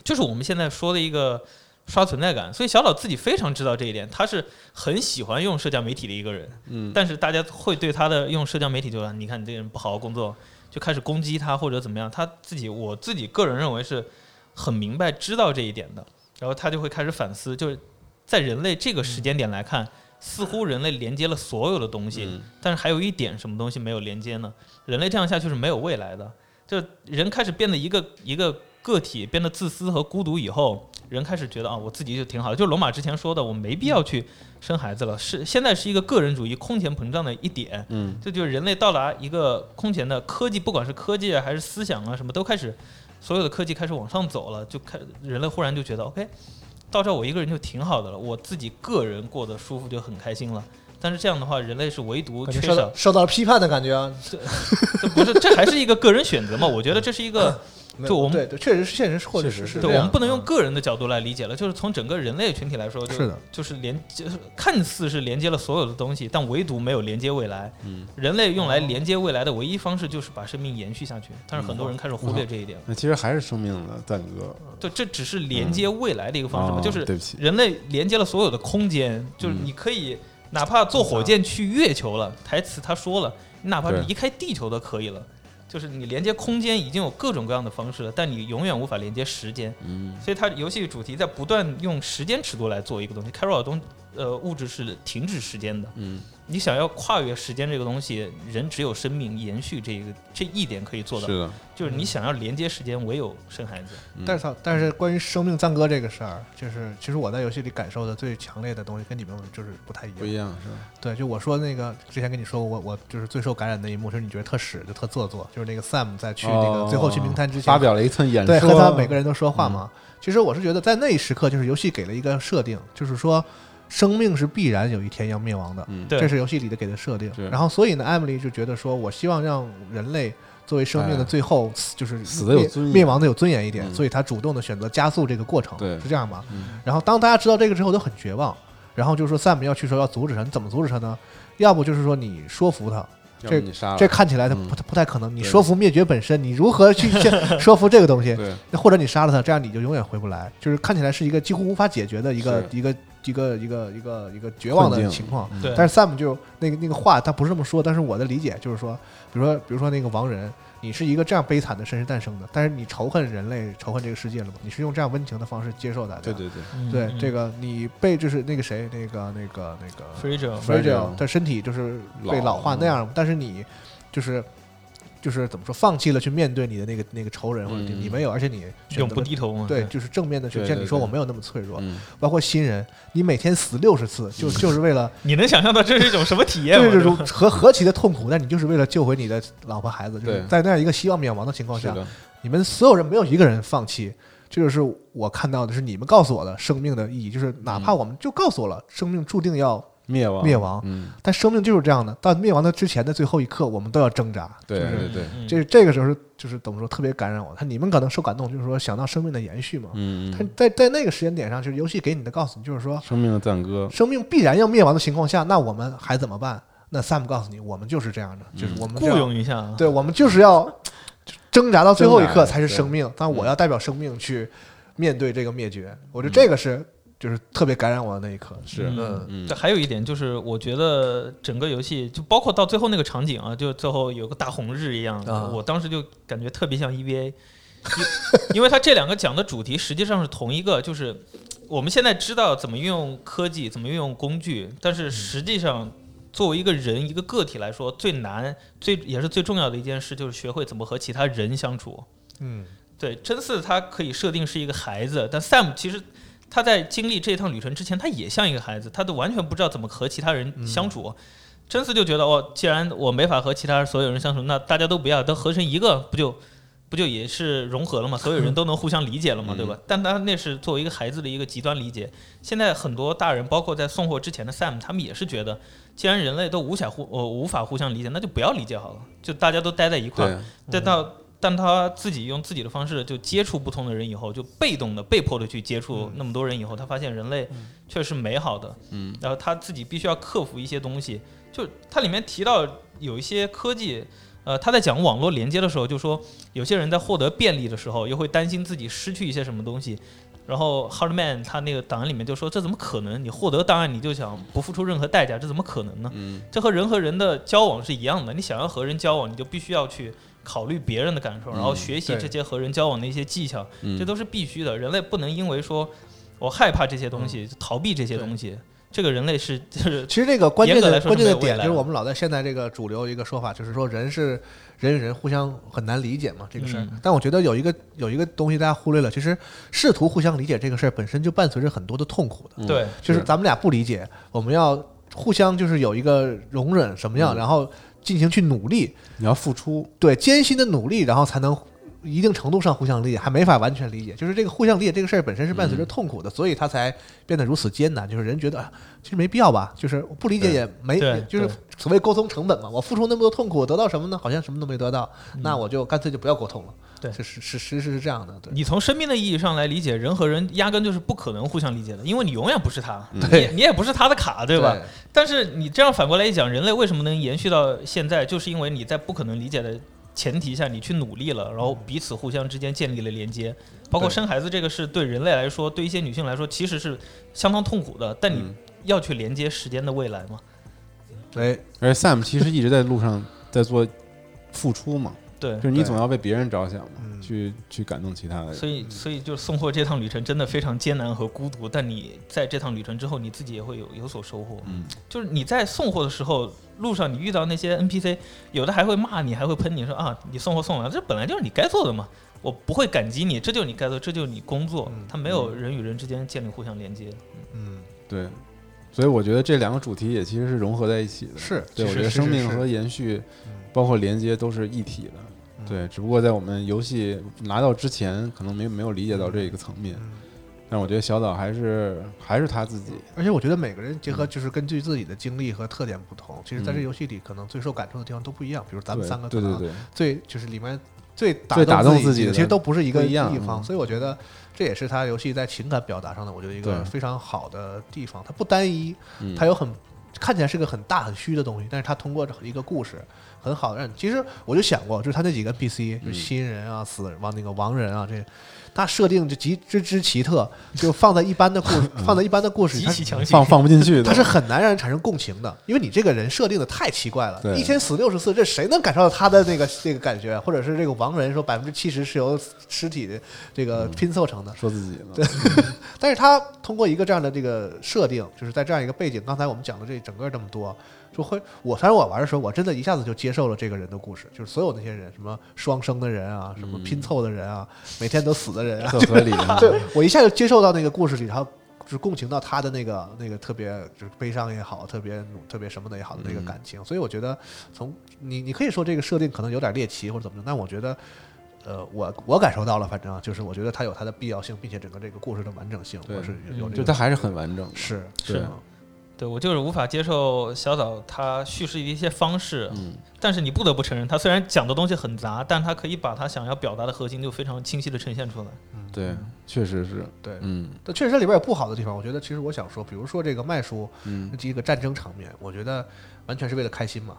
Speaker 4: 就是我们现在说的一个。刷存在感，所以小岛自己非常知道这一点，他是很喜欢用社交媒体的一个人，
Speaker 2: 嗯，
Speaker 4: 但是大家会对他的用社交媒体就说，你看你这个人不好好工作，就开始攻击他或者怎么样，他自己我自己个人认为是很明白知道这一点的，然后他就会开始反思，就是在人类这个时间点来看，似乎人类连接了所有的东西，
Speaker 2: 嗯
Speaker 4: 但是还有一点什么东西没有连接呢？人类这样下去是没有未来的，就人开始变得一个一个个体变得自私和孤独以后，人开始觉得啊，我自己就挺好的。就罗马之前说的，我没必要去生孩子了，是现在是一个个人主义空前膨胀的一点，
Speaker 2: 嗯，
Speaker 4: 这就是人类到达一个空前的科技，不管是科技啊还是思想啊，什么都开始，所有的科技开始往上走了，就开人类忽然就觉得 OK，到这儿我一个人就挺好的了，我自己个人过得舒服就很开心了。但是这样的话，人类是唯独
Speaker 3: 感
Speaker 4: 缺
Speaker 3: 觉受
Speaker 4: 少
Speaker 3: 到受到了批判的感觉啊！
Speaker 4: 这不是，这还是一个个人选择嘛？我觉得这是一个，
Speaker 3: 没有
Speaker 4: 对我们
Speaker 3: 对对，确实是现实，或者
Speaker 2: 确实是嗯
Speaker 3: 这
Speaker 4: 对我
Speaker 3: 样
Speaker 4: 们不能用个人的角度来理解了，就是从整个人类群体来说，就是
Speaker 3: 的
Speaker 4: 就是连就是看似是连接了所有的东西，但唯独没有连接未来。
Speaker 2: 嗯，
Speaker 4: 人类用来连接未来的唯一方式就是把生命延续下去，但
Speaker 2: 嗯
Speaker 4: 是很多人开始忽略这一点了。
Speaker 2: 那其实还是生命的赞歌，
Speaker 4: 对，这只是连接未来的一个方式嘛，
Speaker 2: 哦
Speaker 4: 就是
Speaker 2: 对不起，
Speaker 4: 人类连接了所有的空间，就是
Speaker 2: 嗯
Speaker 4: 你可以哪怕坐火箭去月球了，台词他说了，你哪怕
Speaker 2: 对
Speaker 4: 离开地球都可以了。就是你连接空间已经有各种各样的方式了，但你永远无法连接时间，
Speaker 2: 嗯
Speaker 4: 所以它游戏主题在不断用时间尺度来做一个东西。开罗尔东，呃，物质是停止时间的，
Speaker 2: 嗯，
Speaker 4: 你想要跨越时间这个东西，人只有生命延续这个这一点可以做到
Speaker 2: 是，的，
Speaker 4: 就是你想要连接时间，唯有生孩子。
Speaker 2: 嗯
Speaker 3: 但是它，但是关于生命赞歌这个事儿，就是其实我在游戏里感受的最强烈的东西，跟你们就是不太一
Speaker 2: 不
Speaker 3: 样
Speaker 2: 一。样是吧？
Speaker 3: 对，就我说那个之前跟你说过，我我就是最受感染的一幕，就是你觉得特屎，就特做作，就是那个 Sam 在去那个最后去名滩之前，
Speaker 2: 哦发表了一次演说，嗯
Speaker 3: 对和他每个人都说话嘛。其实我是觉得在那一时刻，就是游戏给了一个设定，就是说生命是必然有一天要灭亡的，
Speaker 2: 嗯，
Speaker 4: 对
Speaker 3: 这是游戏里的给的设定
Speaker 2: 是。
Speaker 3: 然后所以呢，艾米丽就觉得说，我希望让人类作为生命的最后，死就是
Speaker 2: 哎死得有
Speaker 3: 灭
Speaker 2: 尊严
Speaker 3: 灭亡的有尊严一点，
Speaker 2: 嗯
Speaker 3: 所以她主动的选择加速这个过程，
Speaker 2: 对
Speaker 3: 是这样吧？
Speaker 2: 嗯
Speaker 3: 然后当大家知道这个之后都很绝望，然后就说 Sam 要去说要阻止他，你怎么阻止他呢？要不就是说你说服他，
Speaker 2: 要不你杀了
Speaker 3: 这看起来他不、
Speaker 2: 啊嗯
Speaker 3: 不太可能。你
Speaker 2: 对
Speaker 3: 说服灭绝本身，你如 何去去说服这个东西？
Speaker 2: 对，
Speaker 3: 那或者你杀了他，这样你就永远回不来。就是看起来是一个几乎无法解决的一个一个一个一个一个一个绝望
Speaker 2: 困
Speaker 3: 的
Speaker 2: 境
Speaker 3: 情况。
Speaker 2: 嗯
Speaker 4: 对
Speaker 3: 但是 Sam 就那个那个话他不是这么说，但是我的理解就是说，比如说比如说那个亡人，你是一个这样悲惨的身世诞生的，但是你仇恨人类、仇恨这个世界了吗？你是用这样温情的方式接受大家。
Speaker 2: 对对对，
Speaker 3: 对这
Speaker 4: 个
Speaker 3: 个你被就是那个谁那个那个那个
Speaker 4: Fraser
Speaker 3: Fragile
Speaker 2: 嗯
Speaker 3: 他身体就是被老化那样，但是你就是。就是怎么说，放弃了去面对你的那个那个仇人，或者
Speaker 2: 嗯
Speaker 3: 你没有，而且你选择
Speaker 4: 永不
Speaker 3: 了
Speaker 4: 低头嘛。
Speaker 3: 对，就是正面的去
Speaker 2: 对
Speaker 3: 像
Speaker 2: 对
Speaker 3: 你说
Speaker 2: 对
Speaker 3: 我没有那么脆弱，
Speaker 2: 嗯，
Speaker 3: 包括新人，你每天死六十次，就就是为了
Speaker 4: 你能想象到这是一种什么体验吗？
Speaker 3: 这是
Speaker 4: 吧
Speaker 3: 种何何其的痛苦，但你就是为了救回你的老婆孩子，就是
Speaker 2: 对
Speaker 3: 在那样一个希望渺茫的情况
Speaker 2: 是
Speaker 3: 下，
Speaker 2: 的，
Speaker 3: 你们所有人没有一个人放弃。这就是我看到的，是你们告诉我的生命的意义，就是哪
Speaker 2: 嗯
Speaker 3: 怕我们就告诉我了，生命注定要
Speaker 2: 灭亡，
Speaker 3: 灭亡，
Speaker 2: 嗯，
Speaker 3: 但生命就是这样的，到灭亡的之前的最后一刻，我们都要挣扎。
Speaker 2: 对
Speaker 3: 就是
Speaker 2: 对对，
Speaker 4: 嗯
Speaker 3: 这这个时候是就是怎么说，特别感染我。他你们可能受感动，就是说想到生命的延续嘛。
Speaker 2: 嗯，
Speaker 3: 他
Speaker 2: 嗯
Speaker 3: 在在那个时间点上，就是游戏给你的告诉你，就是说
Speaker 2: 生命的赞歌，
Speaker 3: 生命必然要灭亡的情况下，那我们还怎么办？那 Sam 告诉你，我们就是这样的，就是我们
Speaker 4: 雇
Speaker 3: 这样，
Speaker 4: 佣一下啊，
Speaker 3: 对我们就是要挣扎到最后一刻才是生命。但
Speaker 2: 对
Speaker 4: 嗯
Speaker 3: 我要代表生命去面对这个灭绝，我觉得这个是就是特别感染我的那一刻。
Speaker 2: 是
Speaker 3: 嗯
Speaker 2: 嗯
Speaker 4: 这还有一点就是，我觉得整个游戏就包括到最后那个场景啊，就最后有个大红日一样，
Speaker 3: 啊
Speaker 4: 我当时就感觉特别像 EVA。因 为它这两个讲的主题实际上是同一个，就是我们现在知道怎么运用科技，怎么运用工具，但是实际上作为一个人一个个体来说，最难、最也是最重要的一件事，就是学会怎么和其他人相处。
Speaker 3: 嗯，
Speaker 4: 对，真嗣他可以设定是一个孩子，但 Sam 其实他在经历这趟旅程之前，他也像一个孩子，他都完全不知道怎么和其他人相处。真嗣就觉得哦，既然我没法和其他所有人相处，那大家都不要，都合成一个，不就不就也是融合了嘛？所有人都能互相理解了嘛，
Speaker 2: 嗯
Speaker 4: 对吧？但他那是作为一个孩子的一个极端理解。现在很多大人，包括在送货之前的 Sam，他们也是觉得，既然人类都无法互呃无法互相理解，那就不要理解好了，就大家都待在一块儿。
Speaker 2: 对，
Speaker 4: 但到但他自己用自己的方式就接触不同的人以后，就被动的、被迫的去接触那么多人以后，他发现人类确实美好的，
Speaker 2: 嗯，
Speaker 4: 然后他自己必须要克服一些东西。就它里面提到有一些科技，呃，他在讲网络连接的时候，就说有些人在获得便利的时候，又会担心自己失去一些什么东西。然后 Hardman 他那个档案里面就说：“这怎么可能？你获得档案你就想不付出任何代价，这怎么可能呢？”
Speaker 2: 嗯
Speaker 4: 这和人和人的交往是一样的。你想要和人交往，你就必须要去考虑别人的感受，
Speaker 2: 嗯
Speaker 4: 然后学习
Speaker 3: 对
Speaker 4: 这些和人交往的一些技巧，
Speaker 2: 嗯，嗯
Speaker 4: 这都是必须的。人类不能因为说我害怕这些东西，逃避这些东西。这个人类是 就是
Speaker 3: 其实这个关键
Speaker 4: 严格来
Speaker 3: 的
Speaker 4: 说是
Speaker 3: 关键
Speaker 4: 没有
Speaker 3: 的
Speaker 4: 未
Speaker 3: 点
Speaker 4: 来
Speaker 3: 就是我们老在现在这个主流一个说法，就是说人是人与人互相很难理解嘛这个事儿。
Speaker 4: 嗯
Speaker 3: 但我觉得有一个有一个东西大家忽略了，其实试图互相理解这个事儿本身就伴随着很多的痛苦的。
Speaker 2: 嗯
Speaker 4: 对
Speaker 3: 就是咱们俩不理解，我们要互相就是有一个容忍什么样，
Speaker 2: 嗯
Speaker 3: 然后进行去努力，
Speaker 2: 你要付出，
Speaker 3: 对艰辛的努力，然后才能一定程度上互相理解，还没法完全理解。就是这个互相理解这个事儿本身是伴随着痛苦的，所以它才变得如此艰难。就是人觉得啊，其实没必要吧，就是我不理解
Speaker 2: 对
Speaker 3: 也没，
Speaker 4: 对
Speaker 3: 也就是
Speaker 4: 对
Speaker 3: 所谓沟通成本嘛。我付出那么多痛苦，得到什么呢？好像什么都没得到，那我就干脆就不要沟通了。
Speaker 4: 对
Speaker 3: 是是是是是这样的，对。
Speaker 4: 你从生命的意义上来理解，人和人压根就是不可能互相理解的，因为你永远不是他，
Speaker 2: 嗯
Speaker 4: 你也你也不是他的卡，对吧？
Speaker 3: 对
Speaker 4: 但是你这样反过来一讲，人类为什么能延续到现在，就是因为你在不可能理解的前提下，你去努力了，然后彼此互相之间建立了连接。包括
Speaker 3: 对
Speaker 4: 生孩子这个事，对人类来说，对一些女性来说，其实是相当痛苦的。但你
Speaker 2: 嗯
Speaker 4: 要去连接时间的未来嘛？
Speaker 3: 对，哎
Speaker 2: 而且 Sam 其实一直在路上在做付出嘛，
Speaker 4: 对
Speaker 2: 就。是你
Speaker 3: 对
Speaker 2: 总要为别人着想嘛
Speaker 3: 嗯，
Speaker 2: 去去感动其他的人。
Speaker 4: 所以，所以就是送货这趟旅程真的非常艰难和孤独，但你在这趟旅程之后，你自己也会有有所收获。
Speaker 2: 嗯，
Speaker 4: 就是你在送货的时候，路上你遇到那些 NPC，有的还会骂你，还会喷你说啊，你送货送完，这本来就是你该做的嘛，我不会感激你，这就是你该做，这就是你工作
Speaker 3: 嗯。
Speaker 4: 他没有人与人之间建立互相连接，
Speaker 3: 嗯，
Speaker 2: 对，所以我觉得这两个主题也其实是融合在一起的。
Speaker 3: 是，
Speaker 2: 对，
Speaker 3: 是
Speaker 2: 我觉得
Speaker 3: 是
Speaker 2: 生
Speaker 3: 是
Speaker 2: 命
Speaker 3: 是
Speaker 2: 和延续
Speaker 3: 嗯，
Speaker 2: 包括连接都是一体的。
Speaker 3: 嗯
Speaker 2: 对，只不过在我们游戏拿到之前，可能没没有理解到这个层面。
Speaker 3: 嗯
Speaker 2: 但我觉得小岛还是还是他自己。
Speaker 3: 而且我觉得每个人结合
Speaker 2: 嗯
Speaker 3: 就是根据自己的经历和特点不同，其实在这游戏里可能最受感触的地方都不一样。比如咱们
Speaker 2: 对
Speaker 3: 三个可
Speaker 2: 对对
Speaker 3: 能
Speaker 2: 对，
Speaker 3: 最就是里面最
Speaker 2: 最
Speaker 3: 打
Speaker 2: 打动
Speaker 3: 自
Speaker 2: 自己
Speaker 3: 的，
Speaker 2: 的
Speaker 3: 其实都不是一个
Speaker 2: 不一样
Speaker 3: 地方。
Speaker 2: 嗯
Speaker 3: 所以我觉得这也是它游戏在情感表达上的，我觉得一个
Speaker 2: 对
Speaker 3: 非常好的地方。它不单一，
Speaker 2: 嗯
Speaker 3: 它有很看起来是个很大很虚的东西，但是它通过一个故事，很好让你。其实我就想过，就是他那几个 NPC，就是
Speaker 2: 嗯
Speaker 3: 新人啊、死亡那个亡人啊，这他设定就极之之奇特，就放在一般的故 事，放在一般的故事，
Speaker 4: 极
Speaker 3: 它
Speaker 4: 其强行
Speaker 2: 放。放不进 去的。
Speaker 3: 它是很难让人产生共情的，因为你这个人设定的太奇怪了。
Speaker 2: 对
Speaker 3: 一天死六十次，这谁能感受到他的那个这个感觉？或者是这个亡人说百分之七十是由尸体的这个拼凑成的？
Speaker 2: 说自己呢。
Speaker 3: 对但是他通过一个这样的这个设定，就是在这样一个背景，刚才我们讲的这整个这么多，就会我当时我玩的时候，我真的一下子就接受了这个人的故事，就是所有那些人，什么双生的人啊，什么拼凑的人啊，每天都死的人啊，
Speaker 2: 特合理啊。
Speaker 3: 对我一下就接受到那个故事里，然后就是共情到他的那个那个特别就是悲伤也好，特别努特别什么的也好的那个感情。所以我觉得从你你可以说这个设定可能有点猎奇或者怎么样，但我觉得。呃，我我感受到了，反正就是我觉得它有它的必要性，并且整个这个故事的完整性，
Speaker 2: 对
Speaker 3: 我是有
Speaker 4: 嗯
Speaker 3: 这
Speaker 2: 就
Speaker 3: 个
Speaker 2: 他还是很完整的。
Speaker 3: 是
Speaker 4: 是
Speaker 3: 嗯
Speaker 4: 对我就是无法接受小岛他叙事的一些方式，
Speaker 2: 嗯，
Speaker 4: 但是你不得不承认，他虽然讲的东西很杂，但他可以把他想要表达的核心就非常清晰的呈现出来。
Speaker 2: 对，确实是。
Speaker 3: 对。
Speaker 2: 嗯
Speaker 3: 但确实这里边有不好的地方，我觉得其实我想说，比如说这个麦叔
Speaker 2: 嗯
Speaker 3: 这个战争场面，我觉得完全是为了开心嘛。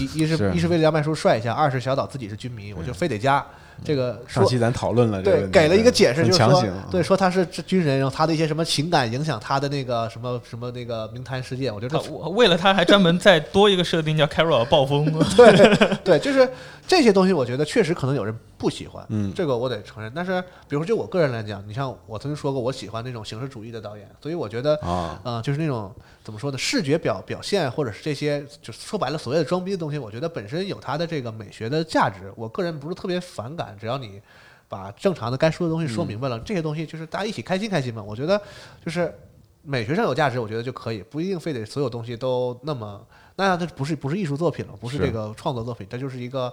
Speaker 3: 一一是
Speaker 2: 是嗯
Speaker 3: 一是为了让麦叔帅一下，二是小岛自己是军迷，我就非得加这个说
Speaker 2: 上期咱讨论了这个
Speaker 3: 对
Speaker 2: 问题，
Speaker 3: 给了一个解释，
Speaker 2: 很
Speaker 3: 就是
Speaker 2: 强
Speaker 3: 说
Speaker 2: 行。啊
Speaker 3: 对说他是军人，然后他的一些什么情感影响他的那个什么什么那个名谈世界，我觉
Speaker 4: 他
Speaker 3: 得
Speaker 4: 我为了他还专门
Speaker 3: 嗯
Speaker 4: 再多一个设定叫 Carol 暴风，
Speaker 3: 对对，就是这些东西，我觉得确实可能有人不喜欢，
Speaker 2: 嗯
Speaker 3: 这个我得承认。但是，比如说就我个人来讲，你像我曾经说过，我喜欢那种形式主义的导演，所以我觉得
Speaker 2: 啊，
Speaker 3: 呃，就是那种怎么说呢，视觉表表现，或者是这些，就是说白了，所谓的装逼的东西，我觉得本身有它的这个美学的价值。我个人不是特别反感，只要你把正常的该说的东
Speaker 2: 嗯
Speaker 3: 西说明白了，这些东西就是大家一起开心开心嘛。我觉得就是美学上有价值，我觉得就可以，不一定非得所有东西都那么。那样它不是不是艺术作品了，不是
Speaker 2: 是
Speaker 3: 这个创作作品，它就是一个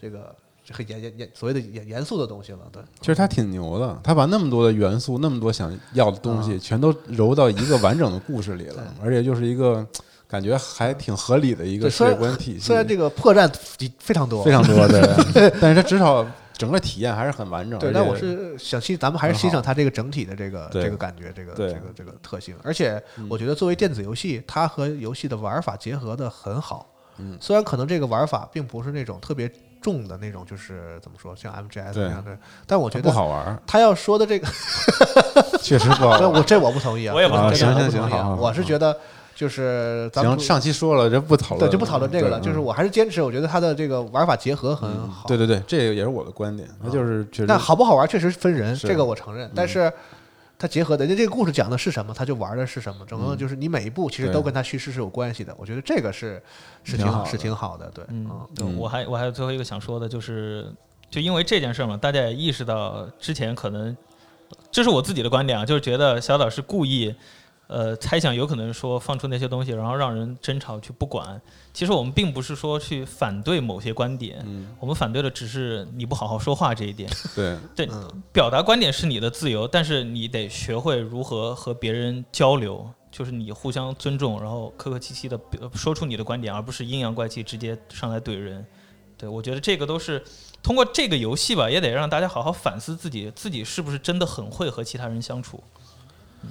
Speaker 3: 这个这很严严严所谓的严严肃的东西了。对，
Speaker 2: 其实他挺牛的，他把那么多的元素、那么多想要的东
Speaker 3: 啊
Speaker 2: 西，全都揉到一个完整的故事里了，而且就是一个感觉还挺合理的一个
Speaker 3: 对
Speaker 2: 世
Speaker 3: 虽
Speaker 2: 界
Speaker 3: 然
Speaker 2: 观体系。
Speaker 3: 虽然这个破绽非常多，
Speaker 2: 非常多 对，但是它至少整个体验还是很完整。
Speaker 3: 对，
Speaker 2: 而
Speaker 3: 但
Speaker 2: 且
Speaker 3: 啊我是想欣，咱们还是
Speaker 2: 很
Speaker 3: 欣赏
Speaker 2: 好
Speaker 3: 它这个整体的这个
Speaker 2: 对
Speaker 3: 这个感觉，这个
Speaker 2: 对嗯
Speaker 3: 这个这个特性。而且我觉得作为电子游戏，它和游戏的玩法结合的很好。
Speaker 2: 嗯
Speaker 3: 虽然可能这个玩法并不是那种特别重的那种，就是怎么说，像 MGS
Speaker 2: 对
Speaker 3: 那样的，但我觉
Speaker 2: 它不。
Speaker 3: 得
Speaker 2: 好玩儿，
Speaker 3: 他要说的这个，
Speaker 2: 确实 不好玩
Speaker 3: 不我
Speaker 2: 儿。
Speaker 3: 这我不同意啊，
Speaker 4: 我也不同意
Speaker 3: 这个
Speaker 2: 啊行
Speaker 3: 我不
Speaker 2: 行
Speaker 3: 同意啊
Speaker 2: 行好好
Speaker 3: 我是觉得就是咱们
Speaker 2: 行，上期说了，这不讨论
Speaker 3: 对
Speaker 2: 了，
Speaker 3: 就不讨论这个了，
Speaker 2: 对嗯
Speaker 3: 就是我还是坚持，我觉得它的这个玩法结合很好。
Speaker 2: 对对对，这个也是我的观点，那就是确实
Speaker 3: 但啊好不好玩确实分人，
Speaker 2: 是啊嗯
Speaker 3: 这个我承认。但是它结合的，人家这个故事讲的是什么，他就玩的是什么，整个就是你每一步其
Speaker 2: 嗯
Speaker 3: 实
Speaker 2: 对
Speaker 3: 都跟它叙事是有关系的。我觉得这个是是挺
Speaker 2: 挺好
Speaker 3: 是
Speaker 2: 的
Speaker 3: 挺好的，对，
Speaker 4: 嗯
Speaker 3: 嗯，
Speaker 4: 对我还我还有最后一个想说的就是，就因为这件事儿嘛，大家也意识到之前可能，这是我自己的观点啊，就是觉得小岛是故意，呃，猜想有可能说放出那些东西，然后让人争吵去不管。其实我们并不是说去反对某些观点，
Speaker 2: 嗯
Speaker 4: 我们反对的只是你不好好说话这一点。
Speaker 2: 对
Speaker 4: 对，
Speaker 3: 嗯
Speaker 4: 表达观点是你的自由，但是你得学会如何和别人交流，就是你互相尊重，然后客客气气的说出你的观点，而不是阴阳怪气直接上来怼人。对我觉得这个都是通过这个游戏吧，也得让大家好好反思自己，自己是不是真的很会和其他人相处。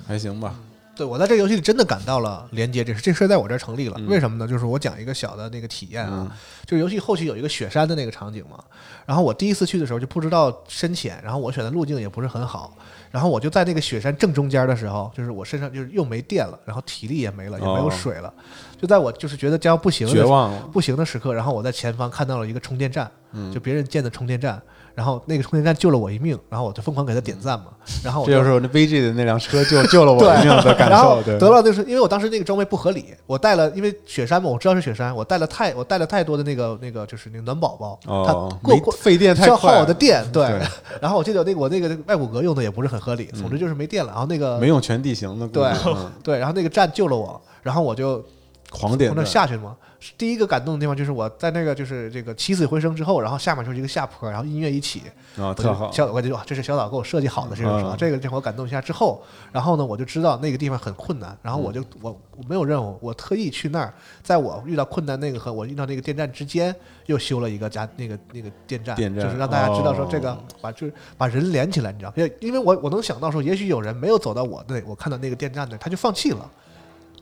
Speaker 2: 还行吧，
Speaker 3: 对我在这个游戏里真的感到了连接，这是这事儿在我这儿成立了。
Speaker 2: 嗯
Speaker 3: 为什么呢？就是我讲一个小的那个体验啊，
Speaker 2: 嗯
Speaker 3: 就是游戏后期有一个雪山的那个场景嘛，然后我第一次去的时候就不知道深浅，然后我选的路径也不是很好，然后我就在那个雪山正中间的时候，就是我身上就是又没电了，然后体力也没了，也没有
Speaker 2: 哦
Speaker 3: 水了，就在我就是觉得将要不行的时
Speaker 2: 绝
Speaker 3: 候
Speaker 2: 望了，
Speaker 3: 不行的时刻，然后我在前方看到了一个充电站，
Speaker 2: 嗯
Speaker 3: 就别人建的充电站，然后那个充电站救了我一命，然后我就疯狂给他点赞嘛，然后我
Speaker 2: 嗯这就是我那 VG 的那辆车救救了我一命的感
Speaker 3: 然后
Speaker 2: 受，对，
Speaker 3: 得到就是因为我当时那个装备不合理，我带了，因为雪山嘛，我知道是雪山，我带了太我带了太多的那个那个就是那个暖宝宝，
Speaker 2: 哦，
Speaker 3: 它过
Speaker 2: 没
Speaker 3: 过
Speaker 2: 费电太
Speaker 3: 消耗
Speaker 2: 快
Speaker 3: 我
Speaker 2: 了嗯
Speaker 3: 的，电，对
Speaker 2: 对。 嗯
Speaker 3: 然后我记得那个我那个外骨骼用的也不是很合理，总之就是没电了。然后那个
Speaker 2: 没用全地形的故事，
Speaker 3: 对
Speaker 2: 嗯
Speaker 3: 对，然后那个站救了我，然后我就
Speaker 2: 狂点
Speaker 3: 从那
Speaker 2: 赞
Speaker 3: 儿下去嘛。第一个感动的地方就是我在那个就是这个起死回生之后，然后下面就是一个下坡，然后音乐一起，
Speaker 2: 啊，
Speaker 3: 我
Speaker 2: 特好
Speaker 3: 就，小我感觉哇，这是小岛给我设计好的这种时候，
Speaker 2: 嗯
Speaker 3: 这个让我感动一下之后，然后呢，我就知道那个地方很困难，然后我就
Speaker 2: 嗯
Speaker 3: 我我没有任务，我特意去那儿，在我遇到困难那个和我遇到那个电站之间，又修了一个加那个那个电站，
Speaker 2: 电站
Speaker 3: 就是让大家知道说
Speaker 2: 哦
Speaker 3: 这个、把就是把人连起来，你知道，因为因为我我能想到说，也许有人没有走到我那，我看到那个电站那儿，他就放弃了。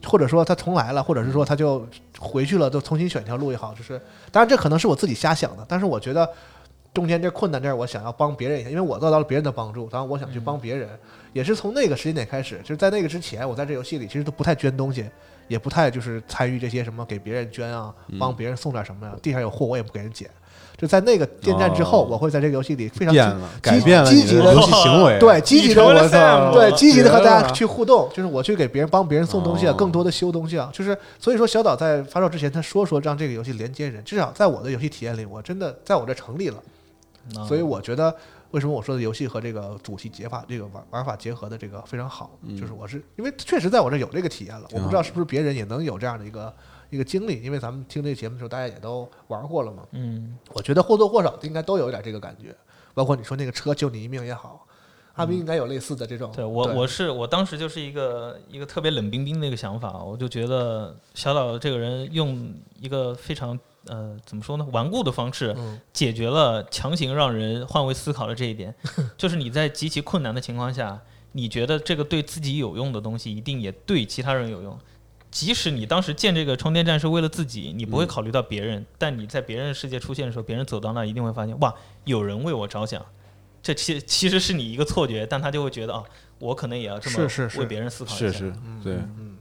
Speaker 3: 或者说他重来了，或者是说他就回去了，就重新选一条路也好，就是当然这可能是我自己瞎想的，但是我觉得中间这困难这儿，我想要帮别人一下，因为我得到了别人的帮助，当然我想去帮别人，也是从那个时间点开始，就是在那个之前，我在这游戏里其实都不太捐东西，也不太就是参与这些什么给别人捐啊，帮别人送点什么呀、地上有货我也不给人捡。就在那个电站之后，
Speaker 2: 哦
Speaker 3: 我会在这个游戏里非常积
Speaker 2: 变了，
Speaker 3: 积
Speaker 2: 改变了
Speaker 3: 积
Speaker 2: 你
Speaker 3: 极
Speaker 2: 的
Speaker 3: 的
Speaker 2: 游戏行为，
Speaker 3: 对，积极的
Speaker 4: 成为了
Speaker 3: 我操
Speaker 4: Sam
Speaker 3: 对
Speaker 4: 了
Speaker 3: 积极的和大家
Speaker 2: 绝了
Speaker 3: 去互动，就是我去给别人帮别人送东西啊，
Speaker 2: 哦
Speaker 3: 更多的修东西啊，就是所以说小岛在发售之前他说说让这个游戏连接人，至少在我的游戏体验里，我真的在我这成立了，
Speaker 4: 嗯
Speaker 3: 所以我觉得为什么我说的游戏和这个主题解法这个玩玩法结合的这个非常好，就是我是因为确实在我这有这个体验了，我不知道是不是别人也能有这样的一个。一个经历，因为咱们听这个节目的时候，大家也都玩过了嘛。
Speaker 4: 嗯，
Speaker 3: 我觉得或多或少应该都有一点这个感觉，包括你说那个车救你一命也好，阿斌应该有类似的这种。
Speaker 4: 对我我是我当时就是一个一个特别冷冰冰的一个想法，啊我就觉得小岛这个人用一个非常呃怎么说呢顽固的方式，
Speaker 3: 嗯
Speaker 4: 解决了强行让人换位思考的这 一点，就是你在极其困难的情况下，你觉得这个对自己有用的东西，一定也对其他人有用。即使你当时建这个充电站是为了自己，你不
Speaker 3: 嗯
Speaker 4: 会考虑到别人，但你在别人世界出现的时候，别人走到那儿一定会发现，哇，有人为我着想。这其其实是你一个错觉，但他就会觉得啊，我可能也要这
Speaker 3: 是
Speaker 4: 么
Speaker 3: 是是
Speaker 4: 为别人思考一下。
Speaker 2: 是是，对，
Speaker 3: 嗯，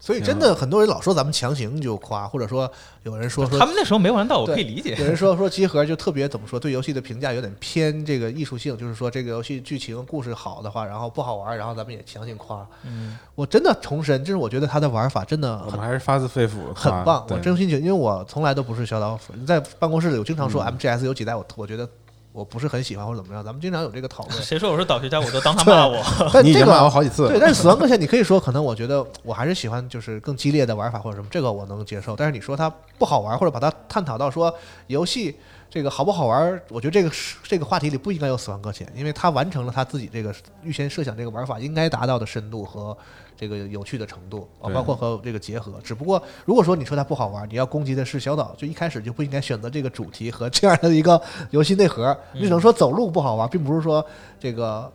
Speaker 3: 所以真的很多人老说咱们强行就夸，或者说有人说说
Speaker 4: 他们那时候没玩到，我
Speaker 3: 对
Speaker 4: 可以理解
Speaker 3: 有。人说说集合就特别怎么说，对游戏的评价有点偏这个艺术性，就是说这个游戏剧情故事好的话，然后不好玩儿，然后咱们也强行夸。
Speaker 4: 嗯，
Speaker 3: 我真的重申，就是我觉得它的玩法真的
Speaker 2: 我
Speaker 3: 很
Speaker 2: 们还是发自肺腑的夸，
Speaker 3: 很棒，我
Speaker 2: 对
Speaker 3: 真心觉得，因为我从来都不是小老鼠，在办公室里我经常说 MGS 有几代我我觉得我不是很喜欢或者怎么样，咱们经常有这个讨 论。
Speaker 4: 谁说我是导学家，我都 当他骂我。
Speaker 3: 但
Speaker 2: 你已
Speaker 3: 这
Speaker 2: 经骂我
Speaker 3: 个
Speaker 2: 好几次
Speaker 3: 对，
Speaker 2: 了，
Speaker 3: 但是死亡搁浅，你可以说可能我觉得我还是喜欢就是更激烈的玩法或者什么，这个我能接受。但是你说它不好玩，或者把它探讨到说游戏这个好不好玩，我觉得这个是这个话题里不应该有死亡搁浅，因为它完成了他自己这个预先设想这个玩法应该达到的深度和这个有趣的程度，啊，
Speaker 2: 对
Speaker 3: 包括和这个结合。只不过如果说你说它不好玩，你要攻击的是小岛，就一开始就不应该选择这个主题和这样的一个游戏内核。
Speaker 2: 嗯
Speaker 3: 你只能说走路不好玩，并不是说这个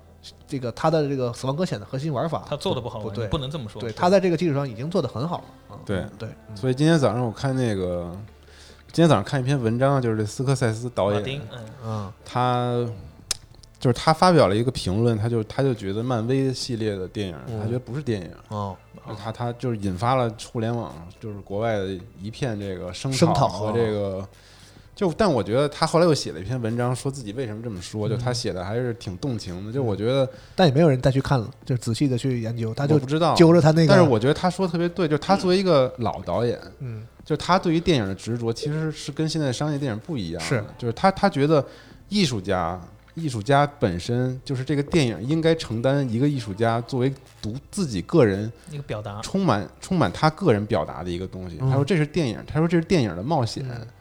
Speaker 3: 这个它的这个死亡搁浅的核心玩法
Speaker 4: 他做的不好玩，
Speaker 3: 不对
Speaker 4: 你不能这么说。
Speaker 3: 对，他在这个基础上已经做得很好了。嗯
Speaker 2: 对
Speaker 3: 对，嗯
Speaker 2: 所以今天早上我看那个，今天早上看一篇文章，啊就是这斯科塞斯导
Speaker 4: 马
Speaker 2: 演
Speaker 4: 丁，，嗯，
Speaker 3: 嗯
Speaker 2: 他就是他发表了一个评论，他就他就觉得漫威系列的电影，
Speaker 3: 嗯
Speaker 2: 他觉得不是电影，
Speaker 3: 哦，
Speaker 2: 他他就是引发了互联网，就是国外的一片这个声
Speaker 3: 声讨
Speaker 2: 和这个。就，但我觉得他后来又写了一篇文章，说自己为什么这么说。就
Speaker 3: 嗯
Speaker 2: 他写的还是挺动情的。就我觉得，
Speaker 3: 但也没有人再去看了，就是仔细的去研嗯究，他
Speaker 2: 我
Speaker 3: 就
Speaker 2: 不知道，
Speaker 3: 揪着他那个，
Speaker 2: 但是我觉得他说的特别对，就是他作为一个老导演，
Speaker 3: 嗯
Speaker 2: 就是他对于电影的执着，其实是跟现在商业电影不一样的。
Speaker 3: 是，
Speaker 2: 就是他他觉得艺术家，艺术家本身就是这个电影应该承担一个艺术家作为独自己个人
Speaker 4: 一个表达，
Speaker 2: 充满充满他个人表达的一个东西。
Speaker 3: 嗯
Speaker 2: 他说这是电影，他说这是电影的冒险。
Speaker 3: 嗯，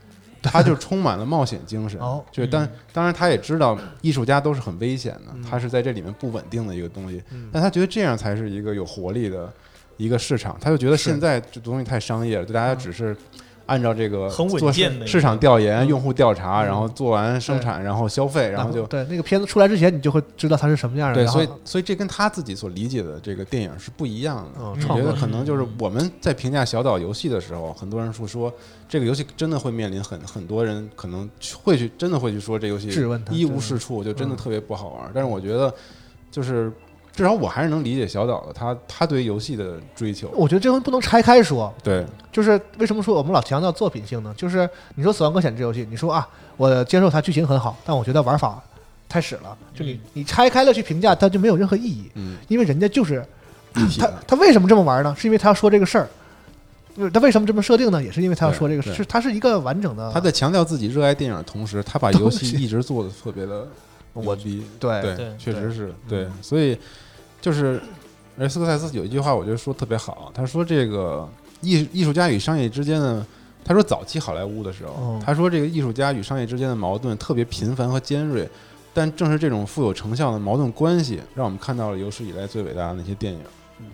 Speaker 2: 他就充满了冒险精神
Speaker 3: 哦
Speaker 2: 就是当
Speaker 4: 嗯
Speaker 2: 当然他也知道艺术家都是很危险的，
Speaker 3: 嗯
Speaker 2: 他是在这里面不稳定的一个东西，
Speaker 3: 嗯
Speaker 2: 但他觉得这样才是一个有活力的一个市场。他就觉得
Speaker 3: 是
Speaker 2: 现在这东西太商业了，就大家只是按照这个
Speaker 4: 很稳
Speaker 2: 做市
Speaker 4: 健的一个
Speaker 2: 市场调研、用户调查，
Speaker 3: 嗯
Speaker 2: 然后做完生产，然后消费，然后
Speaker 3: 哪怕
Speaker 2: 就
Speaker 3: 对那个片子出来之前，你就会知道它是什么样的。
Speaker 2: 对，
Speaker 3: 然后
Speaker 2: 所以所以这跟他自己所理解的这个电影是不一样的。
Speaker 3: 嗯
Speaker 2: 我
Speaker 3: 创
Speaker 2: 觉
Speaker 3: 作
Speaker 2: 得
Speaker 4: 力
Speaker 2: 可能就是我们在评价小岛游戏的时候，很多人会说这个游戏真的会面临很很多人可能会去真的会去说这游戏
Speaker 3: 质问他嗯
Speaker 2: 一无是处，就真的特别不好玩。但是我觉得就是至少我还是能理解小岛的他他对游戏的追求。
Speaker 3: 我觉得这东西不能拆开说，
Speaker 2: 对，
Speaker 3: 就是为什么说我们老强调作品性呢？就是你说《死亡搁浅》这游戏，你说啊，我接受它剧情很好，但我觉得玩法太屎了。就你、
Speaker 4: 嗯
Speaker 3: 你拆开了去评价，它就没有任何意义，
Speaker 2: 嗯，
Speaker 3: 因为人家就是
Speaker 2: 一体
Speaker 3: 他
Speaker 2: 的
Speaker 3: 他为什么这么玩呢？是因为他要说这个事儿。就是他为什么这么设定呢？也是因为他要说这个事，
Speaker 2: 对对
Speaker 3: 是它是一个完整的。
Speaker 2: 他在强调自己热爱电影的同时，他把游戏
Speaker 3: 东西
Speaker 2: 一直做的特别的
Speaker 3: 我
Speaker 2: 牛逼
Speaker 3: 对
Speaker 4: 对
Speaker 2: 确实是
Speaker 3: 对嗯
Speaker 2: 对，所以就是而斯科塞斯有一句话，我觉得说得特别好，他说这个艺艺术家与商业之间的，他说早期好莱坞的时候
Speaker 3: 嗯，
Speaker 2: 他说这个艺术家与商业之间的矛盾特别频繁和尖锐，但正是这种富有成效的矛盾关系，让我们看到了有史以来最伟大的那些电影，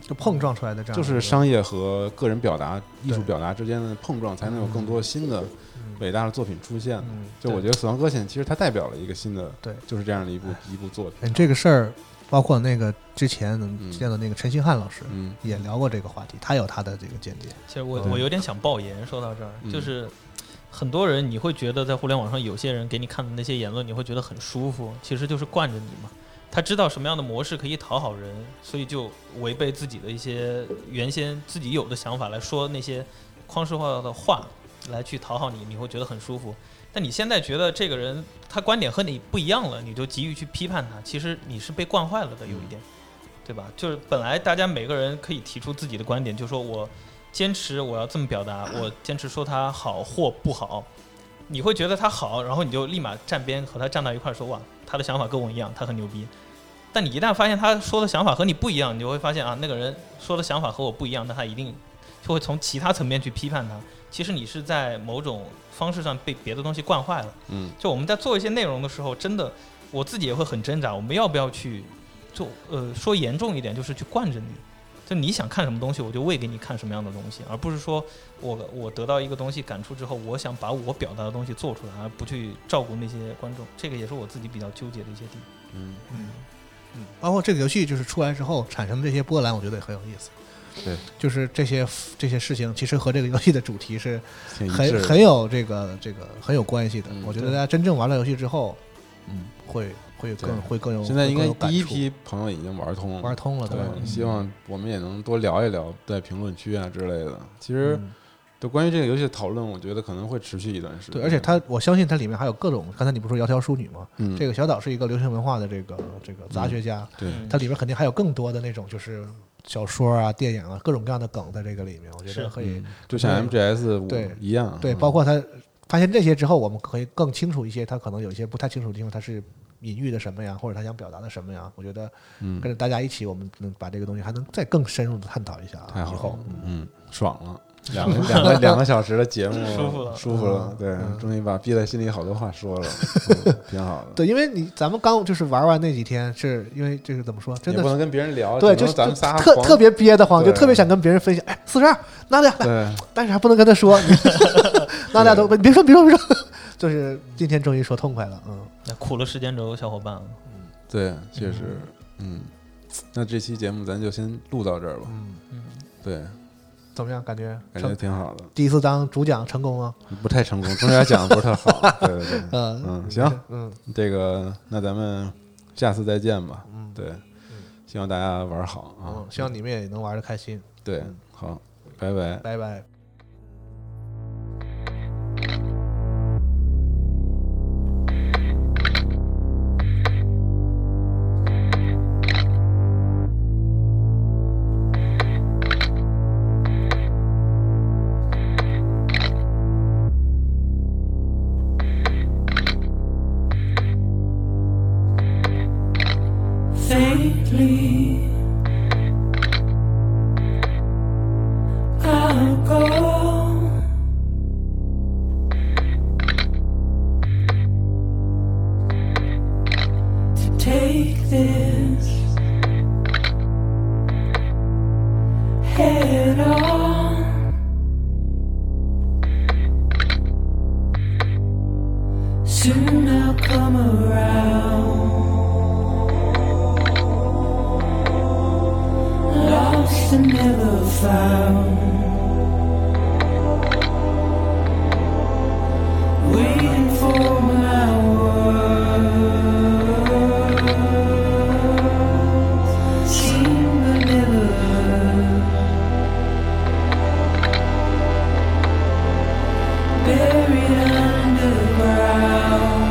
Speaker 3: 就碰撞出来的这
Speaker 2: 就
Speaker 3: 样的一
Speaker 2: 是
Speaker 3: 个
Speaker 2: 商业和个人表达、艺术
Speaker 3: 对
Speaker 2: 表达之间的碰撞，才能有更多新的
Speaker 3: 嗯
Speaker 2: 伟大的作品出现。
Speaker 3: 嗯，
Speaker 2: 就我觉得《死亡搁浅》其实它代表了一个新的，
Speaker 3: 对
Speaker 2: 就是这样的一部一部作品。
Speaker 3: 嗯这个事儿，包括那个之前
Speaker 2: 嗯
Speaker 3: 见到那个陈星汉老师
Speaker 2: 嗯，
Speaker 3: 也聊过这个话题，他有他的这个见解。
Speaker 4: 其实我
Speaker 2: 对
Speaker 4: 我有点想爆言，说到这儿，
Speaker 2: 嗯
Speaker 4: 就是很多人你会觉得在互联网上有些人给你看的那些言论，你会觉得很舒服，其实就是惯着你嘛。他知道什么样的模式可以讨好人，所以就违背自己的一些原先自己有的想法来说那些框式化的话，来去讨好你，你会觉得很舒服。但你现在觉得这个人他观点和你不一样了，你就急于去批判他，其实你是被惯坏了的，有一点，对吧？就是本来大家每个人可以提出自己的观点，就说我坚持我要这么表达，我坚持说它好或不好。你会觉得它好，然后你就立马站边和他站到一块儿说哇，他的想法跟我一样，他很牛逼。但你一旦发现他说的想法和你不一样，你就会发现啊，那个人说的想法和我不一样，那他一定就会从其他层面去批判他。其实你是在某种方式上被别的东西惯坏了。
Speaker 2: 嗯，
Speaker 4: 就我们在做一些内容的时候，真的我自己也会很挣扎，我们要不要去就呃说严重一点，就是去惯着你。就你想看什么东西，我就喂给你看什么样的东西，而不是说我我得到一个东西感触之后，我想把我表达的东西做出来，而不去照顾那些观众。这个也是我自己比较纠结的一些地方。
Speaker 2: 嗯，
Speaker 3: 嗯，嗯，包括这个游戏就是出来之后产生的这些波澜，我觉得也很有意思。
Speaker 2: 对，
Speaker 3: 就是这些这些事情，其实和这个游戏的主题是
Speaker 2: 挺一致
Speaker 3: 很
Speaker 2: 的
Speaker 3: 很有这个这个很有关系的。
Speaker 2: 嗯
Speaker 3: 我觉得
Speaker 4: 对
Speaker 3: 大家真正玩了游戏之后，嗯，会会更
Speaker 2: 对
Speaker 3: 会更有
Speaker 2: 现在应该
Speaker 3: 会更有
Speaker 2: 第一
Speaker 3: 感触
Speaker 2: 批朋友已经玩通了，
Speaker 3: 玩通了，
Speaker 2: 对
Speaker 3: 吧？，嗯
Speaker 2: 希望我们也能多聊一聊，在评论区啊之类的。其实，
Speaker 3: 嗯
Speaker 2: 就关于这个游戏的讨论，我觉得可能会持续一段时间。
Speaker 3: 对，而且它我相信它里面还有各种，刚才你不是说窈窕淑女吗？
Speaker 2: 嗯，
Speaker 3: 这个小岛是一个流行文化的这个这个杂学家，
Speaker 2: 对
Speaker 4: 嗯
Speaker 3: 它里面肯定还有更多的那种就是小说啊、电影啊各种各样的梗在这个里面，我觉
Speaker 4: 是
Speaker 3: 得可以
Speaker 2: 就像 MGS
Speaker 3: 对
Speaker 2: 五一样，
Speaker 3: 对，
Speaker 2: 嗯
Speaker 3: 包括他发现这些之后，我们可以更清楚一些，他可能有一些不太清楚的地方，他是隐喻的什么呀，或者他想表达的什么呀？我觉得
Speaker 2: 嗯
Speaker 3: 跟着大家一起，我们能把这个东西还能再更深入的探讨一下啊。
Speaker 2: 太好
Speaker 3: 以
Speaker 2: 了
Speaker 3: 后，
Speaker 2: 嗯，爽了。两 个两个两个小时的节目，
Speaker 4: 舒服了
Speaker 2: 舒服了，
Speaker 3: 嗯
Speaker 2: 对，
Speaker 3: 嗯
Speaker 2: 终于把憋在心里好多话说了，嗯挺好的。
Speaker 3: 对，因为你咱们刚就是玩完那几天，是因为这个怎么说，真
Speaker 2: 也
Speaker 3: 的
Speaker 2: 不
Speaker 3: 是
Speaker 2: 能跟别人聊，
Speaker 3: 对，
Speaker 2: 啊只
Speaker 3: 就
Speaker 2: 能
Speaker 3: 是
Speaker 2: 咱们
Speaker 3: 就
Speaker 2: 仨
Speaker 3: 特
Speaker 2: 狂
Speaker 3: 特别憋得慌，就
Speaker 2: 对
Speaker 3: 特别想跟别人分享，哎，四十二，拿俩，
Speaker 2: 对，
Speaker 3: 但是还不能跟 他说，你拿俩都别说别说别说， 就是今天终于说痛快了，嗯，
Speaker 4: 那苦了时间轴，小伙伴啊，
Speaker 2: 对，确实，嗯，那这期节目咱就先录到这儿吧。
Speaker 4: 嗯，
Speaker 2: 对，
Speaker 3: 怎么样？感觉
Speaker 2: 感觉嗯
Speaker 3: 成
Speaker 2: 挺好的，
Speaker 3: 第一次当主讲成功啊吗？
Speaker 2: 不太成功，中间讲的不是特好。 对对对，
Speaker 3: 嗯
Speaker 2: 嗯，行，
Speaker 3: 嗯。
Speaker 2: 这个那咱们下次再见吧。
Speaker 3: 嗯
Speaker 2: 对，希望大家玩好啊
Speaker 3: 嗯，。希望你们也能玩的开心，
Speaker 2: 对，好，拜拜。
Speaker 3: 拜拜。
Speaker 1: faintly. I'll go. to Take this head on. Soon I'll come around. lost and never found. Waiting for my words, seen but never heard. Buried underground.